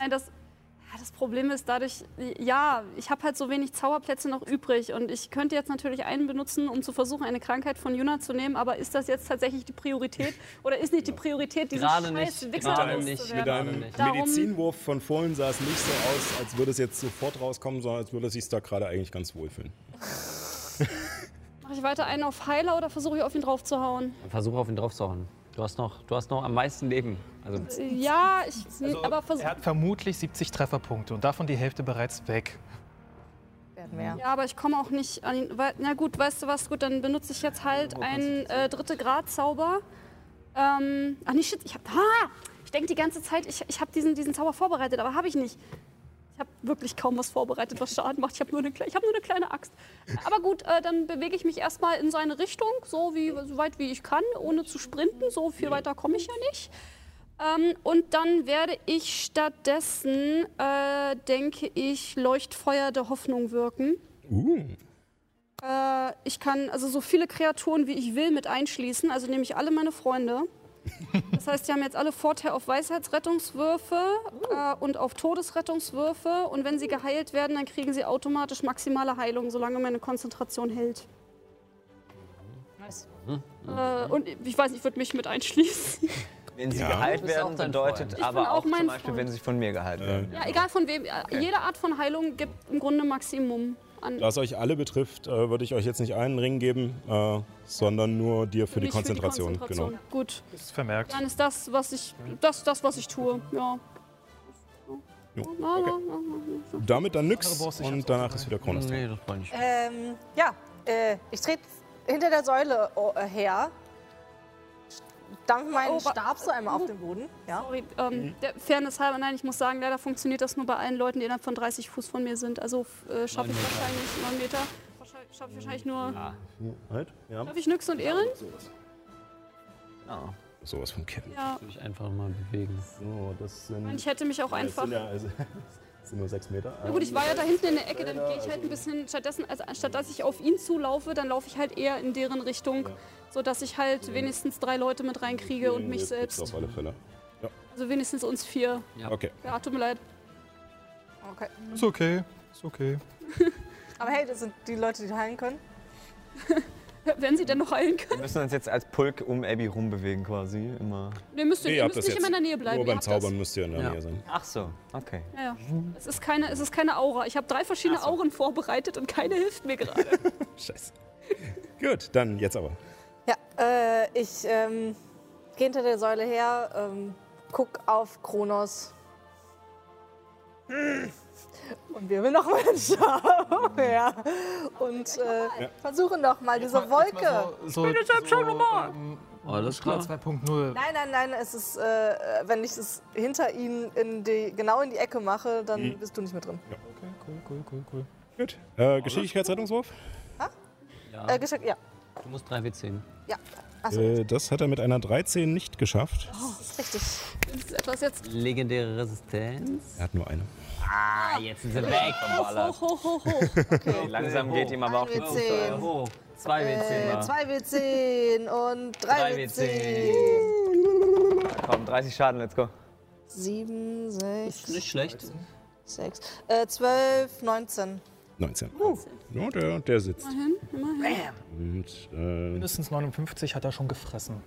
das, ja, das Problem ist dadurch, ja, ich habe halt so wenig Zauberplätze noch übrig und ich könnte jetzt natürlich einen benutzen, um zu versuchen, eine Krankheit von Juna zu nehmen, aber ist das jetzt tatsächlich die Priorität oder ist nicht die Priorität, diesen
Gerade
scheiß
nicht,
Wichser
gerade
loszuwerden?
nicht,
mit deinem
Darum-
Medizinwurf von vorhin sah es nicht so aus, als würde es jetzt sofort rauskommen, sondern als würde es sich da gerade eigentlich ganz wohlfühlen.
Mache ich weiter einen auf Heiler oder versuche ich auf ihn draufzuhauen?
Versuche auf ihn draufzuhauen. Du hast noch, du hast noch am meisten Leben. Also
Ja, ich,
also
Also,
aber
Er
versuche.
hat vermutlich 70 Trefferpunkte und davon die Hälfte bereits weg.
Werden wir.
Ja, aber ich komme auch nicht an ihn. Weil, na gut, weißt du was? Gut, dann benutze ich jetzt halt einen äh, dritte Grad Zauber. Ähm, ach nee, shit, ich hab. Ha! Ich denke die ganze Zeit, ich, ich habe diesen, diesen Zauber vorbereitet, aber habe ich nicht. Ich habe wirklich kaum was vorbereitet, was Schaden macht. Ich habe nur, eine kle- ich hab nur eine kleine Axt. Aber gut, äh, dann bewege ich mich erstmal in seine Richtung, so, wie, so weit wie ich kann, ohne zu sprinten. So viel weiter komme ich ja nicht. Ähm, und dann werde ich stattdessen, äh, denke ich, Leuchtfeuer der Hoffnung wirken.
Uh,
Äh, ich kann also so viele Kreaturen wie ich will mit einschließen, also nehme ich alle meine
[LAUGHS]
Freunde. Das heißt, die haben jetzt alle Vorteil auf Weisheitsrettungswürfe
Oh.
äh, und auf Todesrettungswürfe. Und wenn sie geheilt werden, dann kriegen sie automatisch maximale Heilung, solange meine Konzentration hält.
Nice.
Mhm.
Äh, und ich weiß, nicht, ich würde mich mit einschließen. [LAUGHS]
Wenn sie
Ja.
gehalten
bist auch
werden,
dein
bedeutet
Freund.
Ich bin
aber
auch
auch, zum
mein
Beispiel,
Freund.
wenn sie von mir gehalten werden.
Ja, egal von wem. Äh, Jede Art von Heilung gibt im Grunde Maximum an.
da es euch alle betrifft, äh, würde ich euch jetzt nicht einen Ring geben, äh, sondern nur dir für die
Nicht
Konzentration. Genau.
Konzentration. Gut,
Ist vermerkt.
dann ist das, was ich, das, das, was ich tue. Ja.
Jo,
Na,
okay.
na, na, na.
Damit dann nix
Andere brauchst du nicht,
und
hab's
danach
auch
ist wieder Kronos. dran.
nee, das war nicht.
Ähm, ja, äh, ich trete hinter der Säule oh, äh, her, dampf meinen
Oh, wa-
Stab so einmal auf den Boden. Ja.
Sorry, ähm, der Fairness halber, nein, ich muss sagen, leider funktioniert das nur bei allen Leuten, die innerhalb von 30 Fuß von mir sind. Also f- äh, schaffe ich wahrscheinlich 9 Meter. Wahrscheinlich- Schaffe ich wahrscheinlich nur.
Halt, ja.
Schaffe ich Nix und Ehren?
Sowas von Kevin.
Ja,
Würde ich einfach mal bewegen.
So, das sind,
ich hätte mich auch einfach.
ja,
[LAUGHS]
also, das sind nur sechs Meter.
Na gut, ich war ja da hinten in der Ecke, dann gehe ich halt ein bisschen, stattdessen, also anstatt dass ich auf ihn zulaufe, dann laufe ich halt eher in deren Richtung, sodass ich halt
Mhm.
wenigstens drei Leute mit reinkriege und mich
Auf
selbst.
alle Fälle.
Also wenigstens uns vier.
Okay.
Ja, tut mir leid. [LAUGHS]
Okay.
Ist okay. Ist okay.
Aber hey, das sind die Leute, die heilen können.
Wenn sie denn noch heilen können.
Wir müssen uns jetzt als Pulk um Abby rumbewegen quasi. Immer.
Ihr müsst,
Nee,
ihr müsst nicht
jetzt.
immer in der Nähe bleiben.
Nur
ihr
beim
habt das.
Zaubern müsst ihr in der
Ja.
Nähe sein.
Ach so, okay.
Ja, ja. Es ist keine, es ist keine Aura. Ich habe drei verschiedene Auren vorbereitet und keine hilft
[LAUGHS]
mir gerade.
Scheiße. gut, dann jetzt aber.
Ja, äh, ich ähm, gehe hinter der Säule her, ähm, guck auf Kronos Und wir will nochmal den Stab. ja. Und äh, versuchen nochmal diese Wolke.
Also, So, ähm, ich bin deshalb schon normal.
Alles
Klar,
klar.
2.0.
Nein, nein, nein, es ist, äh, wenn ich es hinter ihnen in die, genau in die Ecke mache, dann bist du nicht mehr drin.
Okay, cool, cool, cool, cool.
Gut. Äh, Geschicklichkeitsrettungswurf?
Ja.
Äh, geschickt, ja.
Du musst 3W10.
Ja, Achso,
Äh, das hat er mit einer 13 nicht geschafft.
Oh.
das ist richtig.
Das ist etwas jetzt.
Legendäre Resistenz.
Er hat nur eine.
Ah, jetzt sind sie weg.
Hoch, hoch, hoch, hoch.
Langsam geht ihm aber auch die
1W10.
Oh, 2W10
Äh,
war.
2W10 und
3W10.
3W10.
Komm, 30 Schaden, let's go.
7, 6,
Nicht schlecht.
6. Äh, 12, 19.
19. Ja, der, der sitzt.
Immerhin, immerhin.
Und äh,
Mindestens 59 hat er schon gefressen.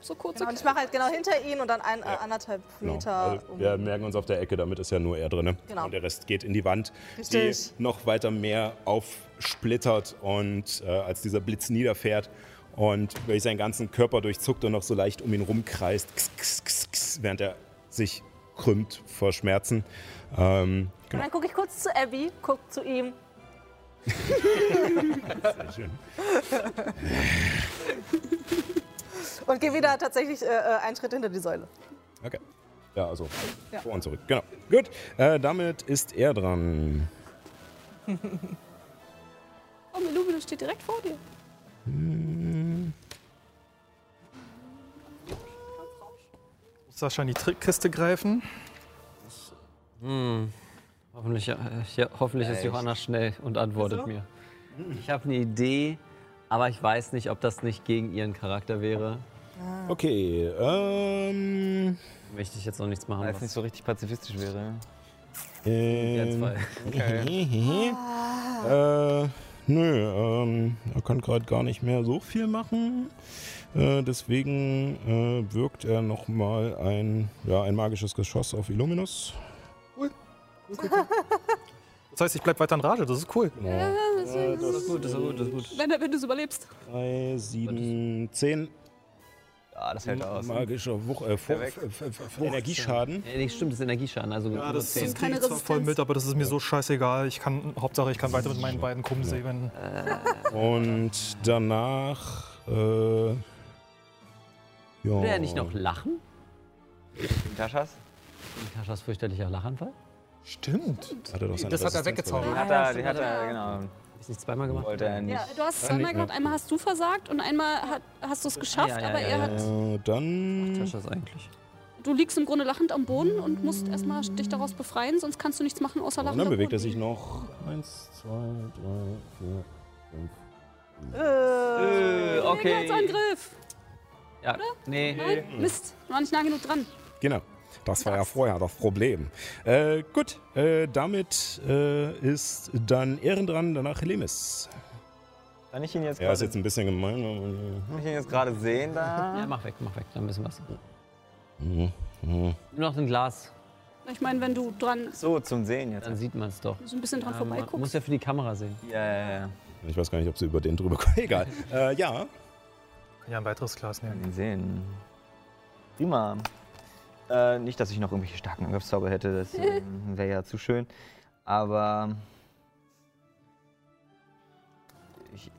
So kurz.
Genau, und ich mache halt genau hinter ihn und dann ein, äh, anderthalb
genau.
Meter. um.
also, wir merken uns auf der Ecke, damit ist ja nur er drin.
Genau.
Und der Rest geht in die Wand,
Richtig.
die noch weiter mehr aufsplittert und äh, als dieser Blitz niederfährt und wirklich seinen ganzen Körper durchzuckt und noch so leicht um ihn rumkreist, kss, kss, kss, kss, während er sich krümmt vor Schmerzen. Ähm,
Und dann gucke ich kurz zu Abby, guck zu ihm.
sehr schön.
[LAUGHS] Und gehe wieder tatsächlich äh, äh, einen Schritt hinter die Säule.
Okay. Ja, also vor und zurück. Genau. Gut. Äh, damit ist er dran.
Oh, Illuminus steht direkt vor dir.
Muss Sascha in die Trickkiste greifen.
Hm. Hoffentlich, äh, ja, hoffentlich ist Johanna schnell und antwortet mir. Ich habe eine Idee, aber ich weiß nicht, ob das nicht gegen ihren Charakter wäre.
Ah.
Okay. Ähm,
Möchte ich jetzt noch nichts machen.
Weil es
[LAUGHS]
nicht hm. so richtig pazifistisch wäre.
ähm,
Fall.
Äh, nö, ähm, er kann gerade gar nicht mehr so viel machen. Äh, deswegen äh, wirkt er nochmal ein, ja, ein magisches Geschoss auf Illuminus.
Das heißt, ich bleib weiter in Rage, das ist cool.
Genau.
deswegen
Äh, das
ist gut, das ist gut, das ist gut.
Wenn, wenn du es überlebst.
3, 7, 10
Ah, das hält aus.
magischer Wuch, äh, Fu- F- F- F- F- Energieschaden.
Äh, nee, stimmt, das ist Energieschaden. Also ja,
Das ist
keine
zwar voll
Resistenz.
mit, aber das ist mir so scheißegal. Ich kann, Hauptsache, ich kann weiter mit meinen beiden Kumpels eben.
Und danach. Äh, ja.
Will er nicht noch lachen?
Taschas?
Taschas fürchterlicher Lachanfall?
Stimmt.
Hat er doch seine
Das hat er
Resistenz
weggezaubert.
Die hat er, die hat er, genau.
Hab ich nicht zweimal gemacht?
Wollte er nicht.
Ja, du hast es zweimal gemacht. Einmal hast du versagt und einmal hat, hast du es geschafft,
Ah, Ja, ja,
aber
ja,
er
ja,
hat,
Äh, dann.
Taschas eigentlich.
du liegst im Grunde lachend am Boden und musst erstmal dich daraus befreien, sonst kannst du nichts machen außer lachen.
Und dann bewegt er sich noch. Eins, zwei, drei, vier, fünf.
Äh, okay.
Angriff.
Ja, nee.
Hm.
Nein, Mist, war nicht nah genug dran.
Genau. Das war ja vorher das Problem. Äh, gut, äh, damit äh, ist dann Ehren dran, danach Lemis.
Kann ich ihn jetzt
Er ist
gerade
jetzt ein bisschen gemein. aber-
kann ich ihn jetzt gerade sehen da?
Ja, mach weg, mach weg, dann müssen wir was.
Mhm,
Nimm noch ein Glas,
Ich meine, wenn du dran
So, zum Sehen jetzt.
dann sieht man es doch.
so ein bisschen dran
Ja, man muss
vorbeiguckst.
ja für die Kamera sehen.
Ja, ja, ja.
äh, Ich weiß gar nicht, ob sie über den drüber kommen. [LAUGHS] Egal. Äh, ja.
Ja, ein weiteres Glas nehmen.
Ihn sehen. Prima. Äh, nicht, dass ich noch irgendwelche starken Angriffszauber hätte, das
[LAUGHS]
ähm, wäre ja zu schön. Aber ich äh,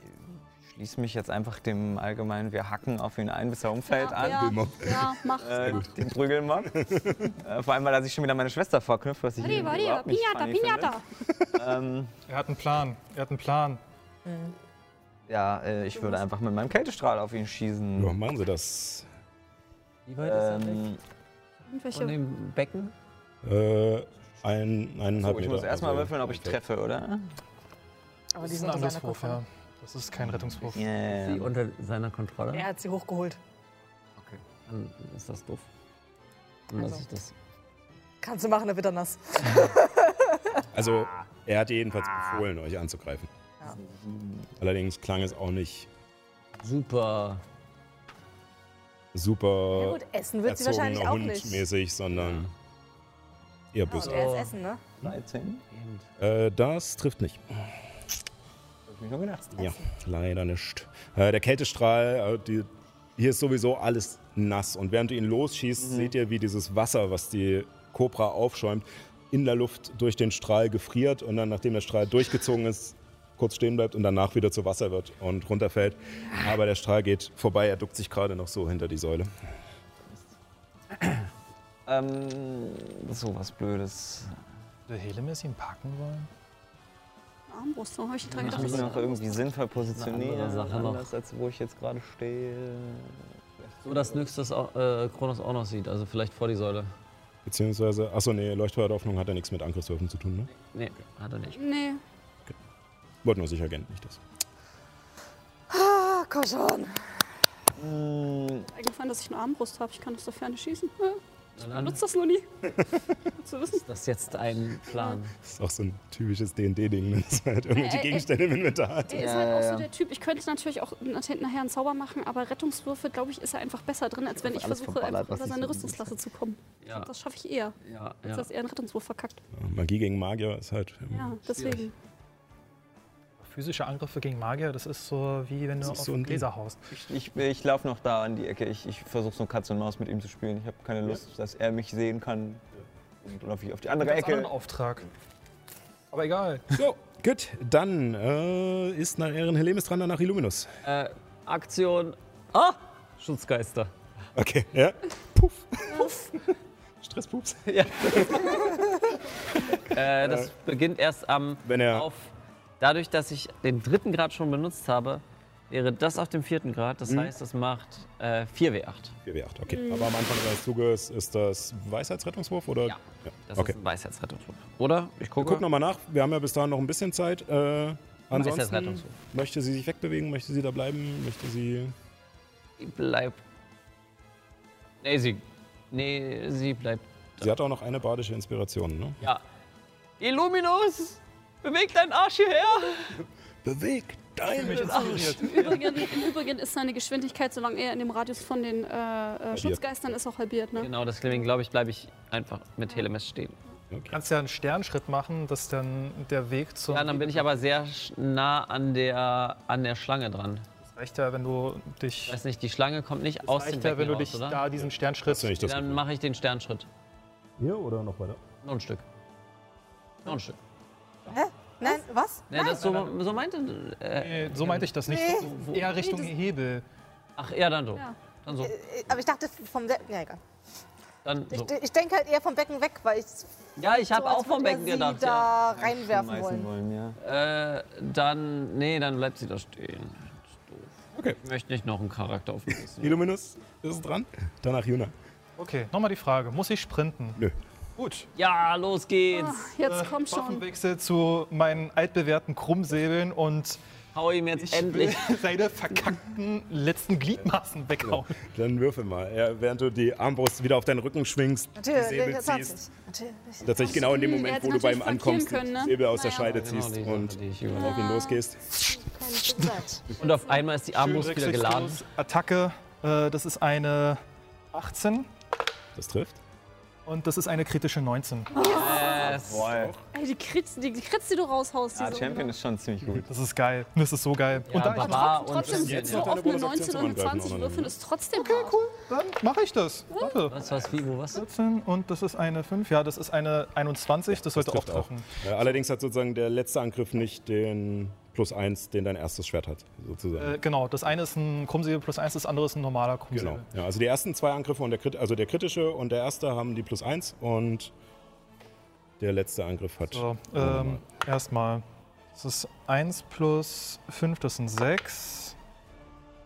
schließe mich jetzt einfach dem allgemeinen, wir hacken auf ihn ein, bis er umfällt an.
ja, ja, ja, mach.
Äh, den Prügelmob. äh, vor allem, weil er sich schon wieder an meine Schwester verknüpft, was ich
Warte,
irgendwie
warte,
überhaupt nicht
Pinata,
funny
Pinata.
finde. Ähm,
Er hat einen Plan. Er hat einen Plan.
ja, äh, ich würde einfach mit meinem Kältestrahl auf ihn schießen.
ja, machen sie das.
Wie weit ist er weg?
Ähm,
Von
Irgendwelche.
dem Becken?
Äh, ein, eineinhalb
so, ich
Meter.
muss erstmal
also-
würfeln, ob ich treffe, oder?
Aber
Das
die
ist
sind
ein
unter seiner
Angriffswurf,
Kontrolle.
ja. Das ist kein Rettungswurf.
Yeah.
Die unter seiner Kontrolle?
Er hat sie hochgeholt.
Okay. Dann ist das doof. Dann lass ich das.
Kannst du machen, da wird er nass.
Also,
Ah.
er hat jedenfalls befohlen, euch anzugreifen. Allerdings klang es auch nicht
Super.
Ja
super
gut, essen wird sie wahrscheinlich
erzogener
auch nicht.
Hund-mäßig, sondern eher
Also,
böse.
er ist Essen, ne?
13.
Eben.
Äh, das trifft nicht.
Hab ich mir schon gedacht.
Ja, leider nicht. Äh, der Kältestrahl, äh, die, hier ist sowieso
Mhm.
alles nass. Und während du ihn losschießt, seht ihr, wie dieses Wasser, was die Kobra aufschäumt, in der Luft durch den Strahl gefriert und dann, nachdem der Strahl durchgezogen ist, kurz stehen bleibt und danach wieder zu Wasser wird und runterfällt. Aber der Strahl geht vorbei, er duckt sich gerade noch so hinter die Säule.
Ähm, so was Blödes.
Würde Helemis ihn packen wollen?
Armbrüstung, habe ich dran
Ich muss mich
gedacht.
noch irgendwie sinnvoll positionieren.
andere Sache noch.
Anders als wo ich jetzt gerade stehe.
So, dass Nyx das auch, äh, Kronos auch noch sieht, also vielleicht vor die Säule.
Beziehungsweise, achso, nee, Leuchtfeuerhoffnung hat ja nichts mit Angriffswürfen zu tun, ne?
Nee, hat er nicht.
Nee,
Wollte nur sicher gehen, nicht das.
Ach, Ah, komm schon.
mir eingefallen, dass ich eine Armbrust habe. Ich kann aus der Ferne schießen. Ja,
Dann
Nutzt das nur nie. Gut zu wissen.
das ist jetzt ein Plan.
Das ist auch so ein typisches D&D-Ding, ne? [LAUGHS] dass man halt irgendwelche
Äh, äh,
Gegenstände im Inventar hat.
Der ist halt auch so der Typ. Ich könnte natürlich auch nat- nachher einen Zauber machen, aber Rettungswürfe, glaube ich, ist er einfach besser drin, als wenn ich versuche, einfach über seine Rüstungsklasse zu kommen.
Ja,
Das schaffe ich eher,
ja,
als
ja.
dass er einen Rettungswurf verkackt.
Magie gegen Magier ist halt...
Ja, deswegen.
Physische Angriffe gegen Magier, das ist so wie wenn du
ist
auf
so ein
einen
Ding.
Gläser haust.
Ich, ich, ich laufe noch da an die Ecke. Ich, ich versuche so Katze und Maus mit ihm zu spielen. Ich habe keine Lust, dass er mich sehen kann. Und laufe ich auf die andere
Ganz anderen
Ecke.
Auftrag. Aber egal.
So, gut. Dann äh, ist nach Ehren Helemis dran, danach Illuminus.
Äh, Aktion. Ah! Schutzgeister.
Okay, ja. Puff. [LAUGHS] Puff. Stresspups.
Äh, das beginnt erst am
Wenn er-
auf. Dadurch, dass ich den dritten Grad schon benutzt habe, wäre das auf dem vierten Grad. Das heißt, das macht äh, 4W8.
4W8, okay. Aber am Anfang des Zuges ist das Weisheitsrettungswurf oder?
Ja. Das
Okay.
ist ein Weisheitsrettungswurf. Oder? Ich gucke.
Guck nochmal nach. Wir haben ja bis dahin noch ein bisschen Zeit. Äh, ansonsten
Weisheitsrettungswurf.
möchte sie sich wegbewegen, möchte sie da bleiben, möchte sie.
Sie bleibt. Nee, sie. Nee, sie bleibt.
Sie hat auch noch eine badische Inspiration, ne?
Ja. Illuminus! Beweg deinen Arsch hierher!
Bewegt deinen
Übrigens, Im Übrigen ist seine Geschwindigkeit, solange er in dem Radius von den äh, äh, Schutzgeistern ist, auch halbiert. Ne?
Genau, deswegen glaube ich, bleibe ich einfach mit Telemes stehen.
Kannst ja einen Sternschritt machen, dass dann der Weg zum.
Ja, dann bin ich aber sehr sch- nah an der, an der Schlange dran.
Rechter, wenn du
Ich
dich.
weiß nicht, die Schlange kommt nicht aus dem
Rechter,
Becken
wenn du
raus,
dich
oder?
da diesen Sternschritt.
Hast du nicht das
dann
Gefühl?
mache ich den Sternschritt.
Hier oder noch weiter?
Noch ein Stück. Noch ein Stück.
Nein, was?
Nee, das so, so meinte. Äh,
Nee, so meinte ich das nicht.
Nee.
Eher Richtung Hebel.
ach, ja, dann so.
Ja.
Dann so.
Äh, Aber ich dachte vom Becken. Ja, egal.
Dann
Ich,
so.
ich denke halt eher vom Becken weg, weil ich so,
Ja, ich habe
als
auch vom
würde er
Becken
sie
gedacht. Ja.
da reinwerfen
Schmeißen
wollen.
wollen, ja.
Äh, dann. Nee, dann bleibt sie da stehen. Das ist doof.
Okay.
Ich möchte nicht noch einen Charakter auflösen.
Illuminus ist dran. Danach Juna.
Okay, nochmal die Frage. Muss ich sprinten?
Nö.
Gut.
[LAUGHS] ja, los geht's.
Jetzt komm schon.
Waffenwechsel zu meinen altbewährten Krummsäbeln und
Hau ihm jetzt
ich
endlich.
will [LAUGHS] seine verkackten letzten Gliedmaßen weghauen.
Dann würfel mal. Ja, während du die Armbrust wieder auf deinen Rücken schwingst, die
Natürlich,
Säbel
jetzt hat's
ziehst.
nicht. Natürlich.
Tatsächlich genau in dem
Hm,
Moment,
der
wo du
hätte
beim
natürlich
Ankommst
flankieren
die
können, ne?
Säbel aus der
Naja.
Scheide
Genau,
ziehst
die Sache,
und
die ich
auf ihn losgehst.
Keine
[LAUGHS]
Zeit.
Und auf einmal ist die Armbrust wieder
Rücksichtslos.
geladen.
Attacke, äh, das ist eine 18
Das trifft.
und das ist eine kritische 19.
Yes.
Boah,
Ey, die Kritz, die, die Kritz, die du raushaust.
ja,
diese
Ah, Champion ist schon ziemlich
Mhm.
gut.
Das ist geil. Das ist so geil.
Ja,
und da ich noch,
Barbar und
Trotzdem
Jetzt
so
noch
auf
deine
eine
Bonusaktion
19 und eine
zum Angreifen
20
noch,
würfeln
ne?
ist trotzdem hart.
dann mache ich das. Warte.
Was, was, wie, wo, was?
14 und das ist eine 5. Ja, das ist eine 21. Das sollte auch
trifft auch.
treffen.
Äh, allerdings hat sozusagen der letzte Angriff nicht den plus eins, den dein erstes Schwert hat, sozusagen.
Äh, genau, das eine ist ein Krummsäbel plus 1, das andere ist ein normaler Krummsäbel.
genau. Ja, also die ersten zwei Angriffe und der Krit also der kritische und der erste haben die plus eins und der letzte Angriff hat.
So,
Ja,
ähm, erstmal. Das ist 1 plus 5, das sind 6.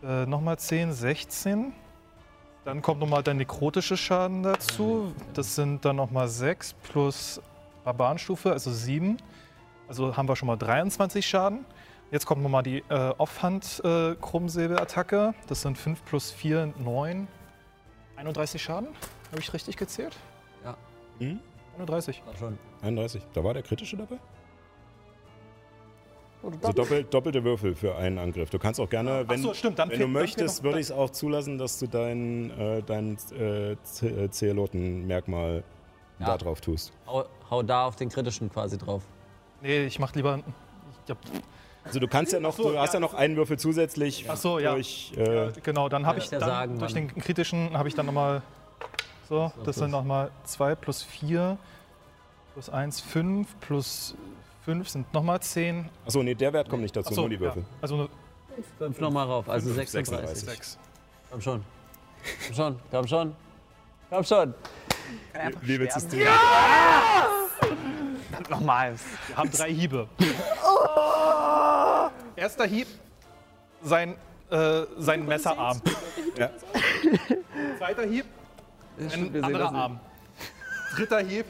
Äh, nochmal 10, 16. Dann kommt nochmal der nekrotische Schaden dazu. Das sind dann nochmal 6 plus Barbarenstufe, also 7. Also haben wir schon mal 23 Schaden. Jetzt kommt nochmal die äh, Offhand-Krummsäbel-Attacke. das sind 5 plus 4, 9. 31 Schaden. Habe ich richtig gezählt?
Ja.
Hm?
31.
31. Da war der kritische dabei? Also doppelt, doppelte Würfel für einen Angriff. Du kannst auch gerne, wenn,
so, stimmt, dann
wenn
fehlt-
du
dann fehlt
möchtest,
noch-
würde ich es auch zulassen, dass du dein, äh, dein äh, Z- äh, Zeloten-Merkmal
Ja.
da drauf tust.
Hau, hau da auf den kritischen quasi drauf.
Nee, ich mach lieber. Ich hab
Also du kannst ja noch, du hast ja noch einen Würfel zusätzlich
Ach so, ja.
durch. Äh,
Ja, genau, dann habe ich
ich dir
dann
sagen,
durch
Mann.
den kritischen habe ich dann nochmal so, das sind nochmal 2 plus 4
Plus 1, 5, plus 5 sind nochmal 10.
Achso, nee, der Wert kommt nicht dazu,
Achso,
nur die Würfel.
Ja. Also eine
Fünf nochmal rauf, also
36.
36.
6.
Komm schon. Komm schon, komm schon. Komm schon.
Wie willst du es tun?
Nochmal.
Wir haben drei Hiebe. Erster Hieb, sein, äh, sein Messerarm.
Ja.
Zweiter Hieb, ein anderer Arm. Dritter Hieb,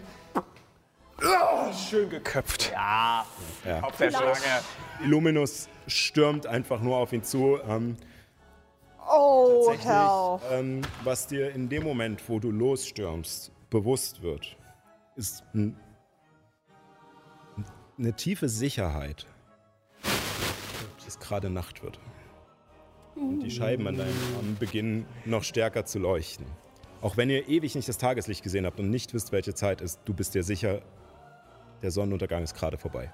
Schön geköpft.
Auf der Schlange.
Luminus stürmt einfach nur auf ihn zu. Ähm,
Oh,
tatsächlich,
Herr.
ähm, was dir in dem Moment, wo du losstürmst, bewusst wird, ist ein, eine tiefe Sicherheit, dass es gerade Nacht wird. Und die Scheiben an deinem Arm beginnen noch stärker zu leuchten. Auch wenn ihr ewig nicht das Tageslicht gesehen habt und nicht wisst, welche Zeit ist, du bist dir sicher, der Sonnenuntergang ist gerade vorbei.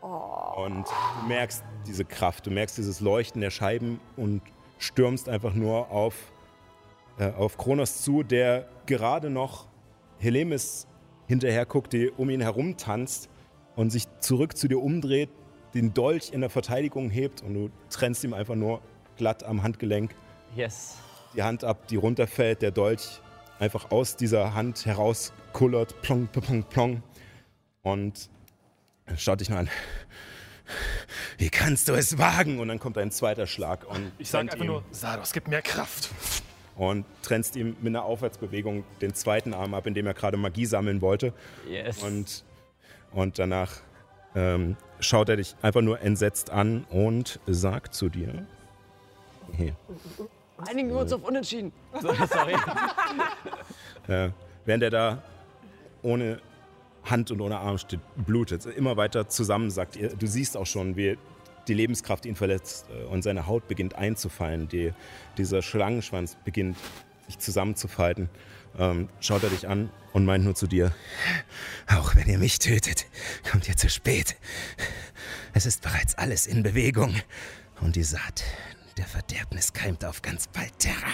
Und du merkst diese Kraft, du merkst dieses Leuchten der Scheiben und stürmst einfach nur auf, äh, auf Kronos zu, der gerade noch Helemis hinterher guckt, die um ihn herum tanzt und sich zurück zu dir umdreht, den Dolch in der Verteidigung hebt und du trennst ihm einfach nur glatt am Handgelenk
Yes.
die Hand ab, die runterfällt, der Dolch einfach aus dieser Hand herauskullert, plong, plong, plong. Und er schaut dich nur an. Wie kannst du es wagen? Und dann kommt ein zweiter Schlag und,
ich sage
trennt
einfach
ihm,
nur, Sados, gib mehr Kraft.
und trennst ihm mit einer Aufwärtsbewegung den zweiten Arm ab, in dem er gerade Magie sammeln wollte.
Yes.
Und, und danach ähm, schaut er dich einfach nur entsetzt an und sagt zu dir: Hier.
einigen wir uns auf Unentschieden. So, sorry.
Äh, während er da ohne Hand und ohne Arm steht, blutet, immer weiter zusammensackt. Ihr- Du siehst auch schon, wie die Lebenskraft ihn verletzt äh, und seine Haut beginnt einzufallen. Die, dieser Schlangenschwanz beginnt sich zusammenzufalten. Ähm, schaut er dich an und meint nur zu dir: Auch wenn ihr mich tötet, kommt ihr zu spät. Es ist bereits alles in Bewegung. Und die Saat der Verderbnis keimt auf ganz bald Terra.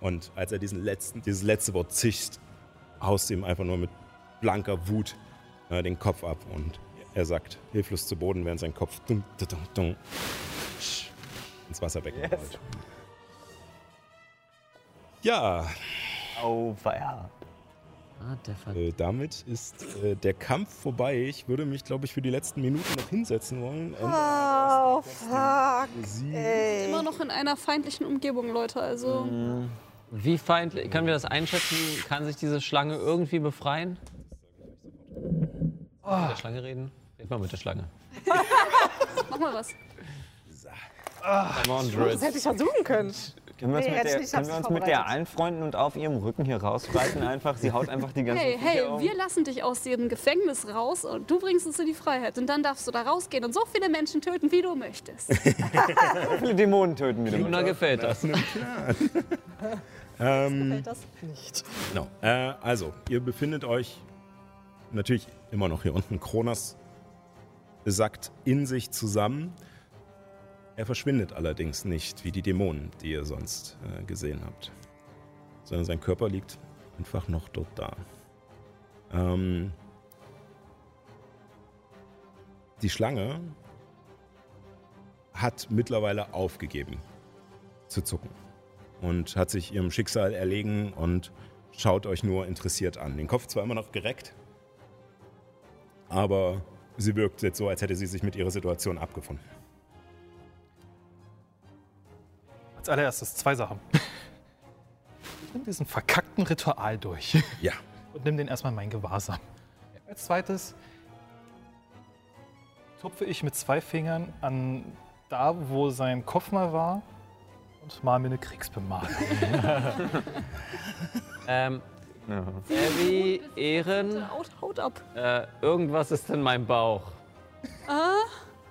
Und als er diesen letzten, dieses letzte Wort zischt, haust ihm einfach nur mit blanker Wut äh, den Kopf ab. Und er sackt hilflos zu Boden, während sein Kopf dun, dun, dun, dun, ins Wasser weggerollt. Ja,
Oh, weia.
Ah, der Ver
äh, damit ist äh, der Kampf vorbei. Ich würde mich, glaube ich, für die letzten Minuten noch hinsetzen wollen. Ähm, Und
Oh, fuck.
Sie
Ey.
Immer noch in einer feindlichen Umgebung, Leute. Also
Mhm.
Wie feindlich? Können wir das einschätzen? Kann sich diese Schlange irgendwie befreien? Mit der Schlange reden? Red mal mit der Schlange.
mach mal was.
Come on, Druid.
Das hätte ich versuchen können.
Können wir uns,
Nee,
mit
jetzt
der,
nicht, ich
können
hab's
wir uns mit der
vorbereitet.
einfreunden und auf ihrem Rücken hier rausreiten einfach? Sie haut einfach die ganze
Hey, hey,
um.
wir lassen dich aus diesem Gefängnis raus und du bringst uns in die Freiheit. Und dann darfst du da rausgehen und so viele Menschen töten, wie
[LAUGHS]
du möchtest.
Wie viele Dämonen töten wir damit?
Luna gefällt das.
Fällt das?
Genau. Äh, also, ihr befindet euch natürlich immer noch hier unten. Kronos sackt in sich zusammen. Er verschwindet allerdings nicht wie die Dämonen, die ihr sonst äh, gesehen habt. Sondern sein Körper liegt einfach noch dort da. Ähm, die Schlange hat mittlerweile aufgegeben zu zucken und hat sich ihrem Schicksal erlegen und schaut euch nur interessiert an. Den Kopf zwar immer noch gereckt, aber sie wirkt jetzt so, als hätte sie sich mit ihrer Situation abgefunden.
Als allererstes zwei Sachen. Ich bin diesen verkackten Ritual durch
Ja.
und nimm den erstmal in mein Gewahrsam. Als zweites tupfe ich mit zwei Fingern an da, wo sein Kopf mal war und mal mir eine Kriegsbemalung.
Ähm, Abby, Ehren,
Haut, haut ab.
äh, irgendwas ist in meinem Bauch.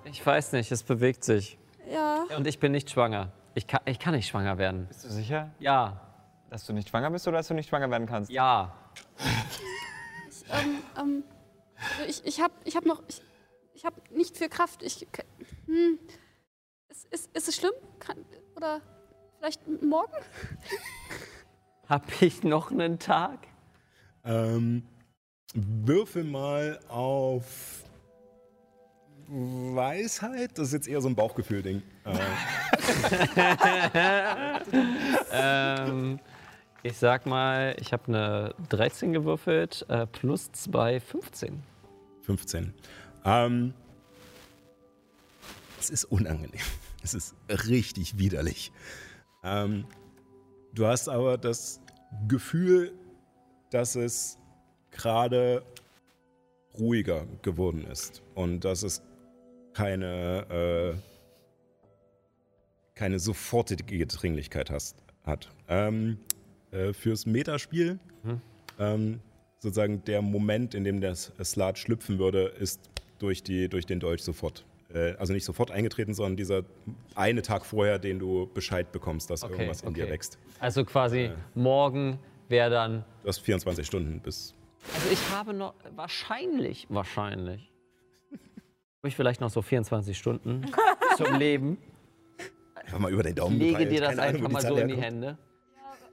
Ich weiß nicht, es bewegt sich.
Ja.
Und ich bin nicht schwanger. Ich kann, ich kann nicht schwanger werden.
Bist du sicher,
Ja,
dass du nicht schwanger bist oder dass du nicht schwanger werden kannst?
ja.
Ähm, ähm, also ich ich habe ich hab noch. Ich, ich habe nicht viel Kraft. Ich. ke- Hm. Ist, ist, ist es schlimm? Kann, oder vielleicht morgen?
Hab ich noch einen Tag?
Ähm, Würfel mal auf Weisheit. Das ist jetzt eher so ein Bauchgefühl-Ding. Äh,
ähm, ich sag mal, ich habe eine 13 gewürfelt, äh, plus 2, 15.
15. Ähm, es ist unangenehm. Es ist richtig widerlich. Ähm, du hast aber das Gefühl, dass es gerade ruhiger geworden ist und dass es keine, äh, keine sofortige Dringlichkeit hast, hat. Ähm, äh, fürs Metaspiel,
Hm.
ähm, sozusagen der Moment, in dem der S- Slat schlüpfen würde, ist durch, die, durch den Dolch sofort. Äh, also nicht sofort eingetreten, sondern dieser eine Tag vorher, den du Bescheid bekommst, dass irgendwas in dir
okay.
wächst.
Also quasi morgen wäre dann.
Du hast 24 Stunden bis.
Also ich habe noch. Wahrscheinlich, wahrscheinlich. habe ich vielleicht noch so 24 Stunden [LAUGHS] zum Leben.
Einfach mal über den Daumen.
Ich lege
gepeilt.
dir das
Um Keine Ahnung, wo
einfach mal
Zahl
so in die
herkommt.
Hände.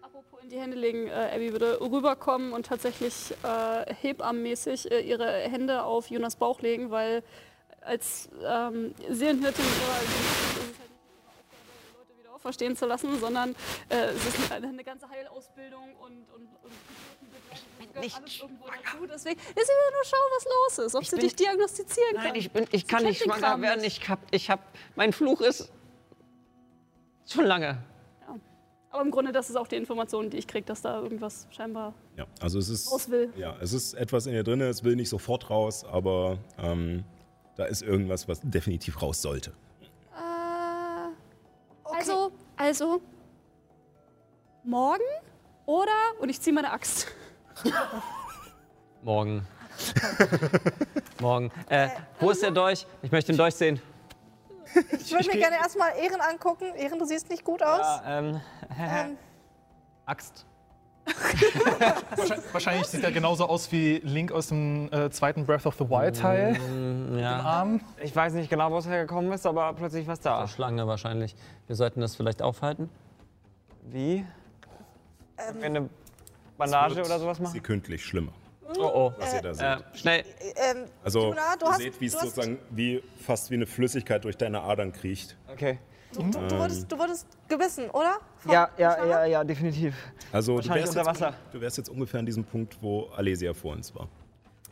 Apropos in die Hände legen, äh, Abby würde rüberkommen und tatsächlich äh, hebammenmäßig äh, ihre Hände auf Jonas Bauch legen, weil als ähm, Seelenhirtin ihrer Dienst ist es halt nicht ihre Aufgabe, Leute wieder auferstehen zu lassen, sondern äh, es ist eine, eine ganze Heilausbildung und, und, und ich bin nicht irgendwo dazu. Deswegen ist wieder nur schauen, was los ist, ob sie dich diagnostizieren kann.
Nein, ich, bin, ich kann
kennt
nicht
den
schwanger
Kram
werden.
nicht.
Ich hab, ich hab, mein Fluch ist schon lange.
Aber im Grunde, das ist auch die Information, die ich kriege, dass da irgendwas scheinbar
Ja, also es ist.
raus will.
Ja, es ist etwas in dir drin, es will nicht sofort raus, aber ähm, da ist irgendwas, was definitiv raus sollte.
Äh, Also, also. Morgen oder. Und ich ziehe meine Axt.
[LAUGHS] Morgen. Morgen. Äh, wo ist der Dolch? Ich möchte den Dolch sehen.
Ich würde mir gerne erstmal Ehren angucken. Ehren, du siehst nicht gut aus.
Ähm,
Ähm,
Axt.
Wahrscheinlich, wahrscheinlich sieht er genauso aus wie Link aus dem äh, zweiten Breath of the Wild Teil.
Ja.
Arm.
Ich weiß nicht genau, wo es hergekommen ist, aber plötzlich was da.
Schlange wahrscheinlich. Wir sollten das vielleicht aufhalten.
Wie? Können wir eine Bandage oder sowas machen?
Sie kündlich schlimmer,
Oh oh.
was ihr da seht.
Äh, schnell.
ähm,
also
Juna, du
ihr
hast-
seht, wie es
du hast-
sozusagen wie fast wie eine Flüssigkeit durch deine Adern kriecht.
Okay.
du,
ähm.
du, wurdest, du wurdest gebissen, oder? Von-
Ja, ja,
von
ja, ja, definitiv.
Also du
Wahrscheinlich
wärst,
unter
jetzt,
Wasser.
du wärst jetzt ungefähr an diesem Punkt, wo Alesia vor uns war.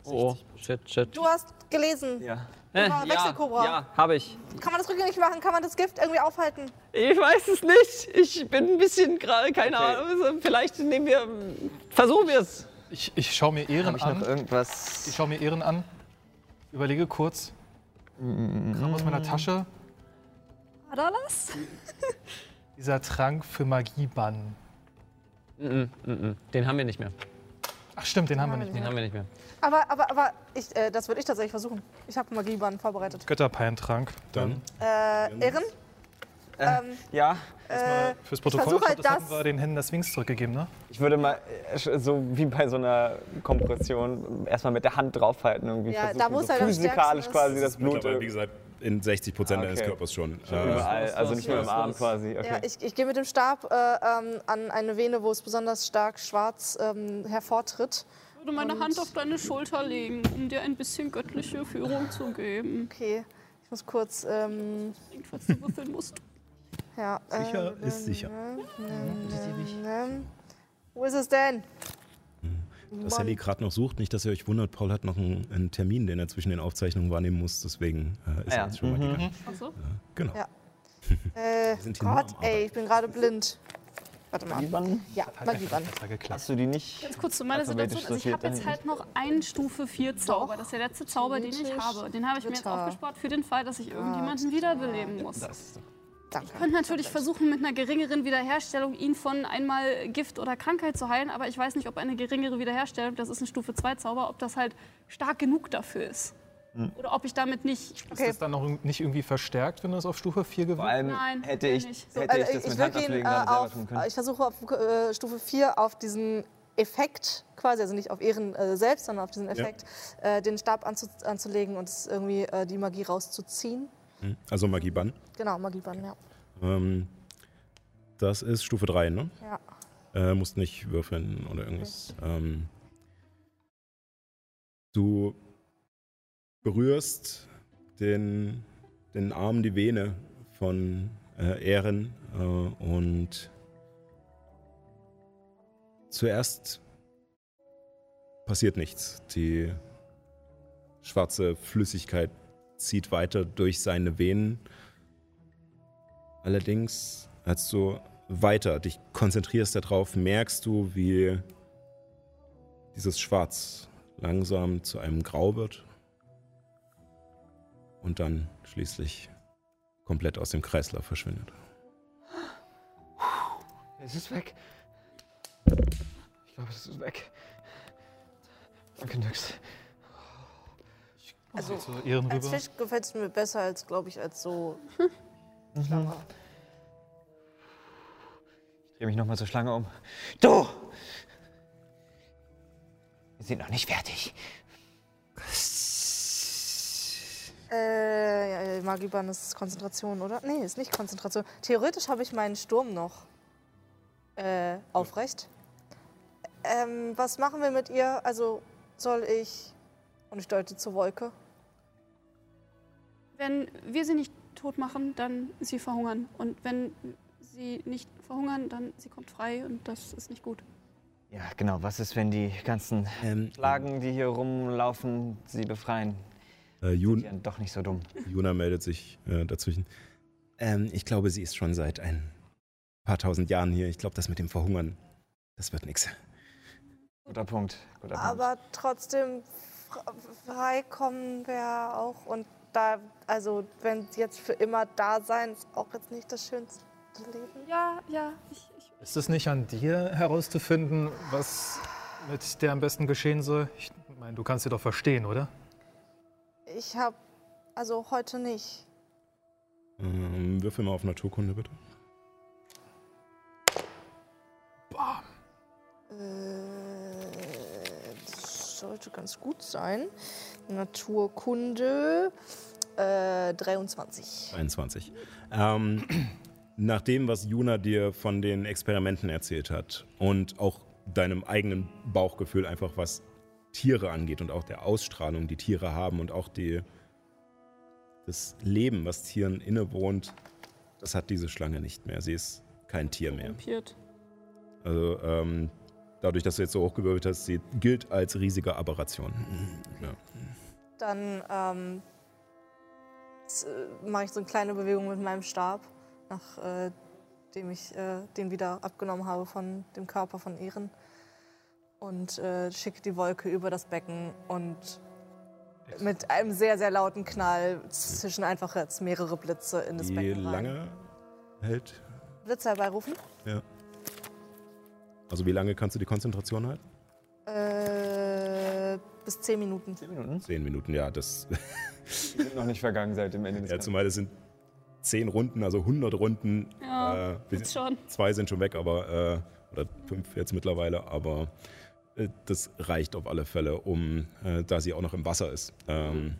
Oh, oh. shit, shit.
Du hast gelesen.
Ja.
Äh,
war Wechselkobra.
Ja, ja habe ich.
Kann man das rückgängig machen? Kann man das Gift irgendwie aufhalten?
Ich weiß es nicht. Ich bin ein bisschen gerade, keine Ahnung. Also, Vielleicht nehmen wir, versuchen wir es.
Ich, ich schaue mir Ehren
Habe Ähm, ich noch
an.
irgendwas?
Ich schaue mir Ehren an. Überlege kurz. Kram aus meiner Tasche.
Adalas?
[LAUGHS] Dieser Trank für Magiebann.
Den haben wir nicht mehr.
Ach stimmt, den haben wir nicht
Den
mehr.
haben wir nicht mehr.
Aber, aber, aber ich, äh, das würde ich tatsächlich versuchen. Ich habe einen Magieband vorbereitet.
Götterpeintrank.
Dann
Äh, Ehren? Ähm,
Ja,
äh,
Fürs Protokoll,
versuch
ich
halt
glaub, das hatten
das-
wir den Händen des Wings zurückgegeben, ne?
ich würde mal äh, so wie bei so einer Kompression erstmal mit der Hand draufhalten irgendwie
Ja,
versuchen,
da wo es
so
halt am
physikalisch
stärksten
quasi
ist.
das Blut
mittlerweile, wie gesagt, in 60 Prozent
Ah,
deines
okay.
Körpers schon. Äh,
überall, also nicht nur im Arm quasi. Okay.
ja, ich, ich gehe mit dem Stab äh, ähm, an eine Vene, wo es besonders stark schwarz ähm, hervortritt.
Ich würde meine Hand auf deine Schulter legen, um dir ein bisschen göttliche Führung zu geben.
Okay, ich muss kurz. Ähm,
Denkt, falls du würfeln musst.
ja,
sicher
äh,
ist sicher.
ähm, wo ist es denn?
Hm,
Dass Sally gerade noch sucht, nicht, dass ihr euch wundert, Paul hat noch einen, einen Termin, den er zwischen den Aufzeichnungen wahrnehmen muss, deswegen äh, ist
Ah ja. Mhm.
er jetzt schon mal gegangen.
Achso.
Genau.
Ja. Äh,
sind hier nur
Gott,
am
ey,
Arbeiten.
ich bin gerade blind. Warte mal. Ja, Magieband.
Das hat geklappt.
Hast du Halt die nicht?
Ganz kurz zu meiner
Alphabetisch
Situation. Also ich habe
sortiert
jetzt halt noch einen Stufe 4 Zauber. Das ist der letzte Zauber, den ich
theoretisch
habe. Den habe ich mir jetzt
dritter.
aufgespart für den Fall, dass ich irgendjemanden wiederbeleben muss.
Danke.
könnte natürlich versuchen, mit einer geringeren Wiederherstellung ihn von einmal Gift oder Krankheit zu heilen, aber ich weiß nicht, ob eine geringere Wiederherstellung, das ist ein Stufe 2 Zauber, ob das halt stark genug dafür ist. Oder ob ich damit nicht.
Ist das dann noch irg- nicht irgendwie verstärkt, wenn du es auf Stufe 4
Vor
gewinnst?
allem
Nein,
hätte
kann
ich,
nicht. So,
hätte ich
Also,
das mit
würd
Hand
ihn,
ablegen
äh,
gerade selber
auf,
tun können.
Ich versuche auf äh, Stufe 4 auf diesen Effekt quasi, also nicht auf ihren äh, selbst, sondern auf diesen Effekt, äh, den Stab anzu, anzulegen und es irgendwie äh, die Magie rauszuziehen.
Also Magiebann.
Genau, Magieband, ja.
Ähm, das ist Stufe 3, ne?
ja.
Äh, musst nicht würfeln oder irgendwas. Ähm, Du berührst den, den Arm, die Vene von äh, Ehren äh, und zuerst passiert nichts. Die schwarze Flüssigkeit zieht weiter durch seine Venen. Allerdings, als du weiter dich konzentrierst darauf, merkst du, wie dieses Schwarz langsam zu einem Grau wird und dann schließlich komplett aus dem Kreislauf verschwindet.
Es ist weg. Ich glaube, es ist weg. Danke, Nix.
Also,
Zu Ehren
als
rüber.
Fisch gefällt es mir besser als, glaube ich, als so.
Mhm.
Schlange.
Ich drehe mich nochmal zur Schlange um. Du! Wir sind noch nicht fertig.
Äh, ja, Magiban ist Konzentration, oder? Nee, ist nicht Konzentration. Theoretisch habe ich meinen Sturm noch äh, aufrecht. Ähm, was machen wir mit ihr? Also soll ich. Und ich deute zur Wolke.
Wenn wir sie nicht tot machen, dann sie verhungern. Und wenn sie nicht verhungern, dann sie kommt frei und das ist nicht gut.
Ja, genau. Was ist, wenn die ganzen
Ähm,
Plagen, die hier rumlaufen, sie befreien?
äh,
Die
Jun,
sind doch nicht so dumm.
Juna meldet sich äh, dazwischen. Ähm, ich glaube, sie ist schon seit ein paar tausend Jahren hier. Ich glaube, das mit dem Verhungern, das wird nichts.
Guter Punkt. Guter Punkt.
Aber trotzdem fr- freikommen wäre auch. Und da, also wenn sie jetzt für immer da sein, ist auch jetzt nicht das schönste Leben.
Ja, ja, ich, ich
Ist es nicht an dir herauszufinden, was mit der am besten geschehen soll? Ich meine, du kannst sie doch verstehen, oder?
Ich habe, also heute nicht.
Ähm, würfel mal auf Naturkunde, bitte.
Äh, das sollte ganz gut sein. Naturkunde äh, 23.
21. Ähm, nach dem, was Juna dir von den Experimenten erzählt hat und auch deinem eigenen Bauchgefühl einfach, was Tiere angeht und auch der Ausstrahlung, die Tiere haben und auch die, das Leben, was Tieren innewohnt, das hat diese Schlange nicht mehr. Sie ist kein Tier mehr.
piert.
Also ähm, dadurch, dass du jetzt so hochgewirbelt hast, sie gilt als riesige Aberration. Ja.
Dann ähm, äh, mache ich so eine kleine Bewegung mit meinem Stab, nachdem äh, dem ich äh, den wieder abgenommen habe von dem Körper von Ehren. Und äh, schicke die Wolke über das Becken und mit einem sehr, sehr lauten Knall zwischen einfach jetzt mehrere Blitze in das
Die
Becken. rein.
lange hält.
Blitze herbeirufen?
Also wie lange kannst du die Konzentration halten?
Äh, bis 10 Minuten.
Zehn Minuten, ja, das
Die sind noch nicht vergangen seit dem Ende des
Ja, zumal das sind zehn Runden, also 100 Runden.
Ja,
Ah,
äh, wir
Jetzt
sind,
schon.
zwei sind schon weg, aber äh, oder fünf jetzt mittlerweile, aber äh, das reicht auf alle Fälle, um, äh, da sie auch noch im Wasser ist,
[LAUGHS]
ähm,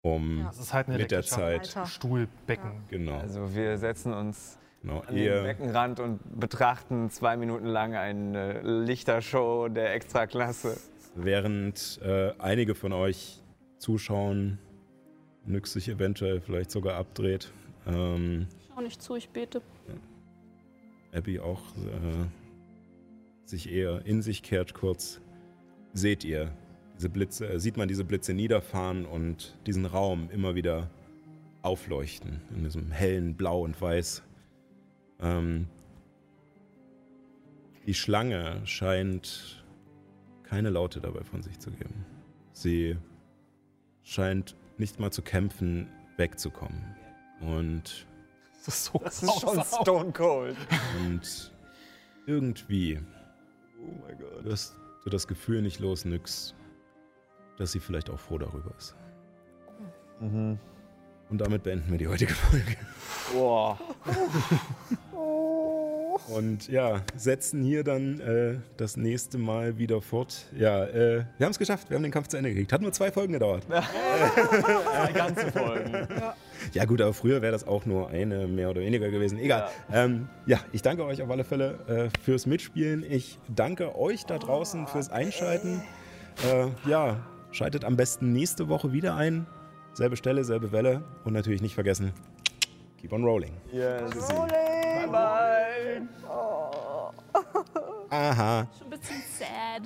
um
Ja.
Das ist halt eine
mit der
elektrische
Zeit.
Alter.
Stuhlbecken.
Genau,
Also wir setzen uns
genau.
an den
Ihr,
Beckenrand und betrachten zwei Minuten lang eine Lichtershow der Extraklasse.
während äh, einige von euch zuschauen, Nyx sich eventuell vielleicht sogar abdreht. Ähm,
Schau nicht zu, ich bete.
Abby auch äh, sich eher in sich kehrt kurz, seht ihr diese Blitze, äh, sieht man diese Blitze niederfahren und diesen Raum immer wieder aufleuchten in diesem hellen Blau und Weiß. Ähm, die Schlange scheint keine Laute dabei von sich zu geben. Sie scheint nicht mal zu kämpfen, wegzukommen. Und
Das ist so
Das ist schon Stone Cold.
und irgendwie wirst du das Gefühl nicht los, Nyx, dass sie vielleicht auch froh darüber ist.
Mhm.
Und damit beenden wir die heutige Folge.
Boah.
Und ja, setzen hier dann äh, das nächste Mal wieder fort. Ja, äh, wir haben es geschafft. Wir haben den Kampf zu Ende gekriegt. Hat nur zwei Folgen gedauert.
Zwei ganze Folgen.
[LAUGHS] Ja gut, aber früher wäre das auch nur eine mehr oder weniger gewesen. Egal. Ja, ähm, ja ich danke euch auf alle Fälle äh, fürs Mitspielen. Ich danke euch da draußen fürs Einschalten. Äh, ja,
Schaltet am besten nächste Woche wieder ein. Selbe Stelle, selbe Welle. Und natürlich nicht vergessen, keep on rolling.
Yes.
Rolling.
Bye.
Aha.
Schon ein bisschen sad.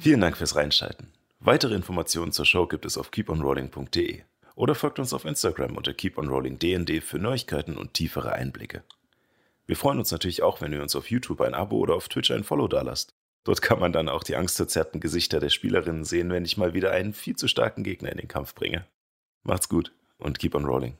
Vielen Dank fürs Reinschalten. Weitere Informationen zur Show gibt es auf keeponrolling.de oder folgt uns auf Instagram unter keeponrollingdnd für Neuigkeiten und tiefere Einblicke. Wir freuen uns natürlich auch, wenn ihr uns auf YouTube ein Abo oder auf Twitch ein Follow dalasst. Dort kann man dann auch die angstverzerrten Gesichter der Spielerinnen sehen, wenn ich mal wieder einen viel zu starken Gegner in den Kampf bringe. Macht's gut und keep on rolling.